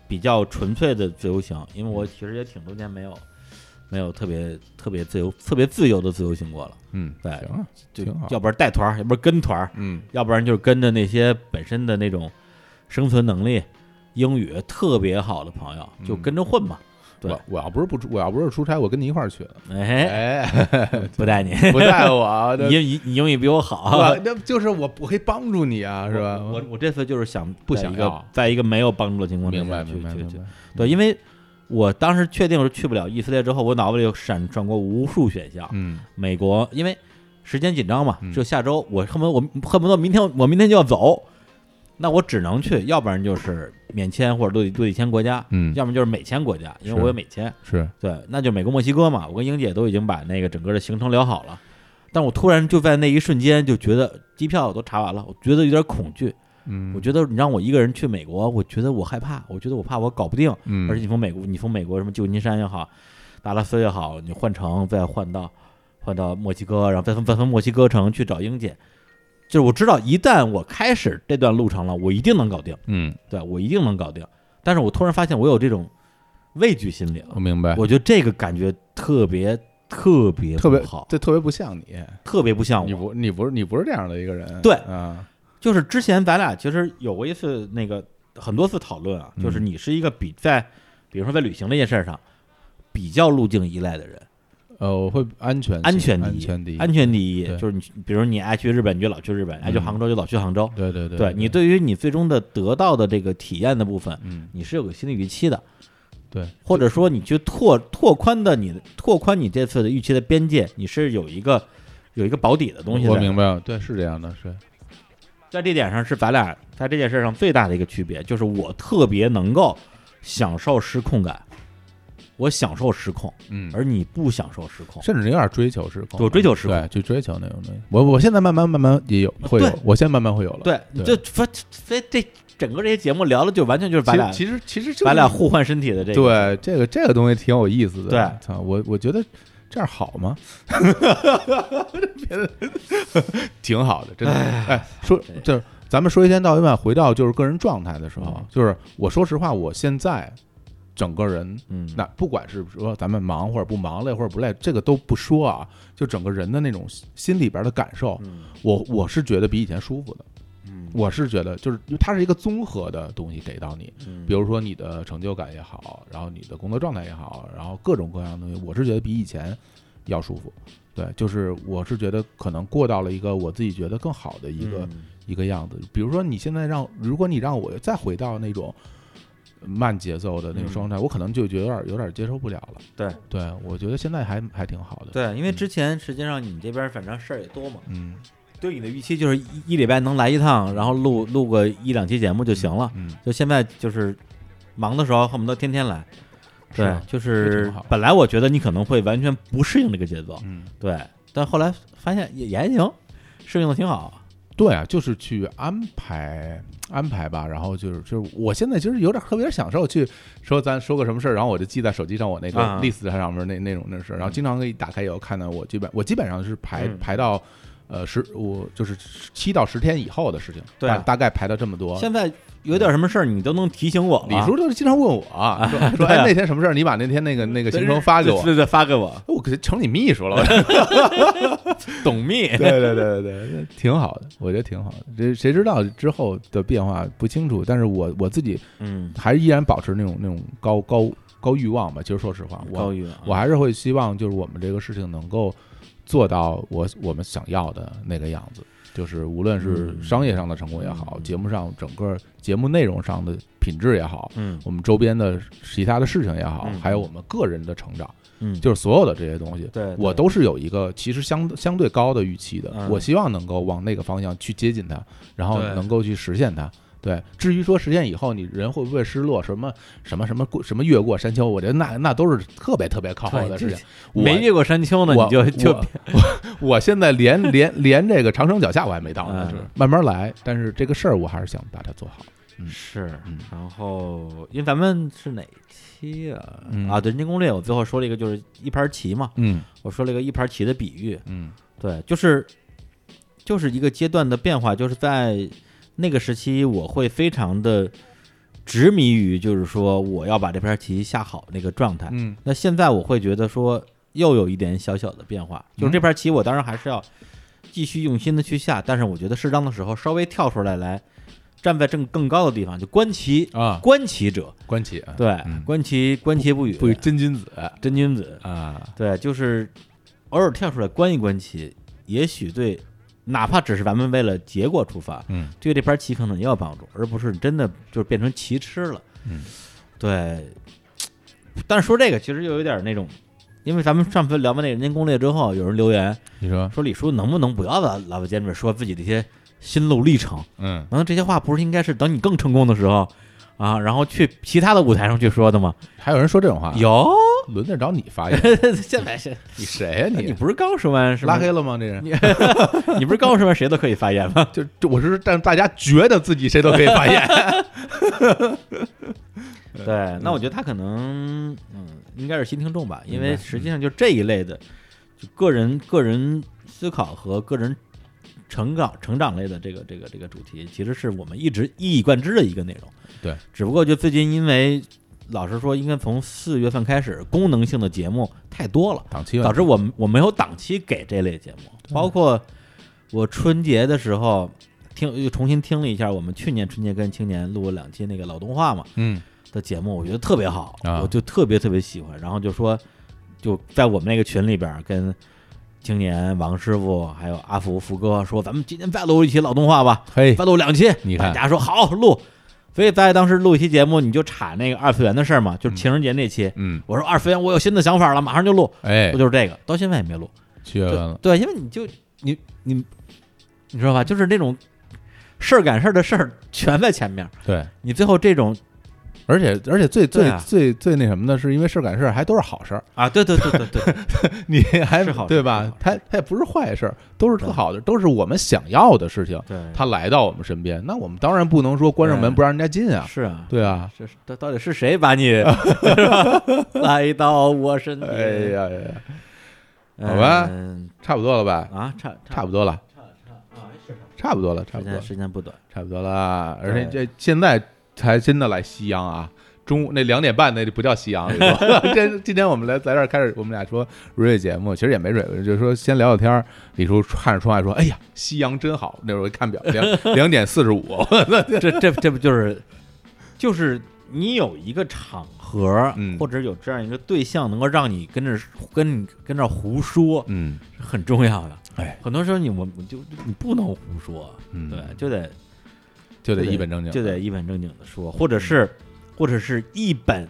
Speaker 1: 比较纯粹的自由行，因为
Speaker 2: 嗯
Speaker 1: 我其实也挺多年没有没有特别特别自由、特别自由的自由行过了，
Speaker 2: 嗯，
Speaker 1: 对
Speaker 2: 行啊，
Speaker 1: 就
Speaker 2: 挺好
Speaker 1: 要不然带团儿，要不然跟团儿，
Speaker 2: 嗯
Speaker 1: 要不然就是跟着那些本身的那种生存能力、英语特别好的朋友，就
Speaker 2: 嗯
Speaker 1: 跟着混嘛。对
Speaker 2: 我我要不是不出，我要不是出差，我跟你一块儿去的。
Speaker 1: 哎，
Speaker 2: 哎，
Speaker 1: 不带你，
Speaker 2: 不带我，啊
Speaker 1: 你
Speaker 2: 这
Speaker 1: 英你你英语比我好啊
Speaker 2: 我。那就是我，我可以帮助你啊，是吧？
Speaker 1: 我我我这次就是想
Speaker 2: 不
Speaker 1: 在
Speaker 2: 想
Speaker 1: 一
Speaker 2: 要
Speaker 1: 个在一个没有帮助的情况之
Speaker 2: 明白
Speaker 1: 下去
Speaker 2: 明白
Speaker 1: 去
Speaker 2: 明
Speaker 1: 去
Speaker 2: 白，
Speaker 1: 对，因为我当时确定是去不了以色列之后，我脑子里有闪转过无数选项。
Speaker 2: 嗯
Speaker 1: 美国，因为时间紧张嘛
Speaker 2: 嗯，
Speaker 1: 就下周，我恨不得我恨不得明天我明天就要走，那我只能去，要不然就是免签或者落地落地签国家，
Speaker 2: 嗯，
Speaker 1: 要么就是美签国家，因为
Speaker 2: 是
Speaker 1: 我有美签。
Speaker 2: 是
Speaker 1: 对，那就美国、墨西哥嘛。我跟英姐都已经把那个整个的行程聊好了，但我突然就在那一瞬间就觉得机票我都查完了，我觉得有点恐惧。
Speaker 2: 嗯，
Speaker 1: 我觉得你让我一个人去美国，我觉得我害怕，我觉得我怕我搞不定。
Speaker 2: 嗯，
Speaker 1: 而且你从美国，你从美国什么旧金山也好，达拉斯也好，你换乘再换到换到墨西哥，然后再从再从墨西哥城去找英姐，就是我知道一旦我开始这段路程了，我一定能搞定，
Speaker 2: 嗯，
Speaker 1: 对我一定能搞定。但是我突然发现我有这种畏惧心理了
Speaker 2: 我，明白，
Speaker 1: 我觉得这个感觉特别特别
Speaker 2: 特别
Speaker 1: 不好，
Speaker 2: 这特别不啊像你，
Speaker 1: 特别不像
Speaker 2: 你
Speaker 1: 我。
Speaker 2: 不你不是你不是这样的一个人，
Speaker 1: 对
Speaker 2: 啊，
Speaker 1: 就是之前咱俩其实有过一次那个很多次讨论啊，就是
Speaker 2: 嗯
Speaker 1: 你是一个比在比如说在旅行这件事儿上比较路径依赖的人。
Speaker 2: 呃，我会安全
Speaker 1: 安全第一，
Speaker 2: 安全第一，
Speaker 1: 安全第一
Speaker 2: 对
Speaker 1: 就是你，比如你爱去日本，你就老去日本；爱去
Speaker 2: 嗯
Speaker 1: 杭州，就老去杭州。
Speaker 2: 对对对
Speaker 1: 对你对于你最终的得到的这个体验的部分，
Speaker 2: 嗯
Speaker 1: 你是有个心理预期的，
Speaker 2: 对，
Speaker 1: 或者说你去拓拓宽的你拓宽你这次的预期的边界，你是有一个有一个保底的东西
Speaker 2: 我
Speaker 1: 在的
Speaker 2: 明白了，对，是这样的，是，
Speaker 1: 在这点上是咱俩在这件事上最大的一个区别，就是我特别能够享受失控感，我享受失控，
Speaker 2: 嗯，
Speaker 1: 而你不享受失控。
Speaker 2: 甚至有点追求失控，
Speaker 1: 我追求失控
Speaker 2: 对，就追求那种东西。我我现在慢慢慢慢也有会有
Speaker 1: 对，
Speaker 2: 我现在慢慢会有了。
Speaker 1: 对，你就非非这整个这些节目聊的就完全就是咱俩
Speaker 2: 其实其实其实就是
Speaker 1: 咱俩互换身体的这个，
Speaker 2: 对这个这个东西挺有意思的。
Speaker 1: 对
Speaker 2: 操，我我觉得这样好 吗？别的挺好的，真的。哎，说
Speaker 1: 这
Speaker 2: 就是咱们说一天到一万，回到就是个人状态的时候
Speaker 1: 嗯，
Speaker 2: 就是我说实话，我现在整个人
Speaker 1: 嗯，
Speaker 2: 那不管是说咱们忙或者不忙，累或者不累，这个都不说啊，就整个人的那种心里边的感受，
Speaker 1: 嗯
Speaker 2: 我我是觉得比以前舒服的。
Speaker 1: 嗯
Speaker 2: 我是觉得，就是因为它是一个综合的东西给到你，
Speaker 1: 嗯
Speaker 2: 比如说你的成就感也好，然后你的工作状态也好，然后各种各样的东西，我是觉得比以前要舒服。对，就是我是觉得可能过到了一个我自己觉得更好的一个、
Speaker 1: 嗯
Speaker 2: 一个样子。比如说你现在让，如果你让我再回到那种慢节奏的那种
Speaker 1: 嗯
Speaker 2: 状态，我可能就觉得有点有点接受不了了。
Speaker 1: 对，
Speaker 2: 对我觉得现在还还挺好的。，
Speaker 1: 对，因为之前实际上你这边反正事儿也多嘛，
Speaker 2: 嗯
Speaker 1: 对你的预期就是一一礼拜能来一趟，然后录录个一两期节目就行了。
Speaker 2: 嗯，
Speaker 1: 就现在就是忙的时候恨不得天天来，
Speaker 2: 是
Speaker 1: 对
Speaker 2: 啊，
Speaker 1: 就
Speaker 2: 这
Speaker 1: 是
Speaker 2: 挺好
Speaker 1: 本来我觉得你可能会完全不适应这个节奏，
Speaker 2: 嗯，
Speaker 1: 对，但后来发现也也还行，适应的挺好。
Speaker 2: 对啊，就是去安排安排吧，然后就是就是我现在其实有点特别享受去说咱说个什么事儿，然后我就记在手机上我那个
Speaker 1: 啊嗯
Speaker 2: list 上面那那种那事儿，然后经常可以打开以后看到我基本我基本上是排
Speaker 1: 嗯
Speaker 2: 排到呃，十我就是七到十天以后的事情，
Speaker 1: 对啊
Speaker 2: 大大概排到这么多。
Speaker 1: 现在有点什么事儿，你都能提醒我了。
Speaker 2: 李叔就是经常问我 啊说
Speaker 1: 对
Speaker 2: 说
Speaker 1: 啊
Speaker 2: 哎那天什么事儿，你把那天那个那个
Speaker 1: 对
Speaker 2: 行程发给我，哎
Speaker 1: 对对，发给我，
Speaker 2: 我可成你秘书了。
Speaker 1: 董秘。
Speaker 2: 对对对对对，挺好的，我觉得挺好的。这谁知道之后的变化不清楚，但是我我自己
Speaker 1: 嗯，
Speaker 2: 还是依然保持那种那种高高高欲望吧。其实说实话，
Speaker 1: 高
Speaker 2: 我
Speaker 1: 宇，啊
Speaker 2: 我还是会希望就是我们这个事情能够做到我我们想要的那个样子，就是无论是
Speaker 1: 嗯
Speaker 2: 商业上的成功也好，
Speaker 1: 嗯
Speaker 2: 节目上整个节目内容上的品质也好。
Speaker 1: 嗯
Speaker 2: 我们周边的其他的事情也好，
Speaker 1: 嗯
Speaker 2: 还有我们个人的成长，
Speaker 1: 嗯，
Speaker 2: 就是所有的这些东西，
Speaker 1: 对，对
Speaker 2: 我都是有一个其实相相对高的预期的，
Speaker 1: 嗯
Speaker 2: 我希望能够往那个方向去接近它，然后
Speaker 1: 对
Speaker 2: 能够去实现它。对，至于说实现以后你人会不会失落，什么什么什么过什么越过山丘，我觉得那那都是特别特别靠后的事情。我
Speaker 1: 没越过山丘呢，
Speaker 2: 我
Speaker 1: 你就 就
Speaker 2: 我我我现在连连连这个长城脚下我还没到呢，
Speaker 1: 嗯
Speaker 2: 就是慢慢来。但是这个事儿我还是想把它做好。
Speaker 1: 是
Speaker 2: 嗯，
Speaker 1: 然后因为咱们是哪期啊？
Speaker 2: 嗯
Speaker 1: 啊，对，《人间攻略》，我最后说了一个就是一盘棋嘛，
Speaker 2: 嗯
Speaker 1: 我说了一个一盘棋的比喻，
Speaker 2: 嗯
Speaker 1: 对，就是就是一个阶段的变化，就是在那个时期，我会非常的执迷于，就是说我要把这盘棋下好那个状态。
Speaker 2: 嗯
Speaker 1: 那现在我会觉得说又有一点小小的变化，就是这盘棋我当然还是要继续用心的去下，但是我觉得适当的时候稍微跳出来来，站在更更高的地方，就观棋，
Speaker 2: 啊，
Speaker 1: 观棋者，
Speaker 2: 关起啊，
Speaker 1: 对，
Speaker 2: 嗯
Speaker 1: 观棋观棋不语，
Speaker 2: 不真君子
Speaker 1: 真君子，
Speaker 2: 啊，
Speaker 1: 对，就是偶尔跳出来观一观棋，也许对，哪怕只是咱们为了结果出发，
Speaker 2: 嗯
Speaker 1: 对这盘棋可能也有帮助，而不是真的就是变成棋痴了。
Speaker 2: 嗯，
Speaker 1: 对。但是说这个其实又有点那种，因为咱们上次聊完那《人间攻略》之后，有人留言
Speaker 2: 你说
Speaker 1: 说李叔能不能不要老老在节目里说自己的一些心路历程？
Speaker 2: 嗯
Speaker 1: 难道这些话不是应该是等你更成功的时候啊，然后去其他的舞台上去说的吗？
Speaker 2: 还有人说这种话，
Speaker 1: 有，
Speaker 2: 轮得着你发言？
Speaker 1: 现在是
Speaker 2: 你谁呀、
Speaker 1: 你不是刚说完是吗
Speaker 2: 拉黑了吗？这人
Speaker 1: 你不是刚说完谁都可以发言吗？
Speaker 2: 就就我是让大家觉得自己谁都可以发言。
Speaker 1: 对，那我觉得他可能，嗯，应该是新听众吧，因为实际上就这一类的，就个人个人思考和个人成长成长类的这个这个这个主题，其实是我们一直一以贯之的一个内容。
Speaker 2: 对，
Speaker 1: 只不过就最近因为，老实说，应该从四月份开始，功能性的节目太多了，
Speaker 2: 档 期
Speaker 1: 导致我们我没有档期给这类节目，包括我春节的时候听又重新听了一下我们去年春节跟青年录了两期那个老动画嘛
Speaker 2: 嗯
Speaker 1: 的节目，我觉得特别好，
Speaker 2: 啊
Speaker 1: 我就特别特别喜欢。然后就说就在我们那个群里边儿跟青年王师傅还有阿福福哥说，咱们今天再录一期老动画吧，
Speaker 2: 嘿
Speaker 1: 再录两期。
Speaker 2: 哎你看
Speaker 1: 大家说好录，所以在当时录一期节目，你就插那个二次元的事儿嘛，就是情人节那期。
Speaker 2: 嗯
Speaker 1: 我说二次元我有新的想法了，马上就录，
Speaker 2: 哎嗯
Speaker 1: 不就是这个？到现在也没录。
Speaker 2: 七月份了，
Speaker 1: 对，因为你就你你你知道吧，就是那种事儿赶事儿的事儿全在前面儿，
Speaker 2: 对，
Speaker 1: 你最后这种
Speaker 2: 而且而且最
Speaker 1: 对
Speaker 2: 最
Speaker 1: 啊
Speaker 2: 最最那什么的是，因为事儿赶事儿还都是好事儿，
Speaker 1: 啊，对对对对对
Speaker 2: 你还
Speaker 1: 是好事
Speaker 2: 对
Speaker 1: 是
Speaker 2: 吧
Speaker 1: 好？事
Speaker 2: 它它也不是坏事儿，都是特
Speaker 1: 对
Speaker 2: 好的，都是我们想要的事情。
Speaker 1: 对，
Speaker 2: 它来到我们身边，那我们当然不能说关上门
Speaker 1: 对
Speaker 2: 不让人家进啊，
Speaker 1: 是啊，
Speaker 2: 对啊。
Speaker 1: 这是到到底是谁把 你 是吧来到我身边？
Speaker 2: 哎呀呀，呀
Speaker 1: 嗯，
Speaker 2: 好吧差不多了吧？
Speaker 1: 啊，差
Speaker 2: 差不
Speaker 1: 多，
Speaker 2: 多了，差不多了，差
Speaker 1: 时
Speaker 2: 不多了
Speaker 1: 间。时间不短，
Speaker 2: 差不多啦，而且这现在才真的来夕阳啊！中午那两点半那就不叫夕 阳了。这今天我们来在这儿开始，我们俩说蕊蕊节目，其实也没蕊，就是说先聊聊天儿。李叔看着窗外说：“哎呀，夕阳真好。”那时候一看表， 两两点四十五。
Speaker 1: 这这这不就是就是。你有一个场合，
Speaker 2: 嗯
Speaker 1: 或者有这样一个对象，能够让你跟着跟你跟着胡说，
Speaker 2: 嗯，
Speaker 1: 很重要的。
Speaker 2: 哎，
Speaker 1: 很多时候你我们就你不能胡说，
Speaker 2: 嗯
Speaker 1: 对，就得就
Speaker 2: 就得一本正经，
Speaker 1: 就得一本正经的说，
Speaker 2: 嗯
Speaker 1: 或者是或者是一本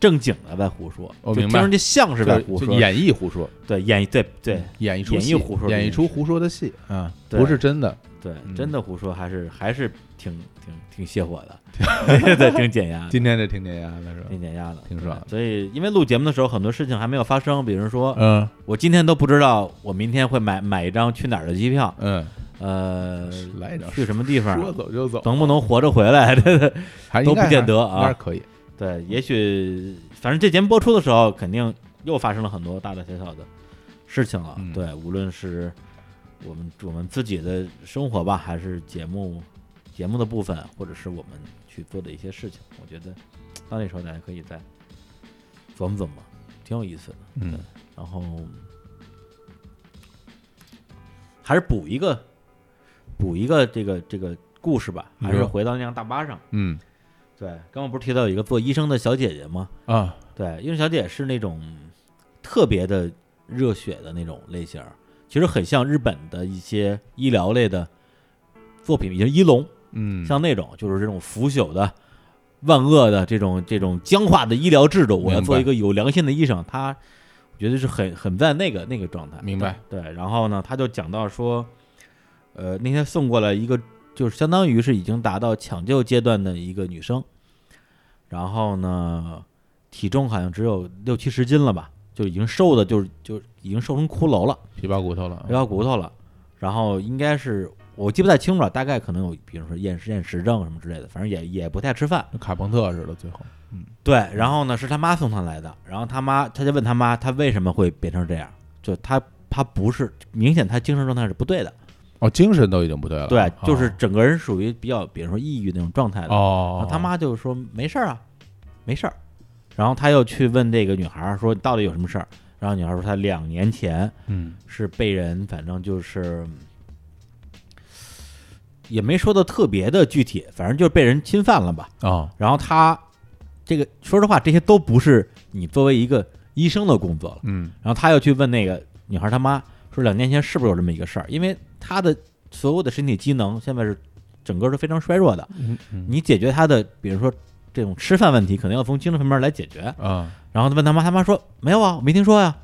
Speaker 1: 正经的在胡说，
Speaker 2: 我
Speaker 1: 就
Speaker 2: 哦明白
Speaker 1: 听着就像是在
Speaker 2: 就
Speaker 1: 胡
Speaker 2: 就
Speaker 1: 说，
Speaker 2: 演绎胡说，
Speaker 1: 对演对对
Speaker 2: 演一出
Speaker 1: 演
Speaker 2: 戏
Speaker 1: 绎胡说这
Speaker 2: 演一
Speaker 1: 件
Speaker 2: 出
Speaker 1: 事
Speaker 2: 胡说的戏啊，
Speaker 1: 对
Speaker 2: 不是真的。
Speaker 1: 对
Speaker 2: 嗯，
Speaker 1: 真的胡说还是还是挺挺挺泄火 的，对，挺减压的，
Speaker 2: 今天这听见呀，他说，
Speaker 1: 挺减压的。
Speaker 2: 挺爽的。
Speaker 1: 所以，因为录节目的时候，很多事情还没有发生，比如说，
Speaker 2: 嗯
Speaker 1: 我今天都不知道我明天会买买一张去哪儿的机票，
Speaker 2: 嗯，
Speaker 1: 呃，
Speaker 2: 来一张
Speaker 1: 去什么地方，
Speaker 2: 说走就走，
Speaker 1: 能不能活着回来？ 这个
Speaker 2: 还
Speaker 1: 都
Speaker 2: 应该
Speaker 1: 不见
Speaker 2: 还
Speaker 1: 得啊
Speaker 2: 应该是可以。
Speaker 1: 对，也许反正这节目播出的时候，肯定又发生了很多大大小小的事情了。
Speaker 2: 嗯
Speaker 1: 对，无论是我们我们自己的生活吧，还是节目节目的部分，或者是我们去做的一些事情，我觉得到那时候大家可以再琢磨琢磨，挺有意思的。
Speaker 2: 嗯
Speaker 1: 对，然后还是补一个补一个这个这个故事吧，
Speaker 2: 你
Speaker 1: 还是
Speaker 2: 说
Speaker 1: 回到那辆大巴上。
Speaker 2: 嗯
Speaker 1: 对，刚刚不是提到有一个做医生的小姐姐吗？
Speaker 2: 啊，
Speaker 1: 对，因为小姐是那种特别的热血的那种类型儿，其实很像日本的一些医疗类的作品，也是医龙，
Speaker 2: 嗯，
Speaker 1: 像那种就是这种腐朽的、万恶的这种这种僵化的医疗制度，我要
Speaker 2: 明
Speaker 1: 做
Speaker 2: 白
Speaker 1: 一个有良心的医生，他我觉得是很很在那个那个状态。
Speaker 2: 明白
Speaker 1: 对，然后呢，他就讲到说，呃，那天送过来一个，就是相当于是已经达到抢救阶段的一个女生，然后呢，体重好像只有六七十斤了吧，就已经瘦的，就是就已经瘦成骷髅了，
Speaker 2: 皮包骨头了啊，
Speaker 1: 皮包骨头了，然后应该是我记不太清楚了，大概可能有，比如说厌食厌食症什么之类的，反正也也不太吃饭。
Speaker 2: 跟卡朋特似的，最后
Speaker 1: 对，然后呢是他妈送他来的，然后他妈他就问他妈他为什么会变成这样，就他他不是明显他精神状态是不对的，
Speaker 2: 哦，精神都已经不对了，
Speaker 1: 对
Speaker 2: 哦，
Speaker 1: 就是整个人属于比较比如说抑郁那种状态的。然
Speaker 2: 哦
Speaker 1: 后，他妈就说没事儿啊，没事儿。然后他又去问这个女孩儿说到底有什么事儿，然后女孩儿说她两年前
Speaker 2: 嗯
Speaker 1: 是被人反正就是也没说的特别的具体，反正就是被人侵犯了吧。
Speaker 2: 啊
Speaker 1: 然后他这个说实话，这些都不是你作为一个医生的工作了。
Speaker 2: 嗯
Speaker 1: 然后他又去问那个女孩他妈，说两年前是不是有这么一个事儿？因为他的所有的身体机能现在是整个是非常衰弱的，
Speaker 2: 嗯嗯
Speaker 1: 你解决他的，比如说这种吃饭问题，可能要从精神方面来解决。
Speaker 2: 啊
Speaker 1: 然后他问他妈，他妈说没有啊，我没听说呀、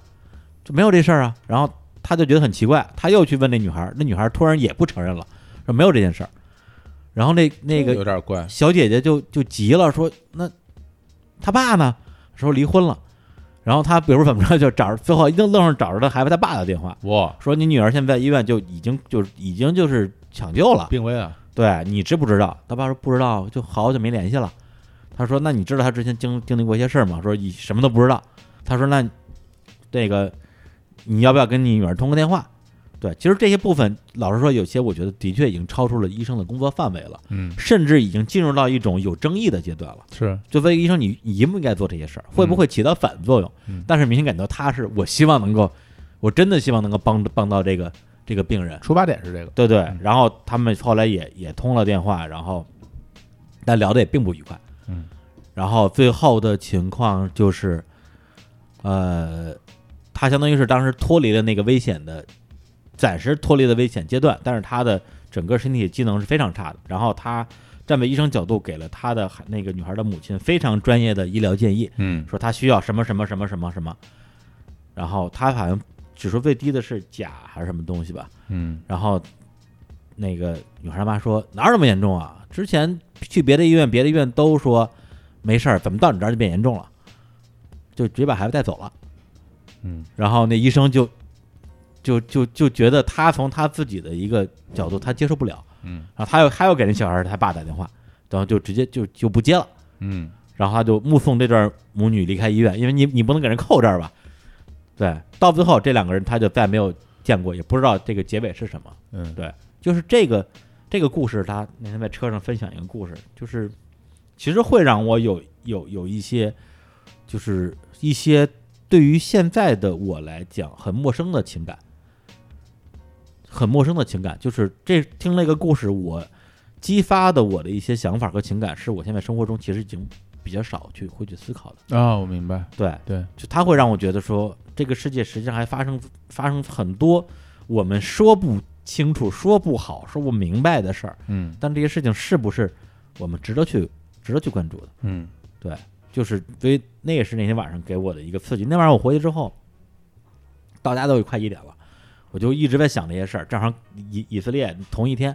Speaker 1: 就没有这事儿啊。然后他就觉得很奇怪，他又去问那女孩儿，那女孩儿突然也不承认了，说没有这件事儿。然后那那
Speaker 2: 有
Speaker 1: 个
Speaker 2: 点怪，
Speaker 1: 小姐姐就就急了，说那他爸呢？说离婚了。然后他比如怎么着，就找最后愣愣是找着他孩子他爸的电话，
Speaker 2: 哇，
Speaker 1: 说你女儿现在在医院就已经就已经就是抢救了，
Speaker 2: 病危啊，
Speaker 1: 对你知不知道？他爸说不知道，就好久没联系了。他说：“那你知道他之前经经历过一些事儿吗？”说以什么都不知道。他说：“那这个你要不要跟你女儿通个电话？”对，其实这些部分，老实说，有些我觉得的确已经超出了医生的工作范围了，
Speaker 2: 嗯
Speaker 1: 甚至已经进入到一种有争议的阶段了。
Speaker 2: 是
Speaker 1: 作为医生，你你应不应该做这些事儿？会不会起到反作用？
Speaker 2: 嗯
Speaker 1: 但是明显感到他是，我希望能够，我真的希望能够帮帮到这个这个病人。
Speaker 2: 出发点是这个，
Speaker 1: 对对
Speaker 2: 嗯，
Speaker 1: 然后他们后来也也通了电话，然后但聊的也并不愉快。
Speaker 2: 嗯，
Speaker 1: 然后最后的情况就是，呃，他相当于是当时脱离了那个危险的，暂时脱离了危险阶段，但是他的整个身体机能是非常差的。然后他站在医生角度，给了他的孩那个女孩的母亲非常专业的医疗建议，
Speaker 2: 嗯
Speaker 1: 说他需要什么什么什么什么什么，然后他好像指数最低的是钾还是什么东西吧。
Speaker 2: 嗯
Speaker 1: 然后那个女孩妈说哪有那么严重啊？之前去别的医院，别的医院都说没事儿，怎么到你这儿就变严重了？就直接把孩子带走了。
Speaker 2: 嗯，
Speaker 1: 然后那医生就就就就觉得他从他自己的一个角度他接受不了，
Speaker 2: 嗯
Speaker 1: 然后他又他又给那小孩儿他爸打电话，然后就直接就就不接了。
Speaker 2: 嗯
Speaker 1: 然后他就目送这对母女离开医院，因为你你不能给人扣这儿吧？对，到最后这两个人他就再没有见过，也不知道这个结尾是什么。
Speaker 2: 嗯
Speaker 1: 就是这个这个故事，他那天在车上分享一个故事，就是其实会让我有有有一些，就是一些对于现在的我来讲很陌生的情感，很陌生的情感，就是这听了一个故事，我激发的我的一些想法和情感，是我现在生活中其实已经比较少去会去思考的。
Speaker 2: 啊，我明白，
Speaker 1: 对，
Speaker 2: 对，
Speaker 1: 就它会让我觉得说，这个世界实际上还发生发生很多我们说不清楚、说不好、说不明白的事儿，
Speaker 2: 嗯
Speaker 1: 但这些事情是不是我们值得去值得去关注的？
Speaker 2: 嗯
Speaker 1: 就是所以那也是那天晚上给我的一个刺激。那晚上我回去之后，到家都快一点了，我就一直在想这些事儿。正好以以色列同一天，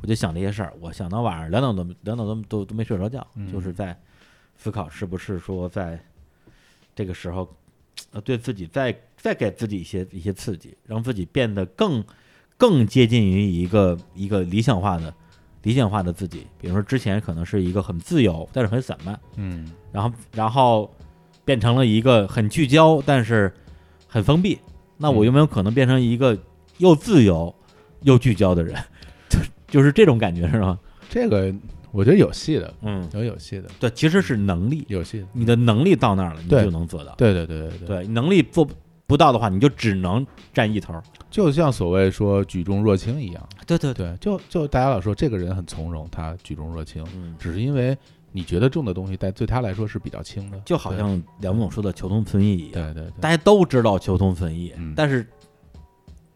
Speaker 1: 我就想这些事儿，我想到晚上两点多两点多都都没睡着觉，
Speaker 2: 嗯
Speaker 1: 就是在思考是不是说在这个时候，呃，对自己再再给自己一些一些刺激，让自己变得更更接近于一个一个理想化的。理想化的自己，比如说之前可能是一个很自由，但是很散漫，
Speaker 2: 嗯
Speaker 1: 然后然后变成了一个很聚嗯焦，但是很封闭。那我有没有可能变成一个又自由，又聚焦的人， 就就是这种感觉是吗？
Speaker 2: 这个我觉得有戏的，
Speaker 1: 嗯，
Speaker 2: 有有戏的，
Speaker 1: 对，其实是能力，
Speaker 2: 有戏的。
Speaker 1: 你的能力到那儿了，你
Speaker 2: 对
Speaker 1: 就能做到。
Speaker 2: 对对对对对，
Speaker 1: 对，能力做不到的话，你就只能占一头儿。
Speaker 2: 就像所谓说举重若轻一样，
Speaker 1: 对对，
Speaker 2: 对，就就大家老说这个人很从容，他举重若轻，
Speaker 1: 嗯，
Speaker 2: 只是因为你觉得重的东西，但对他来说是比较轻的，
Speaker 1: 就好像梁总说的求同存异一样，
Speaker 2: 对对对
Speaker 1: 大家都知道求同存异，
Speaker 2: 嗯
Speaker 1: 但是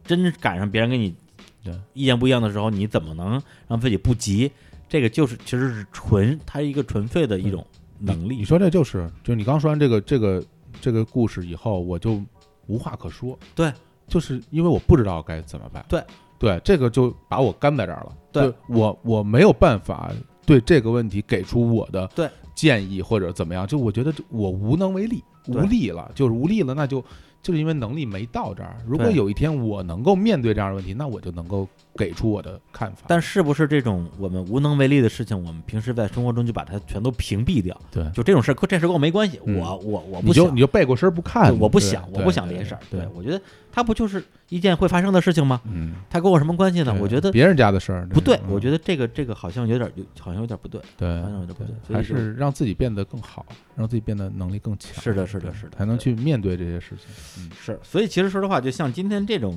Speaker 1: 真赶上别人跟你
Speaker 2: 对
Speaker 1: 意见不一样的时候，你怎么能让自己不急？这个就是其实是纯，它是一个纯粹的一种能
Speaker 2: 你
Speaker 1: 力。
Speaker 2: 说这就是，就是你刚说完这个这个这个故事以后，我就无话可说。
Speaker 1: 对，
Speaker 2: 就是因为我不知道该怎么办。
Speaker 1: 对，
Speaker 2: 对，这个就把我干在这儿了。
Speaker 1: 对
Speaker 2: 就我我没有办法对这个问题给出我的
Speaker 1: 对
Speaker 2: 建议或者怎么样，就我觉得这我无能为力，
Speaker 1: 对
Speaker 2: 无力了，就是无力了，那就。就是因为能力没到这儿，如果
Speaker 1: 对
Speaker 2: 有一天我能够面对这样的问题，那我就能够给出我的看法。
Speaker 1: 但是不是这种我们无能为力的事情，我们平时在生活中就把它全都屏蔽掉？
Speaker 2: 对
Speaker 1: 就这种事儿，这事儿跟我没关系，
Speaker 2: 嗯
Speaker 1: 我我我哦
Speaker 2: 你
Speaker 1: 不
Speaker 2: 就
Speaker 1: 想
Speaker 2: 你，就背过身儿不看
Speaker 1: 对，我不
Speaker 2: 对
Speaker 1: 想，我
Speaker 2: 对
Speaker 1: 不想这
Speaker 2: 对
Speaker 1: 些事儿。
Speaker 2: 对，
Speaker 1: 我觉得它不就是一件会发生的事情吗？
Speaker 2: 嗯，
Speaker 1: 它跟我什么关系呢？
Speaker 2: 对
Speaker 1: 我觉得
Speaker 2: 别嗯人家的事儿
Speaker 1: 不对，我觉
Speaker 2: 得
Speaker 1: 得这个这个好像有点有，好像有点不对。好像有点
Speaker 2: 对
Speaker 1: 不对所以
Speaker 2: 还
Speaker 1: 就是
Speaker 2: 让自己变得更好，让自己变得能力更强。
Speaker 1: 是的是的
Speaker 2: 对
Speaker 1: 是的
Speaker 2: 才能
Speaker 1: 对
Speaker 2: 去面对这些事情。嗯，，
Speaker 1: 是，所以其实说实话，就像今天这种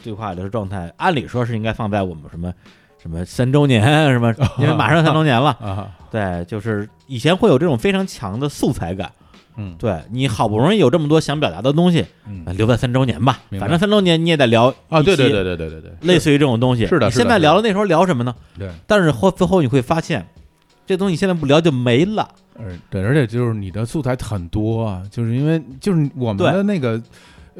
Speaker 1: 对话的状态，按理说是应该放在我们什么什么三周年啊什么，因为马上三周年了
Speaker 2: 啊，
Speaker 1: 对，就是以前会有这种非常强的素材感，
Speaker 2: 嗯
Speaker 1: 对你好不容易有这么多想表达的东西，呃
Speaker 2: 嗯
Speaker 1: 留在三周年吧，
Speaker 2: 明白
Speaker 1: 反正三周年你也得聊
Speaker 2: 啊，
Speaker 1: 一
Speaker 2: 对对
Speaker 1: 期
Speaker 2: 对对对对对，
Speaker 1: 类似于这种东西，
Speaker 2: 是的
Speaker 1: 你
Speaker 2: 是的
Speaker 1: 现在
Speaker 2: 是
Speaker 1: 聊
Speaker 2: 的
Speaker 1: 了那时候聊什么呢？
Speaker 2: 对，
Speaker 1: 但是后最后你会发现，这东西现在不聊就没了，
Speaker 2: 而对，而且就是你的素材很多啊，就是因为就是我们的那个。呃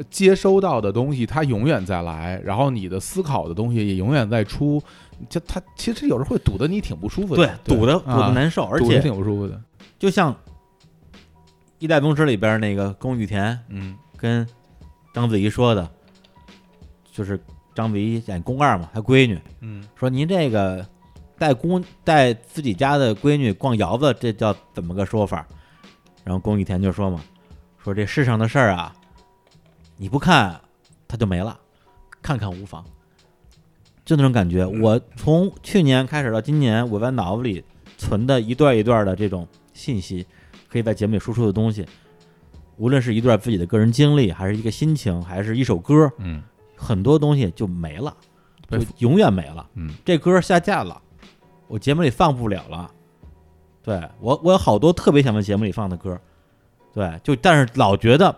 Speaker 2: 接收到的东西，它永远在来，然后你的思考的东西也永远在出，就它其实有时候会堵得你挺不舒服的，对
Speaker 1: 堵的堵
Speaker 2: 啊
Speaker 1: 的难受，而
Speaker 2: 堵得
Speaker 1: 且
Speaker 2: 挺不舒服的，
Speaker 1: 就像《一代宗师》里边那个宫羽田。
Speaker 2: 嗯，
Speaker 1: 跟章子怡说的，就是章子怡演宫二嘛，她闺女
Speaker 2: 嗯，
Speaker 1: 说：“您这个带姑带自己家的闺女逛窑子，这叫怎么个说法？”然后宫羽田就说嘛：“说这世上的事儿啊，你不看它就没了，看看无妨。”就那种感觉。我从去年开始到今年，我在脑子里存的一段一段的这种信息，可以在节目里输出的东西，无论是一段自己的个人经历，还是一个心情，还是一首歌，
Speaker 2: 嗯，
Speaker 1: 很多东西就没了，
Speaker 2: 被
Speaker 1: 就永远没了。
Speaker 2: 嗯，
Speaker 1: 这歌下架了，我节目里放不了了。对我，我有好多特别想在节目里放的歌，对，就但是老觉得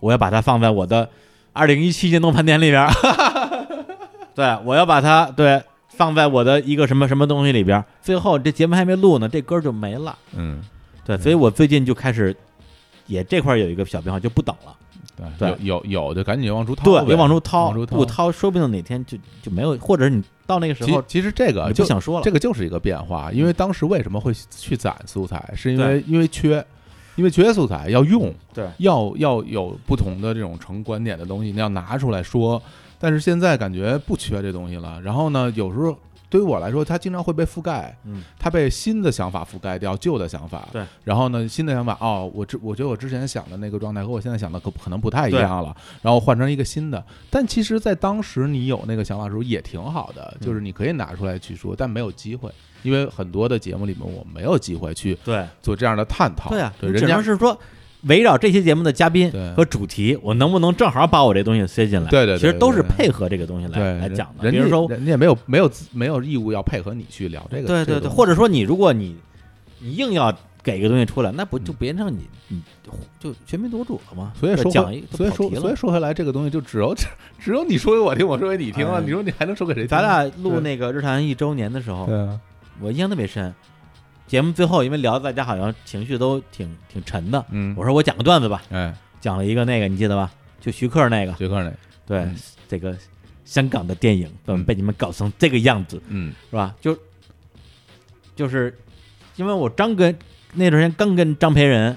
Speaker 1: 我要把它放在我的二零一七年动盘点里边儿， 对我要把它对放在我的一个什么什么东西里边儿，最后这节目还没录呢，这歌就没了。
Speaker 2: 嗯，
Speaker 1: 对，所以我最近就开始也这块儿有一个小变化，就不等了。对
Speaker 2: 对，有有有的赶紧往出掏呗，
Speaker 1: 对，别往出掏，
Speaker 2: 往出掏
Speaker 1: 不掏，说不定哪天就就没有，或者是你到那个时
Speaker 2: 其
Speaker 1: 候
Speaker 2: 其实这个
Speaker 1: 你
Speaker 2: 就
Speaker 1: 不想说了。嗯
Speaker 2: 这个就是一个变化，因为当时为什么会去攒素材，是因为因为缺，因为缺素材要用，
Speaker 1: 对，
Speaker 2: 要要有不同的这种成观点的东西，你要拿出来说。但是现在感觉不缺这东西了，然后呢，有时候对于我来说，它经常会被覆盖，
Speaker 1: 嗯，
Speaker 2: 它被新的想法覆盖掉旧的想法，
Speaker 1: 对，
Speaker 2: 然后呢，新的想法哦，我之我觉得我之前想的那个状态和我现在想的可可能不太一样了，然后换成一个新的。但其实，在当时你有那个想法的时候也挺好的，
Speaker 1: 嗯
Speaker 2: 就是你可以拿出来去说，但没有机会，因为很多的节目里面我没有机会去
Speaker 1: 对
Speaker 2: 做这样的探讨。
Speaker 1: 对啊，
Speaker 2: 对
Speaker 1: 你
Speaker 2: 人
Speaker 1: 只能
Speaker 2: 家
Speaker 1: 是说围绕这期节目的嘉宾
Speaker 2: 对
Speaker 1: 和主题，我能不能正好把我这东西塞进来？
Speaker 2: 对对对
Speaker 1: 其实都是
Speaker 2: 对对
Speaker 1: 配合这个东西来
Speaker 2: 对
Speaker 1: 来
Speaker 2: 人
Speaker 1: 讲的。
Speaker 2: 人
Speaker 1: 比
Speaker 2: 家
Speaker 1: 如说，
Speaker 2: 人家也没有没有资没有义务要配合你去聊这个，
Speaker 1: 对
Speaker 2: 这
Speaker 1: 对对，
Speaker 2: 个东西
Speaker 1: 或者说你如果你你硬要给一个东西出来，那不就别让你你就全民夺主了吗？
Speaker 2: 所以
Speaker 1: 对
Speaker 2: 说回，
Speaker 1: 讲一，
Speaker 2: 所以说，所以说回来，这个东西就只有只只有你说给我听，我说给你听啊！
Speaker 1: 哎
Speaker 2: 你说你还能说给谁听
Speaker 1: 咱
Speaker 2: 啊？
Speaker 1: 俩录那个日坛一周年的时候，
Speaker 2: 对啊，
Speaker 1: 我印象特别深。节目最后，因为聊大家好像情绪都挺挺沉的，
Speaker 2: 嗯，
Speaker 1: 我说我讲个段子吧，
Speaker 2: 哎，
Speaker 1: 讲了一个那个你记得吧？就徐克那个，
Speaker 2: 杰克那，
Speaker 1: 对、
Speaker 2: 嗯
Speaker 1: 这个香港的电影怎么被你们搞成这个样子，
Speaker 2: 嗯
Speaker 1: 是吧？就就是因为我刚跟那段时间刚跟张培仁、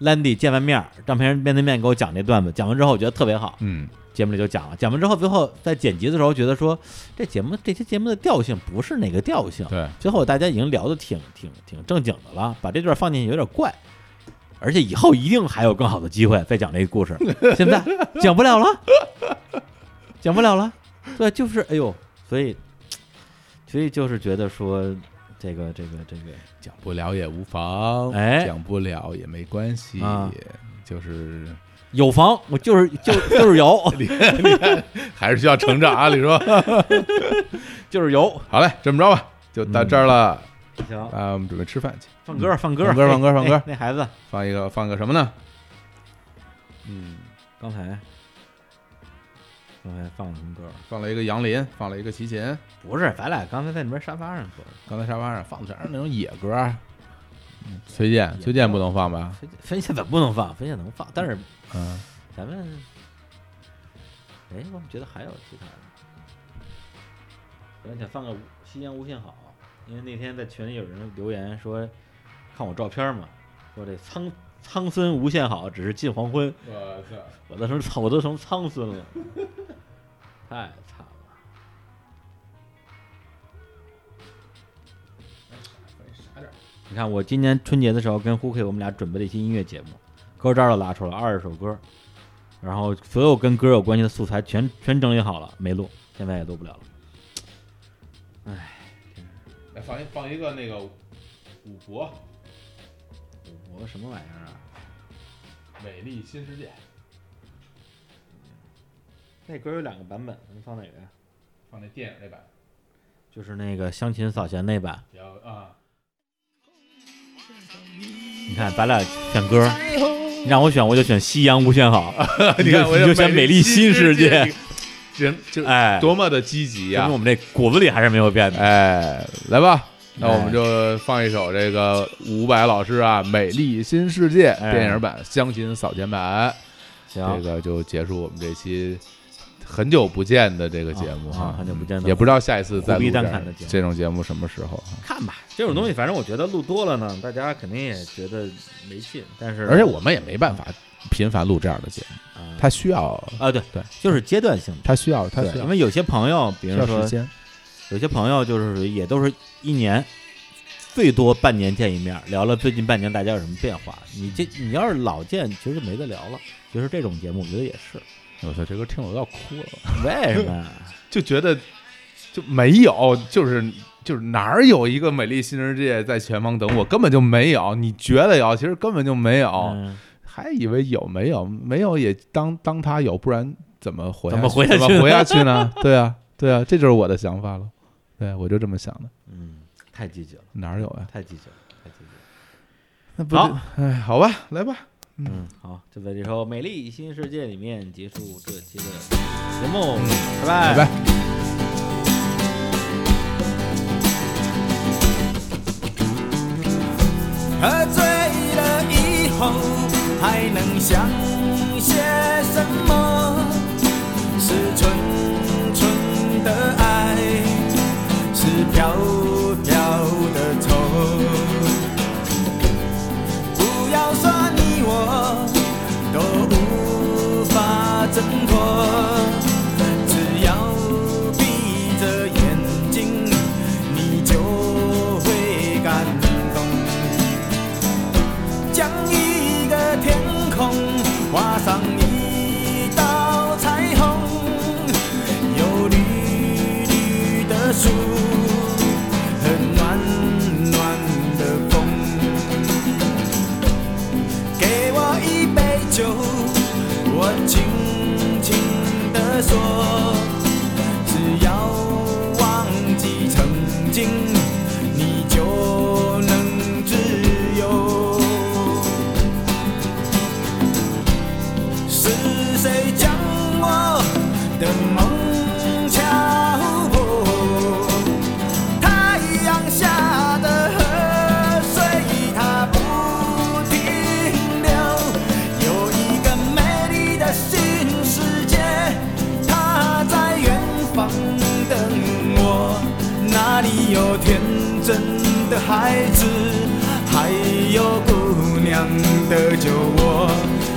Speaker 1: Landy 见完面儿，张培仁面对面给我讲这段子，讲完之后我觉得特别好，
Speaker 2: 嗯，
Speaker 1: 节目里就讲了，讲完之后最后在剪辑的时候觉得说这节目这期节目的调性不是哪个调性，
Speaker 2: 对，
Speaker 1: 最后大家已经聊得挺挺挺正经的了，把这段放进去有点怪，而且以后一定还有更好的机会再讲这个故事， 现在讲不了了，讲不了了，对，就是哎呦，所以，所以就是觉得说，这个这个这个，
Speaker 2: 讲不了也无妨，
Speaker 1: 哎
Speaker 2: 哦讲不了也没关系，
Speaker 1: 啊
Speaker 2: 就是
Speaker 1: 有房我就是就就是有，
Speaker 2: 还是需要成长 啊，李叔。
Speaker 1: 就是 有，
Speaker 2: 好嘞，这么着吧，就到这儿了，
Speaker 1: 行，
Speaker 2: 啊，我们准备吃饭去，
Speaker 1: 放歌放歌
Speaker 2: 放歌
Speaker 1: 哎
Speaker 2: 放歌放歌
Speaker 1: 哎那孩子，
Speaker 2: 放一个放个什么呢？
Speaker 1: 嗯，刚才刚才放了什么歌？
Speaker 2: 放了一个杨林，放了一个齐秦，
Speaker 1: 不是，咱俩刚才在那边沙发上说的，
Speaker 2: 刚才沙发上放的全是那种野歌儿。嗯崔健，崔健不能放吧？
Speaker 1: 分分现在不能放，分现能放，但是
Speaker 2: 嗯，
Speaker 1: 咱们，哎，我们觉得还有其他的，本来想放个《西安无限好》，因为那天在群里有人留言说，看我照片嘛，说这苍苍孙无限好，只是近黄昏。
Speaker 2: 我操，
Speaker 1: 我都成苍我都成苍孙了， 太惨了。你看，我今年春节的时候跟 h u k i 我们俩准备了一期音乐节目，歌单都拉出来二十首歌，然后所有跟歌有关系的素材全全整理好了，没录，现在也录不了了。
Speaker 2: 来放一放一个那个五博
Speaker 1: 我什么玩意儿啊？
Speaker 2: 美丽新世界，
Speaker 1: 那歌有两个版本，你放哪个呀？
Speaker 2: 放那电影那版，
Speaker 1: 就是那个湘琴扫弦那版。
Speaker 2: 然后啊，
Speaker 1: 你看，咱俩选歌，你让我选我就选《夕阳无限好》，
Speaker 2: 你看 我
Speaker 1: 你就选《美丽新世界》。
Speaker 2: 人就
Speaker 1: 哎，
Speaker 2: 多么的积极
Speaker 1: 说
Speaker 2: 呀
Speaker 1: 明！我们这骨子里还是没有变的。
Speaker 2: 哎，来吧，那
Speaker 1: 哎
Speaker 2: 我们就放一首这个伍佰老师啊，《美丽新世界》
Speaker 1: 哎
Speaker 2: 电影版、乡亲扫弦版，这
Speaker 1: 行，
Speaker 2: 个就结束我们这期很久不见的这个节目
Speaker 1: 啊，啊
Speaker 2: 哈
Speaker 1: 很。久不见的，
Speaker 2: 也不知道下一次再
Speaker 1: 虎逼
Speaker 2: 录这
Speaker 1: 蛋
Speaker 2: 样
Speaker 1: 看的节目
Speaker 2: 这种节目什么时候啊。
Speaker 1: 看吧。这种东西，反正我觉得录多了呢，大家肯定也觉得没劲。但是，
Speaker 2: 而且我们也没办法频繁录这样的节目，
Speaker 1: 啊
Speaker 2: 它需要，
Speaker 1: 啊，对
Speaker 2: 对，
Speaker 1: 就是阶段性的。
Speaker 2: 它需要，它
Speaker 1: 对
Speaker 2: 需，要
Speaker 1: 因为有些朋友，比
Speaker 2: 需
Speaker 1: 如
Speaker 2: 要
Speaker 1: 说
Speaker 2: 时间。
Speaker 1: 有些朋友就是属于也都是一年，最多半年见一面，聊聊最近半年大家有什么变化。你这你要是老见，其实就没得聊了。就是这种节目，我觉得也是。
Speaker 2: 我操，这歌听我都要哭了，
Speaker 1: 为什么啊呀？
Speaker 2: 就觉得就没有，就是就是哪儿有一个美丽新世界在前方等我，根本就没有。你觉得有，其实根本就没有，
Speaker 1: 嗯，
Speaker 2: 还以为有没有，没有也当当它有，不然怎么活
Speaker 1: 怎么活
Speaker 2: 下
Speaker 1: 下去
Speaker 2: 去怎么活下去 呢？对啊，对啊，这就是我的想法了。对，我就这么想的，
Speaker 1: 嗯，太积极了，
Speaker 2: 哪儿有呀、
Speaker 1: 太积极了，太积极了。
Speaker 2: 那不
Speaker 1: 好
Speaker 2: 得，哎，好吧，来吧。
Speaker 1: 嗯，好，就在这首《美丽新世界》里面结束这期的节目，嗯拜拜
Speaker 2: 拜拜
Speaker 4: 喝醉了以后还能想些什么？是纯纯的爱，是飘飘的愁。不要说你我都无法挣脱。只要闭着眼睛，你就会感动。将一个天空画上一道彩虹，有绿绿的树和暖暖的风。给我一杯酒，我轻轻地说，只要忘记曾经，你就能自由。是谁将我的梦敲破？太阳下的河水它不停留，有一个美丽的新世界，它在远方等我。那里有天真的孩子，还有姑娘的酒窝。